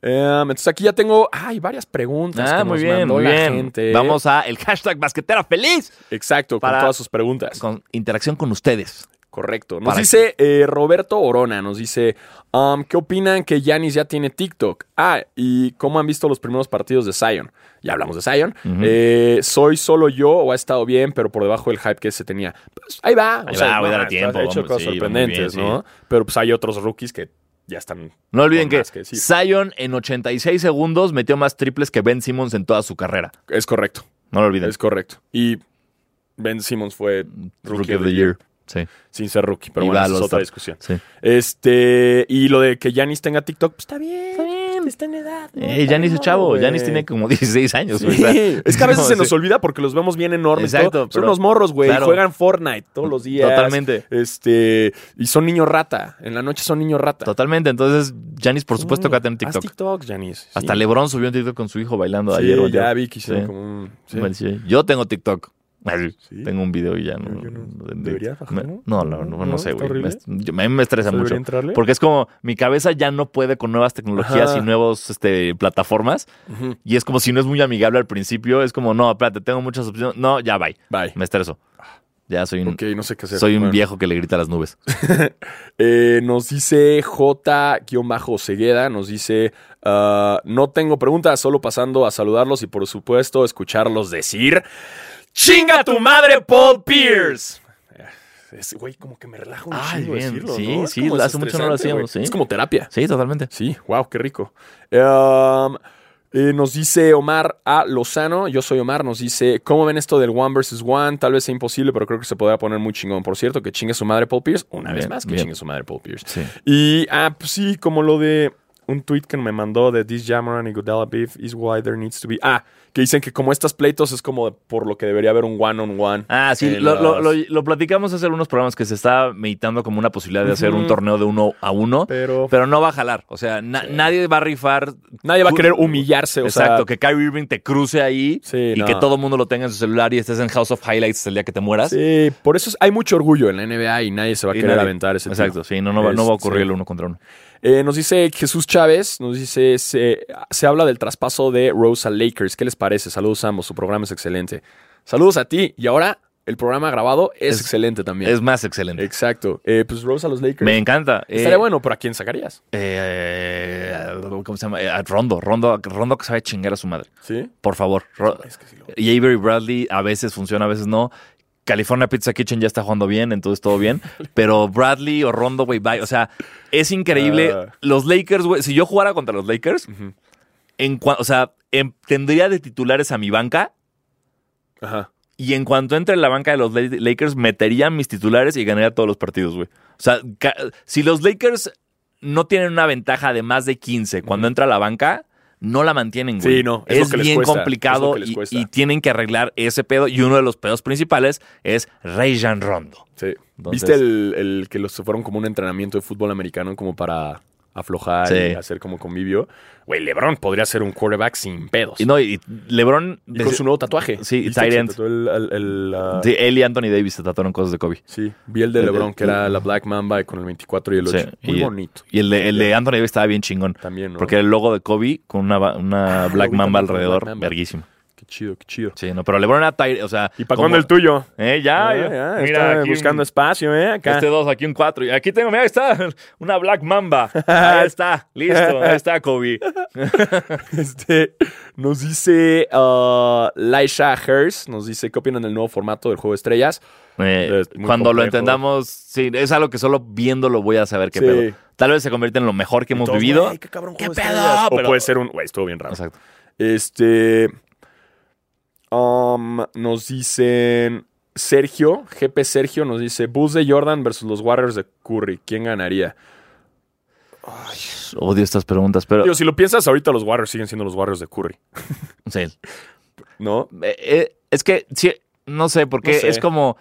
Speaker 5: Em, entonces aquí ya tengo. Hay varias preguntas.
Speaker 1: Ah,
Speaker 5: que
Speaker 1: muy
Speaker 5: nos
Speaker 1: bien,
Speaker 5: mandó
Speaker 1: muy
Speaker 5: la
Speaker 1: bien.
Speaker 5: gente.
Speaker 1: Vamos a el hashtag basquetera feliz
Speaker 5: Exacto,
Speaker 1: para-
Speaker 5: con todas sus preguntas.
Speaker 1: con interacción con ustedes.
Speaker 5: Correcto. Nos
Speaker 1: Para-
Speaker 5: dice eh, Roberto Orona, nos dice, um, ¿qué opinan que Yanis ya tiene TikTok? Ah, ¿y cómo han visto los primeros partidos de Zion? Ya hablamos de Zion.
Speaker 1: Ujú.
Speaker 5: Eh, ¿Soy solo yo o ha estado bien, pero por debajo del hype que se tenía? Pues ahí va.
Speaker 1: Ahí va, güey, dale
Speaker 5: ha
Speaker 1: tiempo,
Speaker 5: hecho
Speaker 1: vamos,
Speaker 5: cosas
Speaker 1: sí, va muy bien,
Speaker 5: sorprendentes,
Speaker 1: sí.
Speaker 5: ¿no? Pero pues hay otros rookies que ya están...
Speaker 1: No olviden
Speaker 5: con
Speaker 1: que,
Speaker 5: más decir.
Speaker 1: Zion en 86 segundos metió más triples que Ben Simmons en toda su carrera.
Speaker 5: Es correcto,
Speaker 1: No lo olviden.
Speaker 5: es correcto. Y Ben Simmons fue rookie,
Speaker 1: Rookie of the Year. Sí.
Speaker 5: sin ser rookie, pero
Speaker 1: Y
Speaker 5: bueno,
Speaker 1: va
Speaker 5: esa
Speaker 1: al
Speaker 5: es otra
Speaker 1: All-Star.
Speaker 5: discusión.
Speaker 1: Sí.
Speaker 5: Este, y lo de que Yanis tenga TikTok, pues está bien.
Speaker 3: Está bien. Está en edad. ¿no?
Speaker 1: Eh, Giannis es
Speaker 3: Está
Speaker 1: chavo.
Speaker 5: güey.
Speaker 1: Giannis tiene como *laughs* 16 años.
Speaker 5: Sí.
Speaker 1: güey. O sea,
Speaker 5: *laughs* Es que a veces
Speaker 1: no,
Speaker 5: se
Speaker 1: sí.
Speaker 5: nos olvida porque los vemos bien enormes. y
Speaker 1: Exacto,
Speaker 5: todo. Son
Speaker 1: pero-
Speaker 5: unos morros, güey.
Speaker 1: claro.
Speaker 5: Juegan Fortnite todos los días.
Speaker 1: Totalmente.
Speaker 5: Este, y son niños rata. En la noche son niños rata. Mm,
Speaker 1: Totalmente. Entonces, Janis, por supuesto que va a tener
Speaker 5: Haz
Speaker 1: TikTok.
Speaker 5: TikTok, Janice. Sí.
Speaker 1: Hasta LeBron subió un TikTok con su hijo bailando
Speaker 5: Sí,
Speaker 1: ayer. o
Speaker 5: ya
Speaker 1: antier.
Speaker 5: vi que hicieron
Speaker 1: Sí.
Speaker 5: como un... sí.
Speaker 1: Bueno, sí. Yo tengo TikTok. Ay,
Speaker 5: Sí.
Speaker 1: Tengo un video y ya no.
Speaker 5: Yo no-
Speaker 1: de- de-
Speaker 5: ¿debería bajarlo?
Speaker 1: me- no, no, no,
Speaker 5: No,
Speaker 1: no sé,
Speaker 5: está
Speaker 1: güey. Me
Speaker 5: horrible.
Speaker 1: est- yo- A mí me estresa
Speaker 5: ¿Se
Speaker 1: mucho.
Speaker 5: debería entrarle?
Speaker 1: Porque es como mi cabeza ya no puede con nuevas tecnologías
Speaker 5: Ajá.
Speaker 1: y nuevas este, plataformas.
Speaker 5: Ujú.
Speaker 1: Y es como si no es muy amigable al principio. Es como, no, espérate, tengo muchas opciones. No, ya bye.
Speaker 5: Bye.
Speaker 1: Me estreso. Ya soy un,
Speaker 5: Ah. Ok, no sé qué hacer.
Speaker 1: soy un
Speaker 5: Bueno.
Speaker 1: viejo que le grita a las nubes.
Speaker 5: Eh, nos dice J-Cegueda, nos dice, ah, no tengo preguntas, solo pasando a saludarlos y por supuesto escucharlos decir, ¡Chinga tu madre Paul Pierce! Eh, es- Güey, como que me relajo un
Speaker 1: Ay,
Speaker 5: chingo
Speaker 1: bien.
Speaker 5: decirlo,
Speaker 1: Sí,
Speaker 5: ¿no? Es
Speaker 1: sí,
Speaker 5: como
Speaker 1: hace mucho no lo
Speaker 5: desestresante,
Speaker 1: hacíamos,
Speaker 5: güey.
Speaker 1: Ah, sí.
Speaker 5: Es como terapia.
Speaker 1: Sí, totalmente.
Speaker 5: Sí, wow, qué rico. Um, eh, nos dice Omar A. Lozano, yo soy Omar, nos dice, ¿cómo ven esto del One versus One? Tal vez sea imposible, pero creo que se podrá poner muy chingón. Por cierto, que chingue su madre Paul Pierce. Una vez
Speaker 1: Bien,
Speaker 5: más, que
Speaker 1: bien.
Speaker 5: chingue su madre Paul Pierce.
Speaker 1: Sí.
Speaker 5: Y, ah, pues sí, como lo de un tweet que me mandó de This Jamoran y Godella Beef is why there needs to be... Ah, que dicen que como estas pleitos es como por lo que debería haber un one-on-one.
Speaker 1: Ah, sí,
Speaker 5: de
Speaker 1: lo, lo-
Speaker 5: los-
Speaker 1: lo- lo platicamos hace algunos programas que se está meditando como una posibilidad de hacer un
Speaker 5: Ujú.
Speaker 1: torneo de uno a uno,
Speaker 5: Pero
Speaker 1: pero no va a jalar. O sea, na- nadie va a rifar.
Speaker 5: nadie va a querer humillarse, o
Speaker 1: Exacto,
Speaker 5: sea...
Speaker 1: que Kyrie Irving te cruce ahí
Speaker 5: Sí,
Speaker 1: y
Speaker 5: no.
Speaker 1: que todo el mundo lo tenga en su celular y estés en House of Highlights el día que te mueras.
Speaker 5: Sí, por eso es- hay mucho orgullo en la NBA y nadie se va a
Speaker 1: Y
Speaker 5: querer
Speaker 1: nadie-
Speaker 5: aventar ese tiro.
Speaker 1: Exacto, sí, no, no, va- no va a
Speaker 5: Es-
Speaker 1: ocurrir
Speaker 5: sí.
Speaker 1: el uno contra uno.
Speaker 5: Eh, nos dice Jesús Chávez, nos dice, se, se habla del traspaso de Rose a Lakers. ¿Qué les parece? Saludos a ambos, su programa es excelente. Saludos a ti. Y ahora el programa grabado es,
Speaker 1: Es-
Speaker 5: excelente también.
Speaker 1: Es más excelente.
Speaker 5: Exacto. Eh, pues Rose a los Lakers.
Speaker 1: Me encanta. Eh,
Speaker 5: Estaría bueno, pero ¿a quién sacarías?
Speaker 1: eh, ¿Cómo se llama? Eh, a Rondo. Rondo. Rondo que sabe chingar a su madre.
Speaker 5: Sí.
Speaker 1: Por favor. Ro- Y Avery Bradley a veces funciona, a veces no. California Pizza Kitchen ya está jugando bien, entonces todo bien. Pero Bradley o Rondo, güey, bye. O sea, es increíble.
Speaker 5: Ah.
Speaker 1: Los Lakers, güey, si yo jugara contra los Lakers, en cua- o sea, em- tendría de titulares a mi banca
Speaker 5: Ajá.
Speaker 1: y en cuanto entre en la banca de los La- Lakers, metería mis titulares y ganaría todos los partidos, güey. O sea, ca- si los Lakers no tienen una ventaja de más de 15 cuando entra a la banca, no la mantienen, güey.
Speaker 5: Sí, no, es lo que les
Speaker 1: bien
Speaker 5: cuesta, es lo
Speaker 1: complicado
Speaker 5: que les
Speaker 1: y-
Speaker 5: cuesta.
Speaker 1: y, tienen que arreglar ese pedo. Y uno de los pedos principales es Rayan Rondo.
Speaker 5: Sí.
Speaker 1: Entonces-
Speaker 5: ¿Viste el, el que los fueron como un entrenamiento de fútbol americano como para aflojar
Speaker 1: Sí.
Speaker 5: y hacer como convivio? Güey, LeBron podría ser un quarterback sin pedos.
Speaker 1: Y no, y LeBron.
Speaker 5: Y con
Speaker 1: desde-
Speaker 5: su nuevo tatuaje.
Speaker 1: Sí,
Speaker 5: ¿Viste que
Speaker 1: tight
Speaker 5: se
Speaker 1: end.
Speaker 5: tatuó El, el- el, ah,
Speaker 1: Sí, él y Anthony Davis se tatuaron cosas de Kobe.
Speaker 5: sí, vi el de
Speaker 1: El-
Speaker 5: LeBron,
Speaker 1: el-
Speaker 5: que era la Black Mamba con el 24 y el 8.
Speaker 1: Sí,
Speaker 5: Muy
Speaker 1: y-
Speaker 5: bonito.
Speaker 1: Y el de, el de Anthony Davis estaba bien chingón.
Speaker 5: También, ¿no?
Speaker 1: Porque era el logo de Kobe con una, ba- una
Speaker 5: *laughs* Ah,
Speaker 1: Black
Speaker 5: lo vi
Speaker 1: Mamba
Speaker 5: también con
Speaker 1: alrededor,
Speaker 5: Black Mamba.
Speaker 1: verguísimo.
Speaker 5: Qué chido, qué chido.
Speaker 1: Sí, no, pero LeBron era tight, o sea...
Speaker 5: ¿Y para
Speaker 1: como-
Speaker 5: cuándo el tuyo?
Speaker 1: Eh, ya,
Speaker 5: Ah,
Speaker 1: ya.
Speaker 5: ya,
Speaker 1: mira,
Speaker 5: está
Speaker 1: aquí
Speaker 5: buscando
Speaker 1: un-
Speaker 5: espacio, ¿eh? Acá.
Speaker 1: Este dos, aquí un cuatro. Y aquí tengo, mira, ahí está *laughs* una Black Mamba.
Speaker 5: *laughs*
Speaker 1: Ahí está, listo, ahí está Kobe.
Speaker 5: Este, nos dice ah, Laisha Hers, nos dice qué opinan del nuevo formato del juego de estrellas.
Speaker 1: Eh,
Speaker 5: Es muy
Speaker 1: cuando lo
Speaker 5: complejo.
Speaker 1: entendamos, sí, es algo que solo viéndolo voy a saber qué
Speaker 5: Sí.
Speaker 1: pedo. Tal vez se convierta en lo mejor que hemos
Speaker 5: Todos,
Speaker 1: vivido.
Speaker 5: "Güey, qué cabrón
Speaker 1: ¿Qué
Speaker 5: juego de
Speaker 1: pedo?"
Speaker 5: estrellas. O
Speaker 1: Pero-
Speaker 5: puede ser un, güey, estuvo bien raro.
Speaker 1: Exacto.
Speaker 5: Este, um, nos dicen Sergio, GP Sergio, nos dice Bulls de Jordan versus los Warriors de Curry, ¿quién ganaría?
Speaker 1: Odio estas preguntas, pero...
Speaker 5: Digo, si lo piensas ahorita los Warriors siguen siendo los Warriors de Curry,
Speaker 1: Sí.
Speaker 5: ¿no?
Speaker 1: Eh, eh, es que, sí, no sé, porque
Speaker 5: No sé.
Speaker 1: es como...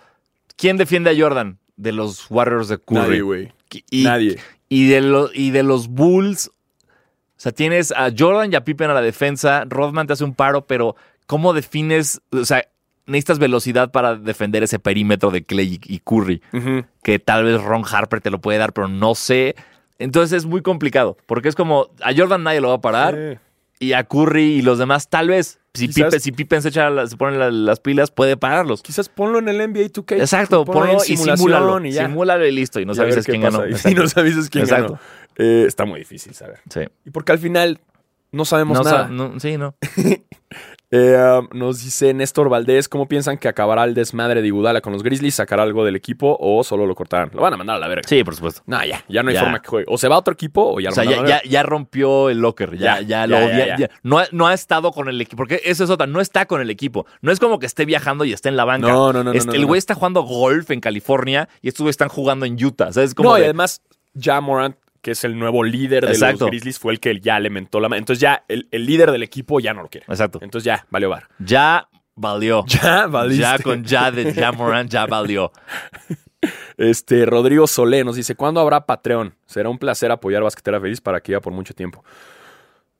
Speaker 1: ¿Quién defiende a Jordan? De los Warriors de Curry.
Speaker 5: Nadie, güey.
Speaker 1: Y-
Speaker 5: Nadie.
Speaker 1: Y de, lo- y de los Bulls, o sea, tienes a Jordan y a Pippen a la defensa, Rodman te hace un paro, pero ¿cómo defines? O sea, necesitas velocidad para defender ese perímetro de Clay y y Curry,
Speaker 5: Ujú.
Speaker 1: que tal vez Ron Harper te lo puede dar, pero no sé. Entonces es muy complicado, porque es como a Jordan nadie lo va a parar
Speaker 5: Sí.
Speaker 1: y a Curry y los demás tal vez, si,
Speaker 5: Quizás-
Speaker 1: Pippen, si Pippen se, echa la- se pone la- las pilas, puede pararlos.
Speaker 5: Quizás ponlo en el NBA 2K.
Speaker 1: Exacto,
Speaker 5: Ponlo
Speaker 1: ponlo
Speaker 5: en
Speaker 1: y
Speaker 5: simulación
Speaker 1: simúlalo.
Speaker 5: y ya.
Speaker 1: Simúlalo y listo, y nos
Speaker 5: Y a ver
Speaker 1: avisas
Speaker 5: qué
Speaker 1: quién
Speaker 5: pasa.
Speaker 1: ganó.
Speaker 5: *laughs* Y si nos avisas quién
Speaker 1: Exacto.
Speaker 5: ganó. Eh, está muy difícil saber.
Speaker 1: Sí.
Speaker 5: Y porque al final no sabemos
Speaker 1: No,
Speaker 5: nada.
Speaker 1: sa- no- sí, no.
Speaker 5: Eh, um, nos dice Néstor Valdés, ¿cómo piensan que acabará el desmadre de Igudala con los Grizzlies? ¿Sacará algo del equipo o solo lo cortarán? Lo van a mandar a la verga.
Speaker 1: Sí, por supuesto.
Speaker 5: No, ya, ya no hay
Speaker 1: Ya.
Speaker 5: forma que juegue. O se va a otro equipo o ya
Speaker 1: O
Speaker 5: lo
Speaker 1: sea,
Speaker 5: mandaron
Speaker 1: ya,
Speaker 5: a la
Speaker 1: ya, ya rompió el locker, ya,
Speaker 5: Ya,
Speaker 1: ya, lo
Speaker 5: ya,
Speaker 1: odia-
Speaker 5: ya, ya.
Speaker 1: ya. No, ha- no ha estado con el equipo, porque eso es otra, no está con el equipo. No es como que esté viajando y esté en la banca.
Speaker 5: No, no, no, no,
Speaker 1: Este,
Speaker 5: no,
Speaker 1: el
Speaker 5: no.
Speaker 1: güey está jugando golf en California y estos güeyes están jugando en Utah. ¿Sabes? Como
Speaker 5: No, y
Speaker 1: de-
Speaker 5: además, ya Morant, que es el nuevo líder de
Speaker 1: Exacto.
Speaker 5: los Grizzlies, fue el que ya le mentó la mano. Entonces ya, el, el líder del equipo ya no lo quiere.
Speaker 1: Exacto.
Speaker 5: Entonces ya, valió bar.
Speaker 1: Ya valió.
Speaker 5: Ya,
Speaker 1: *laughs* Ya con ya de ya Morant ya valió.
Speaker 5: Este, Rodrigo Solé nos dice, ¿cuándo habrá Patreon? Será un placer apoyar Basquetera Feliz para que iba por mucho tiempo.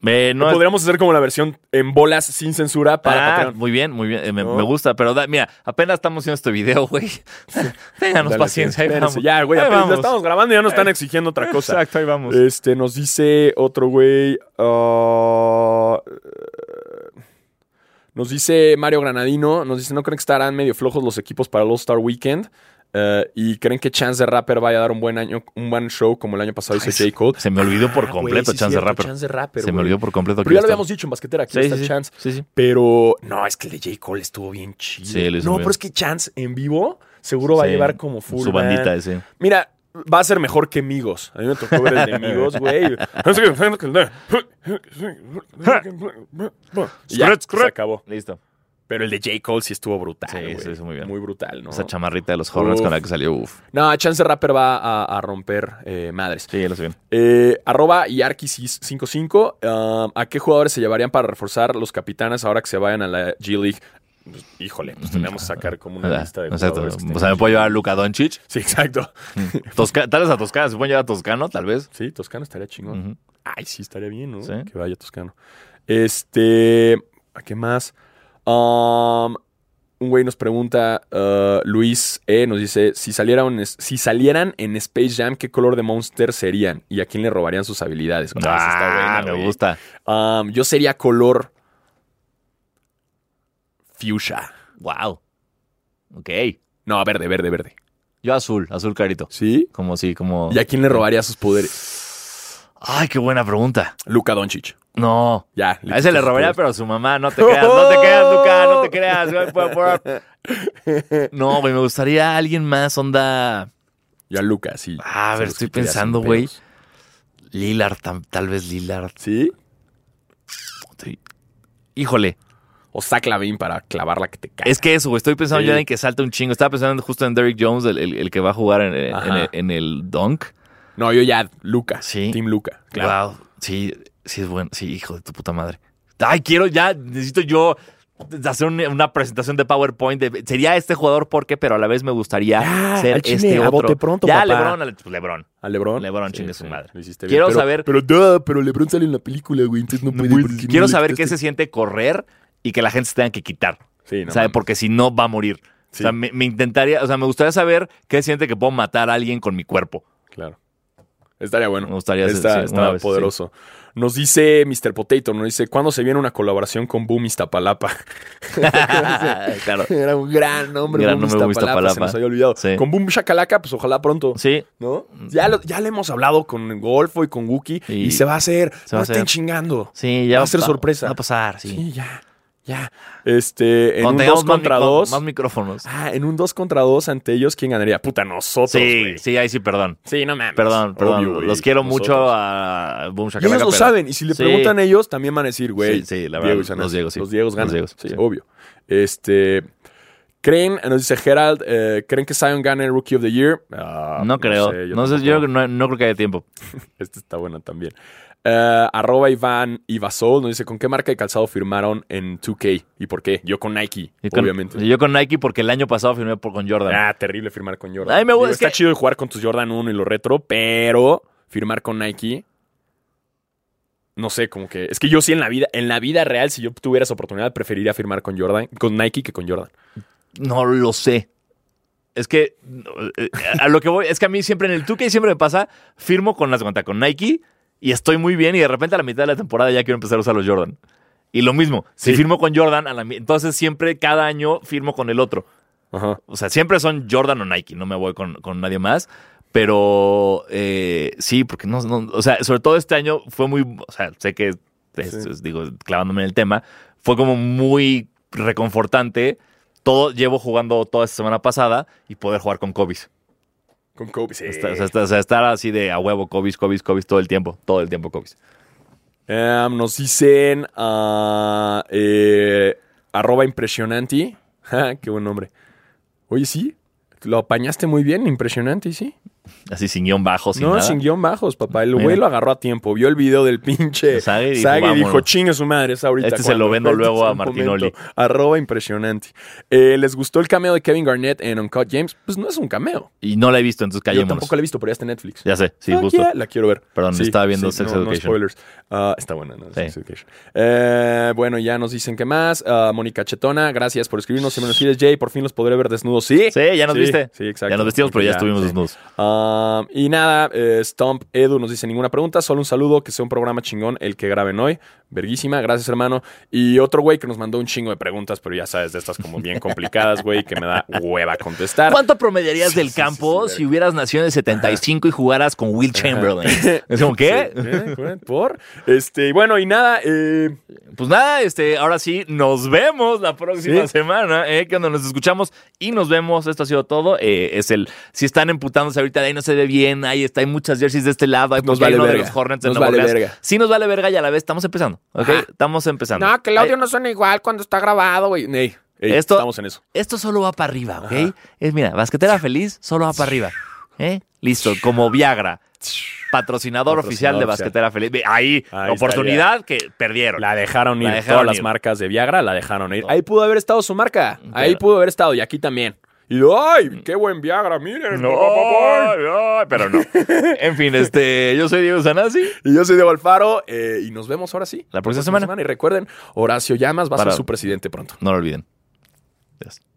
Speaker 1: Eh, no,
Speaker 5: Podríamos hacer como la versión en bolas sin censura para
Speaker 1: Ah,
Speaker 5: Patreon.
Speaker 1: muy bien, muy bien. Eh, me,
Speaker 5: No.
Speaker 1: me gusta, pero da- mira, apenas estamos haciendo este video, güey. *laughs* Ténganos
Speaker 5: Dale,
Speaker 1: paciencia. ahí
Speaker 5: espérense.
Speaker 1: vamos.
Speaker 5: Ya, güey,
Speaker 1: Ahí
Speaker 5: apenas lo
Speaker 1: vamos. Eh.
Speaker 5: estamos grabando y ya nos están exigiendo otra cosa.
Speaker 1: Exacto, ahí vamos.
Speaker 5: Este, nos dice otro güey. ah, eh, nos dice Mario Granadino. Nos dice: ¿No creen que estarán medio flojos los equipos para el All-Star Weekend? Eh, ¿Y creen que Chance the Rapper vaya a dar un buen año, un buen show como el año pasado hizo J. Cole?
Speaker 1: Se me olvidó por completo,
Speaker 5: Ah, Güey, sí,
Speaker 1: Chance
Speaker 5: cierto,
Speaker 1: Rapper.
Speaker 5: Chance the Rapper,
Speaker 1: Se me
Speaker 5: güey.
Speaker 1: olvidó por completo.
Speaker 5: Pero
Speaker 1: que iba
Speaker 5: ya lo
Speaker 1: a estar.
Speaker 5: habíamos dicho en basquetera, aquí está Chance.
Speaker 1: Sí, sí.
Speaker 5: Pero no, es que el de J. Cole estuvo bien chido.
Speaker 1: Sí, lo hizo
Speaker 5: no,
Speaker 1: muy
Speaker 5: pero
Speaker 1: bien.
Speaker 5: es que Chance en vivo seguro va a
Speaker 1: Sí,
Speaker 5: llevar como full
Speaker 1: Su
Speaker 5: band.
Speaker 1: bandita, sí.
Speaker 5: Mira, va a ser mejor que Migos. A mí me
Speaker 1: *laughs*
Speaker 5: tocó ver el de Migos, güey. Y ya, se acabó.
Speaker 1: Listo.
Speaker 5: Pero el de J. Cole sí estuvo brutal,
Speaker 1: Sí,
Speaker 5: güey.
Speaker 1: se hizo muy bien.
Speaker 5: Muy brutal, ¿no?
Speaker 1: Esa chamarrita de los Hornets
Speaker 5: Uf.
Speaker 1: con la que salió. Uf.
Speaker 5: no, Chance the Rapper va a, a romper eh, madres.
Speaker 1: Sí, ya lo sé bien.
Speaker 5: Eh, arroba Yarkis55. um, ¿A qué jugadores se llevarían para reforzar los capitanes ahora que se vayan a la G League? Pues, híjole, pues tenemos que sacar como una lista de
Speaker 1: O sea,
Speaker 5: jugadores. que
Speaker 1: o sea, me
Speaker 5: estén-
Speaker 1: puedo llevar a Luka Doncic.
Speaker 5: Sí, *laughs* exacto.
Speaker 1: Tosca- tal vez a Toscano. Se puede llevar a Toscano, tal vez.
Speaker 5: Sí, Toscano estaría chingón.
Speaker 1: Ujú.
Speaker 5: Ay, sí, estaría bien, ¿no?
Speaker 1: Sí.
Speaker 5: Que vaya Toscano. Este. ¿A qué más? Um, un güey nos pregunta, uh, Luis E. nos dice: si salieran, en- si salieran en Space Jam, ¿qué color de monster serían? ¿Y a quién le robarían sus habilidades? Ah, esa está buena,
Speaker 1: Ah,
Speaker 5: güey.
Speaker 1: me gusta.
Speaker 5: Um, yo sería color. Fuchsia.
Speaker 1: Wow. Ok.
Speaker 5: No, verde, verde, verde.
Speaker 1: Yo azul, azul clarito.
Speaker 5: ¿Sí?
Speaker 1: Como sí, como.
Speaker 5: ¿Y a quién le robaría sus poderes?
Speaker 1: Ay, qué buena pregunta.
Speaker 5: Luka Doncic.
Speaker 1: No.
Speaker 5: Ya.
Speaker 1: A ese le
Speaker 5: sus
Speaker 1: robaría,
Speaker 5: poderes.
Speaker 1: pero a su mamá, no te creas, no te creas, Luca, no te creas. güey, por-
Speaker 5: *laughs*
Speaker 1: por- No, güey, me gustaría alguien más, onda.
Speaker 5: Yo a Luka, sí.
Speaker 1: Ah, a
Speaker 5: Se
Speaker 1: ver,
Speaker 5: los
Speaker 1: estoy
Speaker 5: quitaría
Speaker 1: pensando,
Speaker 5: sin
Speaker 1: güey.
Speaker 5: pedos.
Speaker 1: Lillard, tam- tal vez Lillard.
Speaker 5: ¿Sí?
Speaker 1: Sí. Híjole,
Speaker 5: O Zach Lavin para clavarla que te cae.
Speaker 1: es que eso, güey. Estoy pensando
Speaker 5: Sí.
Speaker 1: yo en alguien que salta un chingo. Estaba pensando justo en Derrick Jones, el, el- el que va a jugar en, en-
Speaker 5: Ajá.
Speaker 1: en- en el Dunk.
Speaker 5: No, yo ya, Luca.
Speaker 1: Sí.
Speaker 5: Team Luca. Claro.
Speaker 1: Wow. Sí, sí es bueno. Sí, hijo de tu puta madre. Ay, quiero ya, necesito yo hacer un- una presentación de PowerPoint. de- sería este jugador porque, pero a la vez me gustaría
Speaker 5: Ya,
Speaker 1: ser
Speaker 5: al chile,
Speaker 1: este
Speaker 5: a
Speaker 1: otro.
Speaker 5: bote pronto,
Speaker 1: ya,
Speaker 5: papá.
Speaker 1: Lebron, al- pues, Lebron.
Speaker 5: ¿A Lebron?
Speaker 1: LeBron, chingue su madre.
Speaker 5: lo hiciste
Speaker 1: Quiero
Speaker 5: Pero-
Speaker 1: saber-
Speaker 5: Pero, duh, pero Lebron sale en la película, güey. Entonces no, puede. porque no
Speaker 1: quiero
Speaker 5: le
Speaker 1: saber qué
Speaker 5: quitaste.
Speaker 1: se siente correr y que la gente se tenga que quitar.
Speaker 5: este Sí, no
Speaker 1: ¿sabe?
Speaker 5: mames.
Speaker 1: Porque si no, va a morir. O sea,
Speaker 5: Sí.
Speaker 1: me, me intentaría, o sea, me gustaría saber qué siente que puedo matar a alguien con mi cuerpo.
Speaker 5: Claro. Estaría bueno.
Speaker 1: Me gustaría hacer-
Speaker 5: Está,
Speaker 1: sí,
Speaker 5: está
Speaker 1: una vez,
Speaker 5: poderoso. *laughs* Nos dice Mr. Potato, nos dice, ¿cuándo se viene una colaboración con Boom Iztapalapa?
Speaker 1: *laughs*
Speaker 5: *laughs*
Speaker 1: claro.
Speaker 5: Era un gran nombre,
Speaker 1: Gran
Speaker 5: Boom
Speaker 1: nombre, Boom
Speaker 5: Iztapalapa, Se
Speaker 1: Iztapalapa.
Speaker 5: nos había olvidado.
Speaker 1: Sí.
Speaker 5: Con Boom Shakalaka, pues ojalá pronto.
Speaker 1: Sí,
Speaker 5: ¿No? Ya, lo- ya le hemos hablado con Golfo y con Wookie y,
Speaker 1: Y-
Speaker 5: se va a hacer.
Speaker 1: se va
Speaker 5: no
Speaker 1: a
Speaker 5: estén
Speaker 1: hacer.
Speaker 5: chingando.
Speaker 1: sí, ya
Speaker 5: Va a ser
Speaker 1: pa-
Speaker 5: sorpresa.
Speaker 1: Va a pasar, sí.
Speaker 5: Sí, ya, ya. Este, en
Speaker 1: Cuando
Speaker 5: un
Speaker 1: tengamos
Speaker 5: 2
Speaker 1: más
Speaker 5: contra
Speaker 1: micro-
Speaker 5: 2.
Speaker 1: Más micrófonos.
Speaker 5: Ah, en un 2 contra 2 ante ellos, ¿quién ganaría? Puta, nosotros.
Speaker 1: Sí,
Speaker 5: güey.
Speaker 1: sí, ahí sí, perdón.
Speaker 5: Sí, no mames.
Speaker 1: Perdón, perdón.
Speaker 5: Obvio, güey,
Speaker 1: Los quiero
Speaker 5: nosotros.
Speaker 1: mucho a Boom
Speaker 5: Y ellos
Speaker 1: Shakalaka.
Speaker 5: lo
Speaker 1: pero-
Speaker 5: saben, y si le
Speaker 1: Sí.
Speaker 5: preguntan a ellos, también van a decir, güey.
Speaker 1: Sí, sí, la
Speaker 5: Diego
Speaker 1: verdad,
Speaker 5: y Sanasi.
Speaker 1: los Diegos, sí.
Speaker 5: Los Diegos
Speaker 1: Los
Speaker 5: ganan.
Speaker 1: Diegos,
Speaker 5: sí,
Speaker 1: sí.
Speaker 5: obvio. Este. ¿Creen, nos dice Gerald, eh, ¿creen que Zion gane el Rookie of the Year? Ah,
Speaker 1: No creo. No sé, yo,
Speaker 5: tampoco.
Speaker 1: no, no creo que haya tiempo.
Speaker 5: Este está bueno también. Eh, arroba Iván Ivasol nos dice: ¿Con qué marca de calzado firmaron en 2K? ¿Y por qué? Yo con Nike,
Speaker 1: Y con-
Speaker 5: obviamente.
Speaker 1: Yo con Nike porque el año pasado firmé por, con Jordan.
Speaker 5: Ah, terrible firmar con Jordan.
Speaker 1: Ay, me gusta, es
Speaker 5: está
Speaker 1: que-
Speaker 5: chido jugar con tus Jordan 1 y lo retro, pero firmar con Nike. No sé, como que. Es que yo sí en la vida, en la vida real, si yo tuviera esa oportunidad, preferiría firmar con Jordan, con Nike que con Jordan.
Speaker 1: No lo sé. Es que no, eh, a lo que voy, es que a mí siempre en el 2K siempre me pasa, firmo con las cuenta con Nike y estoy muy bien y de repente a la mitad de la temporada ya quiero empezar a usar los Jordan. Y lo mismo, si
Speaker 5: Sí.
Speaker 1: firmo con Jordan, a la mi- entonces siempre cada año firmo con el otro.
Speaker 5: Ajá.
Speaker 1: O sea, siempre son Jordan o Nike, no me voy con, con nadie más. Pero eh, sí, porque no, no- o sea, sobre todo este año fue muy, o sea, sé que, es-
Speaker 5: Sí.
Speaker 1: es- digo, clavándome en el tema, fue como muy reconfortante. Todo, llevo jugando toda esta semana pasada y poder jugar con Kobe.
Speaker 5: Con Kobe. sí.
Speaker 1: o, sea, está- o sea, estar así de a huevo, Kobe, Kobe, Kobe todo el tiempo, todo el tiempo Kobe.
Speaker 5: Em, nos dicen ah, eh, arroba impresionante. *laughs* Ja, Qué buen nombre. Oye, sí, lo apañaste muy bien, impresionante, sí.
Speaker 1: Así sin guión bajo, sin
Speaker 5: no,
Speaker 1: nada.
Speaker 5: sin guión bajos, papá. El
Speaker 1: Mira.
Speaker 5: güey lo agarró a tiempo. Vio el video del pinche
Speaker 1: Sague y dijo,
Speaker 5: Sague y dijo,
Speaker 1: "Vámonos".
Speaker 5: chingue su madre, es ahorita.
Speaker 1: Este se
Speaker 5: cuando".
Speaker 1: lo vendo
Speaker 5: Este es
Speaker 1: luego a
Speaker 5: un
Speaker 1: Martinoli.
Speaker 5: momento. Arroba impresionante. Eh, ¿Les gustó el cameo de Kevin Garnett en Uncut James? Pues no es un cameo.
Speaker 1: Y no la he visto, entonces
Speaker 5: Yo
Speaker 1: callémonos.
Speaker 5: tampoco la he visto, pero ya está en Netflix.
Speaker 1: Ya sé, sí,
Speaker 5: Ah,
Speaker 1: justo.
Speaker 5: ya, la quiero ver.
Speaker 1: Perdón,
Speaker 5: Sí,
Speaker 1: estaba viendo
Speaker 5: sí,
Speaker 1: Sex
Speaker 5: no, no
Speaker 1: Education.
Speaker 5: spoilers. Ah, está buena, no, Sex
Speaker 1: Sí.
Speaker 5: Education. Eh, bueno, ya nos dicen qué más. Ah, Mónica Chetona, gracias por escribirnos. Siempre nos sigues, Jay. Por fin los podré ver desnudos. Sí,
Speaker 1: Sí, ya nos viste.
Speaker 5: Sí, exacto.
Speaker 1: Ya nos vestimos, pero ya, estuvimos
Speaker 5: sí.
Speaker 1: desnudos.
Speaker 5: *laughs* Ah, y nada, eh, Stomp Edu nos dice ninguna pregunta, solo un saludo, que sea un programa chingón el que graben hoy. Verguísima, gracias hermano. Y otro güey que nos mandó un chingo de preguntas, pero ya sabes, de estas como bien complicadas, güey, que me da hueva contestar.
Speaker 1: ¿Cuánto promediarías
Speaker 5: Sí,
Speaker 1: del
Speaker 5: sí,
Speaker 1: campo
Speaker 5: sí, sí,
Speaker 1: si hubieras nacido en el 75 y jugaras con Will
Speaker 5: *laughs*
Speaker 1: Chamberlain? Es como, ¿qué?
Speaker 5: Sí, ¿eh? Por. Este, y bueno, y nada, eh,
Speaker 1: Pues nada, este, ahora sí, nos vemos la próxima
Speaker 5: Sí.
Speaker 1: semana, ¿eh? Que nos escuchamos y nos vemos. Esto ha sido todo. Eh, es el, si están emputándose ahorita, de ahí no se ve bien, ahí está, hay muchas jerseys de este lado, hay
Speaker 5: Nos
Speaker 1: porque hay
Speaker 5: vale
Speaker 1: uno de
Speaker 5: verga.
Speaker 1: los Hornets de
Speaker 5: Nos
Speaker 1: Nueva
Speaker 5: vale
Speaker 1: Orleans.
Speaker 5: verga.
Speaker 1: Sí nos vale verga y a la vez estamos empezando, ¿ok?
Speaker 5: Ajá.
Speaker 1: Estamos empezando.
Speaker 3: No, que el audio
Speaker 1: Eh,
Speaker 3: no suena igual cuando está grabado, güey.
Speaker 5: Ney, ey,
Speaker 1: Esto-
Speaker 5: estamos en eso.
Speaker 1: Esto solo va para arriba, ¿ok? Es, mira, basquetera feliz, solo va para arriba. ¿eh? Listo, como Viagra. Patrocinador,
Speaker 5: Patrocinador
Speaker 1: oficial de
Speaker 5: oficial.
Speaker 1: Basquetera Feliz. Ve, Ahí,
Speaker 5: Ahí
Speaker 1: oportunidad que perdieron.
Speaker 5: La dejaron ir.
Speaker 1: La dejaron
Speaker 5: Todas las
Speaker 1: ir.
Speaker 5: marcas de Viagra la dejaron ir.
Speaker 1: No.
Speaker 5: Ahí pudo haber estado su marca. Ahí
Speaker 1: Claro.
Speaker 5: pudo haber estado. Y aquí también. Y ¡ay! ¡Qué buen Viagra! ¡Miren!
Speaker 1: Ay, ay, pero no. *laughs* En fin, este, yo soy Diego Sanasi.
Speaker 5: Y yo soy Diego Alfaro. eh, y nos vemos ahora sí.
Speaker 1: La próxima semana.
Speaker 5: Y recuerden, Horacio Llamas va a
Speaker 1: Para-
Speaker 5: ser su presidente pronto.
Speaker 1: No lo olviden. Adiós.